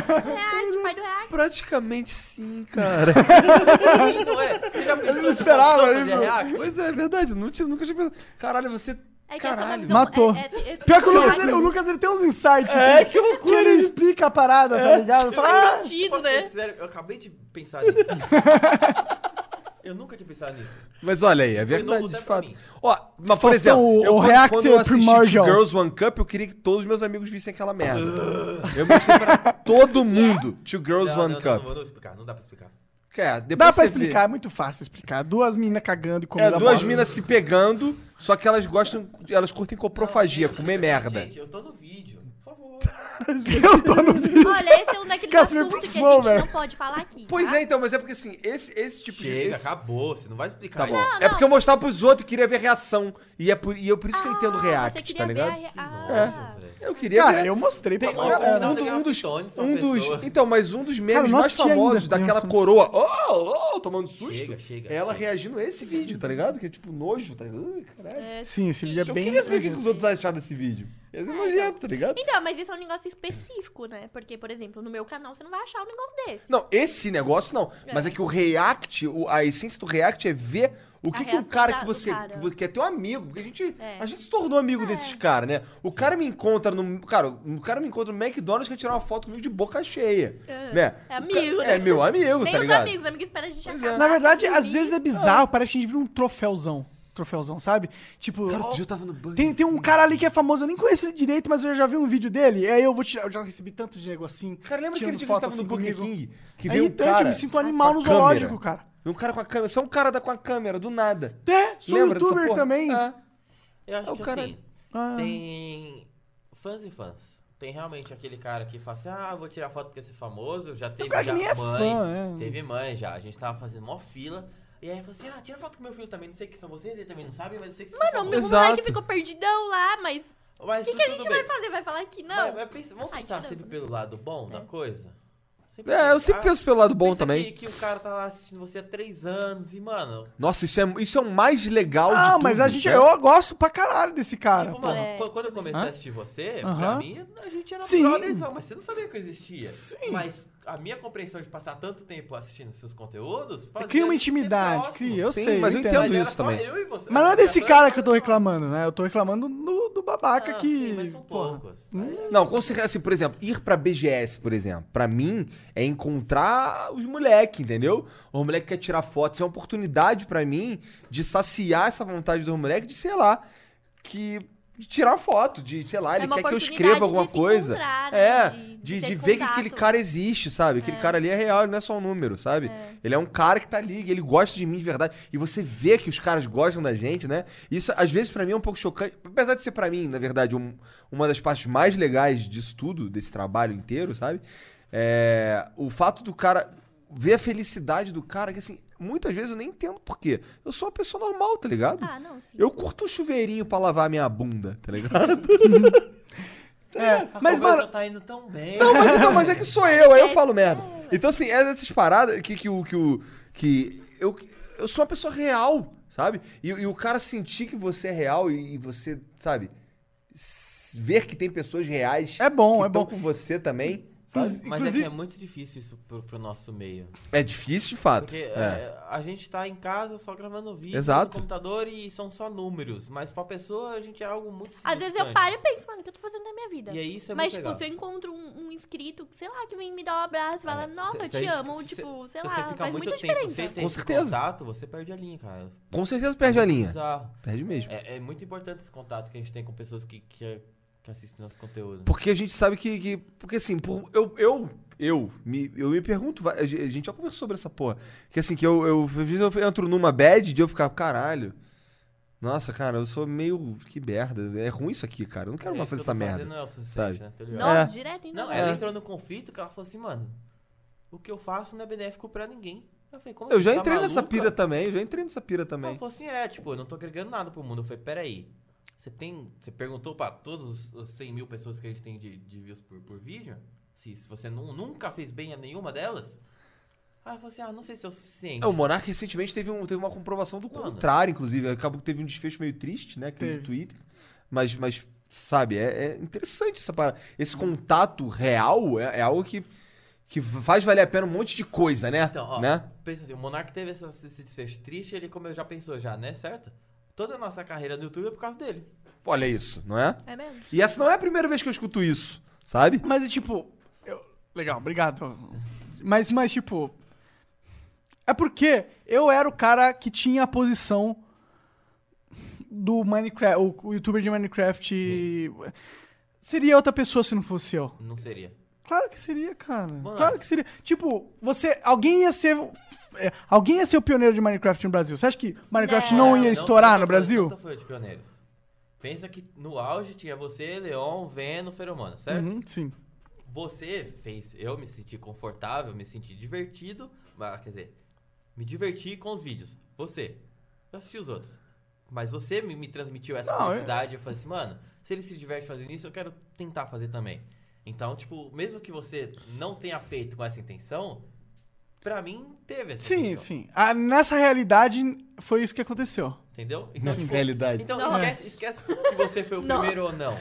C: React, pai do react.
D: Praticamente sim, cara.
E: Sim, não é? Você já pensou
D: Eu
E: se
D: não
E: o
D: esperava
E: Faustão fazia
D: isso.
E: React?
D: Pois é, é verdade. eu Não tinha, nunca tinha pensado. Caralho, você.
C: É que essa é uma
D: Caralho.
C: visão-
B: Matou.
C: é- é- esse-
B: Pior que o
C: esse
B: Lucas,
C: react
B: ele, o Lucas, ele tem uns insights. que,
D: É, que
B: que
D: loucura
B: ele
D: isso.
B: explica a parada, tá ligado? Fala,
C: Faz
B: ah,
C: sentido,
E: Posso ser
C: né?
E: sincero, eu acabei de pensar nisso. Eu nunca tinha pensado nisso.
D: Mas olha aí, é
E: Isso aí não
D: verdade,
E: muda
D: de
E: pra
D: fato.
E: mim.
D: Ó, mas
B: Faustão,
D: por exemplo,
B: o-
D: eu,
B: o
D: quando,
B: React
D: quando eu assisti
B: Primordial.
D: Two Girls One Cup, eu queria que todos os meus amigos vissem aquela merda. eu mostrei pra todo mundo Two Girls
E: não,
D: One
E: não,
D: Cup.
E: Não, não, não, explicar, não dá pra explicar.
D: Cara, depois
B: Dá pra
D: você vê.
B: explicar, é muito fácil explicar. Duas minas cagando e comendo
D: É,
B: a
D: duas
B: bosta.
D: minas se pegando, só que elas gostam, elas curtem coprofagia,
E: Gente,
D: comer merda.
E: Gente, eu tô no vídeo, por favor.
B: Eu tô no vídeo.
C: Olha, esse é um daqueles
B: Cara, você me
C: assuntos que a
B: profumou,
C: gente
B: velho.
C: não pode falar aqui.
D: Pois
C: tá?
D: é, então, mas é porque assim, esse, esse tipo de.
E: Ah. Chega,
D: esse-
E: acabou, você não vai
D: Tá
E: explicar
D: bom.
E: isso.
D: É porque eu mostrava pros outros e queria ver reação. E é por, e eu, por isso que eu entendo
C: Ah, você
D: react,
C: queria
D: tá
C: ver
D: ligado? É.
C: a re-
E: Nossa,
C: Ah.
E: velho.
D: Eu queria
B: Cara,
D: ver.
B: eu mostrei pra né?
D: Tem-
E: mostra o
B: galera.
E: final
D: um, do-
E: daquela
D: um dos,
E: Stones pra
D: um
E: uma
D: dos,
E: pessoa.
D: então, mas um dos memes
B: Cara, nossa,
D: mais
B: tinha ainda
D: famosos
B: mesmo,
D: daquela
B: tá?
D: coroa, oh, oh, tomando susto.
E: Chega, chega,
D: ela
E: chega.
D: reagindo a esse vídeo, tá ligado? Que é tipo nojo, tá ligado? Ai, caralho. Então,
C: É,
B: Sim, esse vídeo é
C: Eu
D: Eu
B: bem.
D: queria saber o que que os outros acharam desse vídeo. Esse é nojento, tá ligado?
C: Então, mas isso é um negócio específico, né? Porque, por exemplo, no meu canal você não vai achar um negócio desse.
D: Não, esse negócio não. Mas é que o react, o- a essência do react é ver o que,
C: A
D: que o
C: reação
D: cara
C: da-
D: que
C: do
D: você,
C: cara.
D: que você- que é teu amigo, porque a gente,
C: É.
D: a gente se tornou amigo desses caras, né? O cara me encontra no, cara, o cara me encontra no McDonald's quer tirar uma foto comigo de boca cheia,
C: É.
D: né?
C: É
D: O ca-
C: amigo, né?
D: É meu amigo,
C: Nem
D: tá
C: os
D: ligado?
C: amigos, os amigos esperam a gente um
D: Pois é.
C: acabar.
B: Na verdade,
C: pra
B: às
C: subir.
B: vezes é bizarro, parece que a gente vira um troféuzão. Troféuzão, sabe? Tipo.
D: Cara,
B: ó,
D: outro dia eu tava no banco.
B: Tem, tem um cara ali que é famoso, eu nem conheço ele direito, mas eu já vi um vídeo dele. Aí eu vou tirar, eu já recebi tanto de nego assim.
D: Cara, lembra
B: tirando
D: aquele dia que a
B: foto
D: gente tava no
B: assim
D: Burger
B: comigo?
D: King? Que
B: É
D: veio um
B: irritante,
D: cara,
B: eu me sinto um animal
D: com
B: no
D: a câmera.
B: zoológico, cara.
D: Um cara com a câmera. Só um cara da- com a câmera, do nada.
B: É, sou
D: Lembra dessa
B: youtuber
D: porra?
B: também.
D: É.
E: Eu acho
D: É o
E: que
D: cara-
E: assim,
B: Ah.
E: tem fãs e fãs. Tem realmente aquele cara que fala assim, ah, vou tirar foto porque você é famoso, já teve
B: cara que
E: já
B: nem é
E: mãe,
B: fã, é.
E: teve mãe já, a gente tava fazendo mó fila, e aí eu falei assim, ah, tira foto com meu filho também, não sei que são vocês, ele também não sabe, mas eu sei que vocês são
C: Mano, o
E: famosos.
C: moleque
D: Exato.
C: ficou perdidão lá, mas o
E: Mas
C: que,
E: tu-
C: que a
E: tudo
C: gente
E: bem.
C: vai fazer? Vai falar que não?
E: Mas- mas pensa- vamos
C: Ai,
E: pensar
C: caramba.
E: sempre pelo lado bom da coisa? Sempre
D: É, eu sempre
E: ah,
D: penso pelo lado bom
E: pensa
D: também.
E: Que, que o cara tá lá assistindo você há três anos e, mano,
D: Nossa, isso é, isso é o mais legal de
B: Ah,
D: tudo.
B: mas a gente.
D: né?
B: Eu gosto pra caralho desse cara.
E: tipo,
B: pô.
E: mano,
C: É.
E: qu- quando eu comecei
B: Hã?
E: a assistir você, pra
B: Aham.
E: mim, a gente era
B: Sim.
E: brotherzão, mas você não sabia que eu existia.
B: Sim.
E: Mas a minha compreensão de passar tanto tempo assistindo seus conteúdos fazia
B: Cria uma
E: a gente ser
B: intimidade,
E: próximo.
B: cria. Eu
D: Sim,
B: sei,
D: mas eu
E: Mas
D: entendo
E: era
D: isso
E: só
D: também.
E: eu e você.
B: Mas não é desse
E: Era
B: cara
E: só
B: que eu tô reclamando, né? Eu tô reclamando do, do babaca
E: Ah,
B: que.
E: sim, mas são
B: porra. Hum?
E: poucos. É.
D: Não, com certeza, assim, por exemplo, ir pra BGS, por exemplo, pra mim é encontrar os moleques, entendeu? O moleque quer tirar foto, isso é uma oportunidade pra mim de saciar essa vontade do moleque de, sei lá, que de tirar foto, de, sei lá, ele
C: É uma
D: quer que eu
C: oportunidade
D: escreva alguma
C: de se
D: coisa.
C: encontrar, né?
D: É,
C: De-
D: de,
C: de
D: de
C: ter
D: ver que aquele
C: contato.
D: cara existe, sabe? Aquele cara ali é real, ele não é só um número, sabe? Ele é um cara que tá ali, ele gosta de mim de verdade. E você vê que os caras gostam da gente, né? Isso, às vezes, pra mim é um pouco chocante. Apesar de ser, pra mim, na verdade, um- uma das partes mais legais disso tudo, desse trabalho inteiro, sabe? É, o fato do cara ver a felicidade do cara, que assim, muitas vezes eu nem entendo por quê. Eu sou uma pessoa normal, tá ligado?
C: Ah, não, sim.
D: Eu curto um chuveirinho pra lavar minha bunda, tá ligado?
B: É,
E: A
B: mas,
E: conversa
B: mano,
E: tá indo tão bem.
D: Não, mas, então, mas é que sou eu, aí eu falo merda. Então, assim, é essas paradas que, que o. Que, o- que eu, eu sou uma pessoa real, sabe? E, e o cara sentir que você é real e, e você, sabe? s- Ver que tem pessoas reais
B: É bom,
D: que
B: é
D: tão
B: bom.
D: com você também.
E: Mas é
B: inclusive-
E: que é muito difícil isso pro, pro nosso meio.
D: É difícil, de fato.
E: Porque
D: é.
E: é, a gente tá em casa só gravando vídeo
D: Exato.
E: no computador e são só números. Mas pra pessoa a gente é algo muito
C: Às vezes eu
E: significante.
C: paro e penso, mano, o que eu tô fazendo na minha vida?
E: E aí isso é
C: Mas,
E: muito
C: tipo,
E: legal.
C: se eu encontro um, um inscrito, sei lá, que vem me dar um abraço e fala,
E: É,
C: nossa,
E: se-
C: eu
E: se a
C: te
E: gente-
C: amo,
E: se-
C: tipo, sei
E: se
C: lá,
E: você ficar
C: faz
E: muito
C: muita
E: tempo
C: diferença.
E: sem ter
D: Com
E: esse
D: certeza.
E: contato, você perde a linha, cara. É
D: Com certeza perde a linha.
E: Bizarro.
D: Perde mesmo.
E: É, é muito importante esse contato que a gente tem com pessoas que, que, que assistem nosso conteúdo.
D: Porque a gente sabe que. que- porque assim, por- eu, eu, eu, me, eu me pergunto, va- a ge- a gente já conversou sobre essa porra. Que assim, que eu, eu, às vezes eu entro numa bad de eu ficar, caralho. Nossa, cara, eu sou meio. Que merda. É ruim isso aqui, cara. Eu não quero
E: É,
D: mais
E: isso que
D: fazer
E: eu tô
D: essa merda.
E: fazendo não é o suficiente,
D: sabe?
E: né? Tô ligado.
C: Nossa,
D: É.
C: direto, hein?
E: Não,
C: né?
E: ela
D: É.
E: entrou no conflito que ela falou assim, mano, o que eu faço não é benéfico pra ninguém. Eu falei, como
D: Eu
E: assim,
D: já
E: tá
D: entrei nessa
E: maluca?
D: pira também, eu já entrei nessa pira
E: Ela
D: também.
E: falou assim, é, tipo, eu não tô agregando nada pro mundo. Eu falei, peraí, você tem. Você perguntou pra todos os- os 100 mil pessoas que a gente tem de, de views por, por vídeo? Se, se você nu- nunca fez bem a nenhuma delas? Aí eu falei assim, ah, não sei se é o suficiente.
D: É, o Monark recentemente teve, um, teve uma comprovação do
E: Mano.
D: contrário, inclusive. Acabou que teve um desfecho meio triste, né? Aquele do
B: Teve.
D: Twitter. Mas, mas sabe, é, é interessante essa parada. Esse contato real é, é algo que, que faz valer a pena um monte de coisa, né?
E: Então, ó,
D: né?
E: pensa assim, o Monark teve essa- esse desfecho triste, ele, como eu já pensou já, né, certo? Toda a nossa carreira no YouTube é por causa dele.
D: Olha isso, não é?
C: É mesmo?
D: E essa não é a primeira vez que eu escuto isso, sabe?
B: mas é tipo. eu- Legal, obrigado. Mas, mas, tipo. É porque eu era o cara que tinha a posição do Minecraft, o, o youtuber de Minecraft. Seria outra pessoa se não fosse eu.
E: Não seria.
B: Claro que seria, cara. Claro que seria. Tipo, você. Alguém ia ser. é, Alguém ia ser o pioneiro de Minecraft no Brasil. Você acha que Minecraft não,
C: Não,
B: ia
E: É, Não,
B: estourar
E: nunca
B: no
E: foi-
B: Brasil?
E: Nunca foi de pioneiros. Pensa que no auge tinha você, Leon, Veno, Feromona, certo?
B: Uhum, sim.
E: Você fez eu me sentir confortável, me sentir divertido, mas, quer dizer, me diverti com os vídeos. Você, eu assisti os outros. Mas você me, me transmitiu essa
B: Não, eu-
E: felicidade. Eu falei assim, mano, se ele se diverte fazendo isso, eu quero tentar fazer também. Então, tipo, mesmo que você não tenha feito com essa intenção, pra mim teve essa
B: Sim,
E: intenção.
B: sim. Ah, nessa realidade, foi isso que aconteceu.
E: Entendeu? Então,
D: Nossa
E: tipo,
D: realidade.
E: Então,
C: Não.
E: esquece, esquece que você foi o
C: Não.
E: primeiro ou não.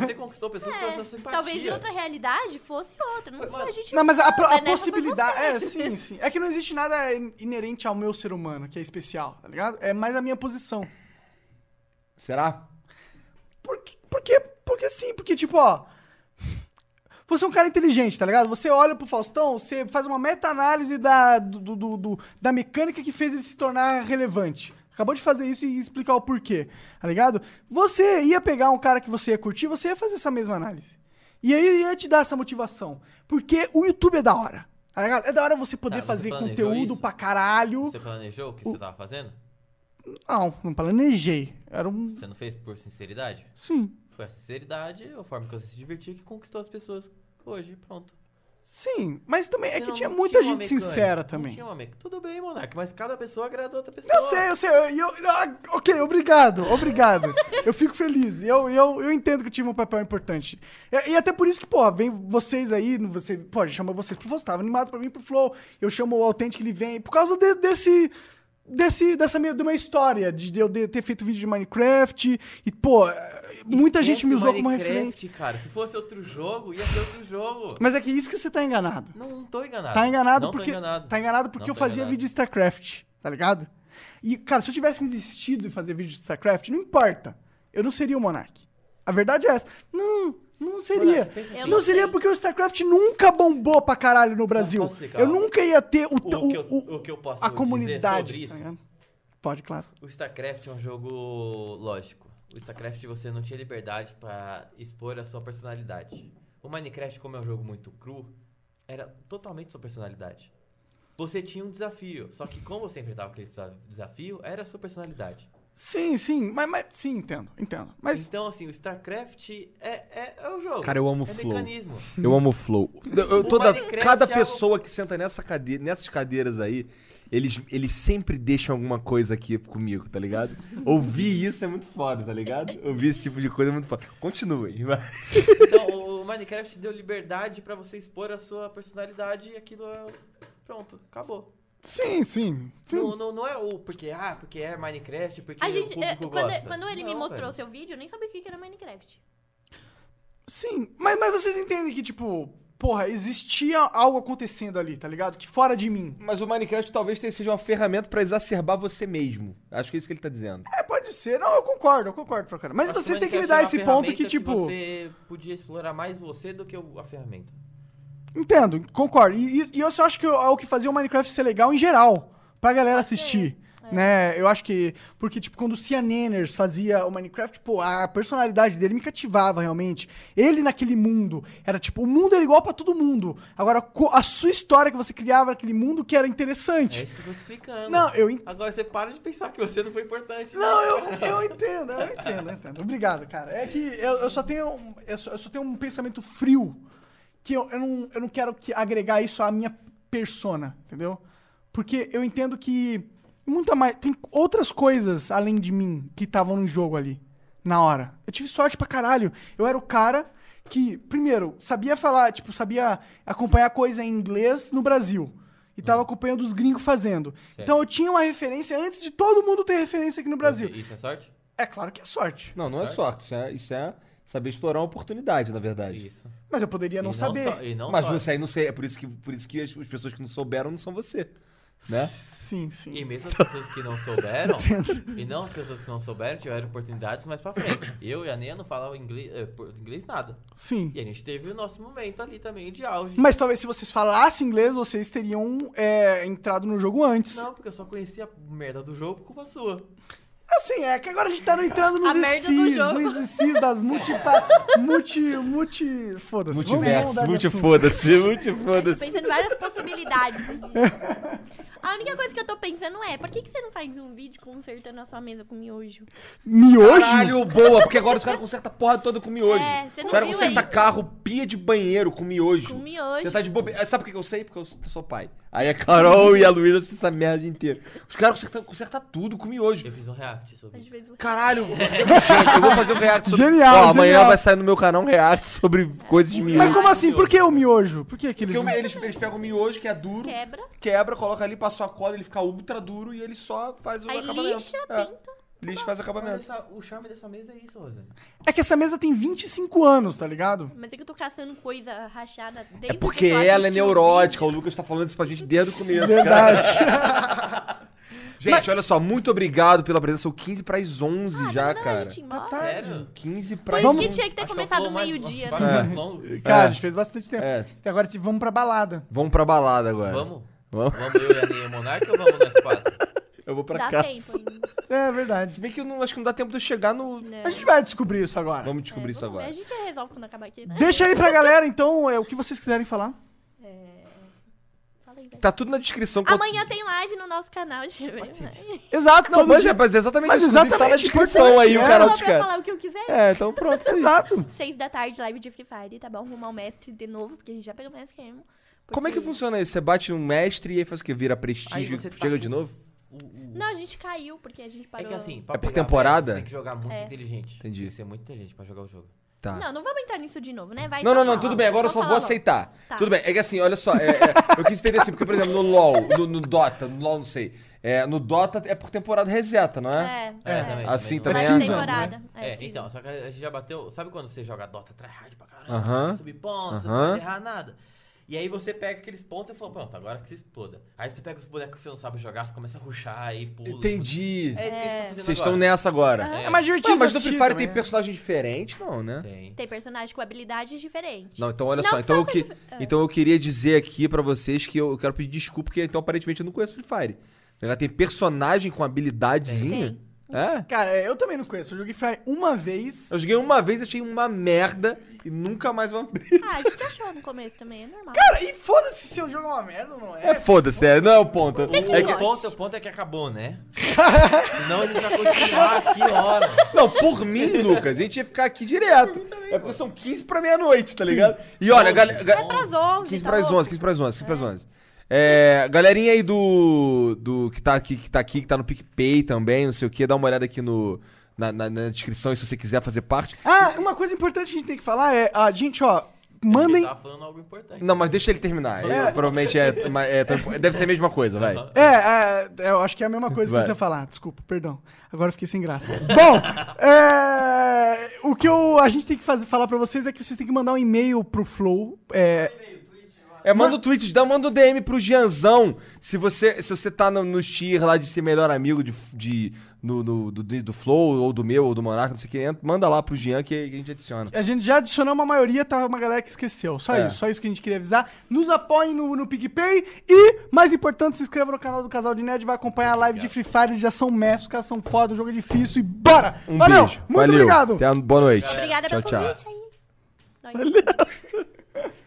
E: Você conquistou pessoas pela sua
C: É,
E: simpatia.
C: talvez em outra realidade fosse outra. Não
E: Foi,
C: foi,
E: mano.
C: a gente
B: Não, mas a, pro- a
C: sabe, né? Foi
B: possibilidade. É, sim, sim. É que não existe nada in- inerente ao meu ser humano que é especial, tá ligado? É mais a minha posição.
E: Então-
D: Será?
B: Porque, porque, porque sim, porque, tipo, ó. Você é um cara inteligente, tá ligado? Você olha pro Faustão, você faz uma meta-análise da, do- do- do- do- da mecânica que fez ele se tornar relevante. Acabou de fazer isso e explicar o porquê, tá ligado? Você ia pegar um cara que você ia curtir, você ia fazer essa mesma análise. E aí ia te dar essa motivação. Porque o YouTube é da hora, tá ligado? É da hora você poder
E: Tá, você
B: fazer
E: planejou
B: conteúdo
E: isso?
B: pra caralho.
E: Você planejou o que você tava fazendo?
B: Não, não planejei. Era um.
E: Você não fez por sinceridade?
B: Sim.
E: Foi a sinceridade, a forma que você se divertiu que conquistou as pessoas hoje, pronto.
B: Sim, mas também é
E: Você
B: que
E: não-
B: tinha
E: não
B: muita
E: uma
B: gente
E: mecânica,
B: sincera
E: não
B: também.
E: tinha uma mec- Tudo bem, Monark, mas cada pessoa agrada outra pessoa.
B: Eu sei, eu sei. Eu, eu- ah, ok, obrigado, obrigado. eu fico feliz. Eu, eu, eu entendo que eu tive um papel importante. E, e até por isso que, pô, vem vocês aí, no- você, pô, chama vocês pro Flow, você tava animado pra mim pro Flow. Eu chamo o Autêntico, ele vem. Por causa de- desse. Desse, dessa minha, de uma história, de de eu de- ter feito vídeo de Minecraft, e, pô, muita gente me
E: Esquece
B: usou como
E: Minecraft,
B: referência.
E: cara. Se fosse outro jogo, ia ser outro jogo.
B: Mas é que isso que você tá enganado.
E: Não tô enganado.
B: Tá enganado
E: não
B: porque.
E: Tô enganado.
B: Tá enganado porque
E: Não
B: eu
E: tô
B: fazia
E: enganado.
B: vídeo de StarCraft, tá ligado? E, cara, se eu tivesse insistido em fazer vídeo de StarCraft, não importa. Eu não seria o Monark. A verdade é essa. Não, não seria.
E: Monark, pensa assim.
C: Eu
B: não
C: não
B: seria
C: sei.
B: porque o StarCraft nunca bombou pra caralho no Brasil.
E: posso explicar?
B: Eu nunca ia ter o,
E: O,
B: ta-
E: que eu,
B: o-
E: o que eu posso
B: a
E: dizer
B: comunidade.
E: sobre
B: tá
E: isso
B: ligado? Pode, claro.
E: O StarCraft é um jogo lógico. O StarCraft você não tinha liberdade pra expor a sua personalidade. O Minecraft, como é um jogo muito cru, era totalmente sua personalidade. Você tinha um desafio, só que como você enfrentava aquele desa- desafio, era a sua personalidade.
B: Sim, sim. Mas, mas- sim, entendo, entendo. Mas.
E: Então, assim, o StarCraft é, é, é o jogo.
D: Cara, eu amo
E: é
D: Flow.
E: mecanismo.
D: Eu amo o Flow. Eu, eu- toda,
E: Minecraft
D: cada
E: é algo-
D: pessoa que senta nessa cadeira, nessas cadeiras aí, eles, eles sempre deixam alguma coisa aqui comigo, tá ligado? Ouvir isso é muito foda, tá ligado? Ouvir esse tipo de coisa é muito foda. Continua aí, vai.
E: Então, o o Minecraft deu liberdade pra você expor a sua personalidade e aquilo é... Pronto, acabou.
B: Sim, sim. sim.
E: Não, não, não é o porque, ah, porque é Minecraft, porque
C: A
E: o
C: gente, é,
E: público gosta.
C: quando, quando ele me
E: Não, é.
C: mostrou o
E: velho.
C: seu vídeo, eu nem sabia o que que era Minecraft.
B: Sim, mas, mas vocês entendem que, tipo, porra, existia algo acontecendo ali, tá ligado? Que fora de mim.
D: Mas o Minecraft talvez seja uma ferramenta pra exacerbar você mesmo. Acho que é isso que ele tá dizendo.
B: É, pode ser. Não, eu concordo, eu concordo, pra caralho. Mas
E: Acho que o
B: vocês têm que me
E: Minecraft
B: dar
E: é uma
B: esse ponto que,
E: ferramenta
B: tipo.
E: você podia explorar mais você do que o- a ferramenta.
B: Entendo, concordo. E, e- e eu só acho que é o que fazia o Minecraft ser legal em geral, pra galera assistir. Né, eu acho que. Porque, tipo, quando o Cianeners fazia o Minecraft, pô, a personalidade dele me cativava realmente. Ele naquele mundo. Era tipo, o mundo era igual pra todo mundo. Agora, co- a sua história que você criava naquele mundo que era
E: É
B: interessante.
E: isso que eu tô te explicando.
B: Não, eu ent-
E: Agora você para de pensar que você não foi importante. né?
B: Não, eu, eu entendo, eu entendo, eu entendo. Obrigado, cara. É que eu, eu só tenho. um- Eu só, eu só tenho um pensamento frio que eu, eu não, eu não quero que agregar isso à minha persona, entendeu? Porque eu entendo que muita mais. Tem outras coisas além de mim que estavam no jogo ali, na hora. Eu tive sorte pra caralho. Eu era o cara que, primeiro, sabia falar, tipo, sabia acompanhar coisa em inglês no Brasil. E tava acompanhando os gringos fazendo. Então eu tinha uma referência antes de todo mundo ter referência aqui no Brasil.
E: Isso é sorte?
B: É claro que é sorte.
D: Não, não é sorte. Isso é, isso é saber explorar uma oportunidade, na verdade.
E: Isso.
B: Mas eu poderia
E: E
B: não, saber.
E: só- e não
D: Mas
E: sorte.
D: você aí não sei, é por isso que, por isso que as, as pessoas que não souberam não são você. né?
B: Sim, sim.
E: E mesmo as pessoas que não souberam, e não as pessoas que não souberam, tiveram oportunidades mais pra frente. Eu e a Nena não falavam inglês, eh, por- inglês nada.
B: Sim.
E: E a gente teve o nosso momento ali também de auge.
B: Mas talvez se vocês falassem inglês, vocês teriam é, entrado no jogo antes.
E: Não, porque eu só conhecia a merda do jogo por culpa sua.
B: Assim, é que agora a gente tá entrando nos
C: A merda do
B: ICs,
C: jogo.
B: nos ICs das multi... multi... multi... Foda-se. vamos
D: Multiverso,
B: mudar de assunto.
D: multifoda-se,
C: Eu tô
D: multifoda-se.
C: pensando em várias possibilidades. A única coisa que eu tô pensando é, por que, que você não faz um vídeo consertando a sua mesa com miojo?
B: Miojo?
D: Caralho, boa, porque agora os caras consertam a porra toda com miojo.
C: É, você não
D: os caras
C: viu
D: consertam
C: ainda.
D: carro, pia de banheiro com miojo.
C: Com miojo.
D: Você tá de bobeira. Sabe por que eu sei? Porque eu sou sou pai. Aí a Carol e a Luísa assistem essa merda inteira. Os caras consertam, consertam tudo com miojo.
E: Eu fiz um react sobre
C: Às
E: isso.
C: vezes-
D: Caralho, você é um gênio. Eu vou fazer um react sobre...
B: Genial,
D: Ó, amanhã
B: genial.
D: vai sair no meu canal um react sobre coisas de miojo.
B: Mas como assim? Por que o miojo? Por que aqueles...
D: Porque o- eles, eles pegam o miojo, que é duro,
C: Quebra,
D: quebra, coloca ali, passa a cola, ele fica ultra duro e ele só faz o
C: aí
D: acabamento.
C: lixa, tá?
D: É,
C: pinta.
D: lixa e faz o
E: Mas
D: acabamento.
E: essa- o charme dessa mesa é isso, Rosane.
B: É que essa mesa tem 25 anos, tá ligado?
C: Mas é que eu tô caçando coisa rachada desde
D: É
C: que
D: porque
C: eu
D: ela é
C: assisti o
D: neurótica, o
C: vídeo.
D: Lucas tá falando isso pra gente desde o começo, cara.
B: Verdade.
D: Gente, olha só, muito obrigado pela presença. São 15 pras 11
C: Ah,
D: já,
C: não,
D: cara.
C: A gente mostra.
B: Tá.
E: Sério?
D: 15
C: Por
D: pras
C: isso
B: Vamos-
C: que
D: 11.
C: tinha que ter
E: Acho que é o flow
C: começado
E: mais-
C: meio-dia,
E: mais-
C: né?
E: mais longo.
B: Cara,
D: É.
B: a gente fez bastante tempo.
D: É.
B: E agora tipo, vamos pra balada.
D: Vamos pra balada agora.
E: Vamos?
D: Vamos.
E: Vamos eu e a Nena Monarca ou vamos nós quatro?
D: Eu vou pra
C: Dá
D: cá.
C: tempo ainda.
B: É
D: Se
B: verdade.
D: bem que eu não, acho que não dá tempo de eu chegar no.
C: Não.
B: A gente vai descobrir isso agora.
D: Vamos descobrir
C: É,
D: isso
C: vamos ver.
D: agora.
C: A gente resolve quando acabar aqui, né?
B: Deixa aí pra galera, então, é, o que vocês quiserem falar.
C: É... Fala aí, velho.
D: Tá tudo na descrição. que eu-
C: né? Amanhã tem live no nosso canal, deixa eu ver.
B: Exato,
D: Não,
B: todo
D: mas é,
B: dia-
D: mas é exatamente
B: Mas
D: isso. inclusive Tá na
B: exatamente,
D: descrição
B: importante,
D: aí o
B: né?
D: canal
C: Falou
D: dos
C: pra
D: caras.
C: falar o que eu quiser.
D: É, então pronto, isso aí.
B: Exato.
C: Seis da tarde, live de Free Fire, tá bom? Rumar o mestre de novo, porque a gente já pegou o mestre mesmo. Porque-
D: Como é que funciona isso? Você bate um mestre e aí faz o quê? Vira
E: Aí
D: prestígio e
E: você tá
D: chega
E: com
D: de novo?
E: o- o-
C: Não, a gente caiu, porque a gente
E: É
C: parou.
E: que assim, pra
D: É por
E: pegar
D: temporada?
E: versus, tem que jogar muito
C: É.
E: inteligente.
D: Entendi.
E: Tem que ser muito inteligente pra jogar o jogo.
D: Tá.
C: Não, não vamos entrar nisso de novo, né? Vai,
D: Não,
C: só
D: não, não,
C: falar.
D: tudo bem, agora eu só vou
C: falar logo.
D: aceitar.
C: Tá.
D: Tudo bem, é que assim, olha só, é, é, eu quis entender assim, porque, por exemplo, no LoL, no, no Dota, no LoL não sei, é, no Dota é por temporada reseta, não é?
C: É,
E: É, também.
D: Assim
E: também
C: Mas
D: também é.
C: tem temporada.
E: É,
C: É, sim.
E: então, só que a gente já bateu. Sabe quando você joga Dota tryhard pra caramba?
D: Aham.
E: Você subir pontos, você não
D: Aham.
E: pode errar nada. E aí você pega aqueles pontos e fala, pronto, agora que se exploda. Aí você pega os bonecos que você não sabe jogar, você começa a ruxar e pula.
D: Entendi.
E: pula. É isso que eles estão fazendo.
D: Vocês estão
E: agora.
D: nessa agora.
E: É.
B: É mais
D: Ué,
B: divertido.
D: mas no
B: assistir
D: Free Fire
B: também,
D: tem
B: né?
D: personagem diferente? Não, né?
E: Tem.
C: Tem personagem com habilidades diferentes.
D: Não, então olha
C: Não, é.
D: só, então eu,
C: precisa
D: que, então eu queria dizer aqui pra vocês que eu eu quero pedir desculpa, porque então aparentemente eu não conheço Free Fire. Ela tem personagem com habilidadezinha?
C: Tem.
D: É?
B: Cara, é, eu também não conheço. Eu joguei Free Fire uma vez.
D: Eu joguei uma vez, achei uma merda e nunca mais vou abrir.
C: Ah, a gente achou no começo também, é normal.
B: Cara, e foda-se se eu jogo é uma merda ou não
D: É
B: é.
D: foda-se, é, não é o ponto.
C: tem que
D: É
E: O
C: Nossa.
E: ponto, o ponto é que acabou, né? Senão a gente vai continuar aqui hora.
D: Não, por mim, Lucas, a gente ia ficar aqui direto. é porque são 15 pra meia-noite, tá ligado? E olha, galera.
C: É pras 11.
D: 15
C: tá
D: pras
C: louco?
D: 11, 15 pras 11, 15 pras 11. É, galerinha aí do, do que, tá aqui, que tá aqui, que tá no PicPay também, não sei o que, dá uma olhada aqui no, na, na- na descrição se você quiser fazer parte.
B: Ah, uma coisa importante que a gente tem que falar é, a gente, ó, mandem.
E: Ele tava falando algo importante.
D: Não, mas deixa ele terminar. eu- provavelmente é, ma- é tão- deve ser a mesma coisa, vai.
E: Aham.
B: É, é, eu acho que é a mesma coisa
D: Vai.
B: que você ia falar. Desculpa, perdão. Agora eu fiquei sem graça. Bom, é, o que eu, a gente tem que fazer, falar pra vocês é que vocês têm que mandar um e-mail pro Flow. É,
D: É, manda o tweet, dá, manda o DM pro Gianzão. Se você, se você tá no, no tier lá de ser melhor amigo de, de- no, no- do, do Flow, ou do meu, ou do Monarca, não sei quem, manda lá pro Gian que, que a gente adiciona.
B: A gente já adicionou uma maioria, tá uma galera que esqueceu. Só
D: É.
B: isso, só isso que a gente queria avisar. Nos apoiem no, no PicPay e, mais importante, se inscreva no canal do Casal de Nerd, vai acompanhar a live de Free Fire, eles já são mestres, os caras são foda, o jogo é difícil e bora!
D: Um
B: Valeu!
D: beijo.
B: Muito
D: Valeu.
B: obrigado!
D: Até a- boa noite.
C: Obrigada
D: tchau,
C: pelo
D: tchau.
C: convite aí. Nós-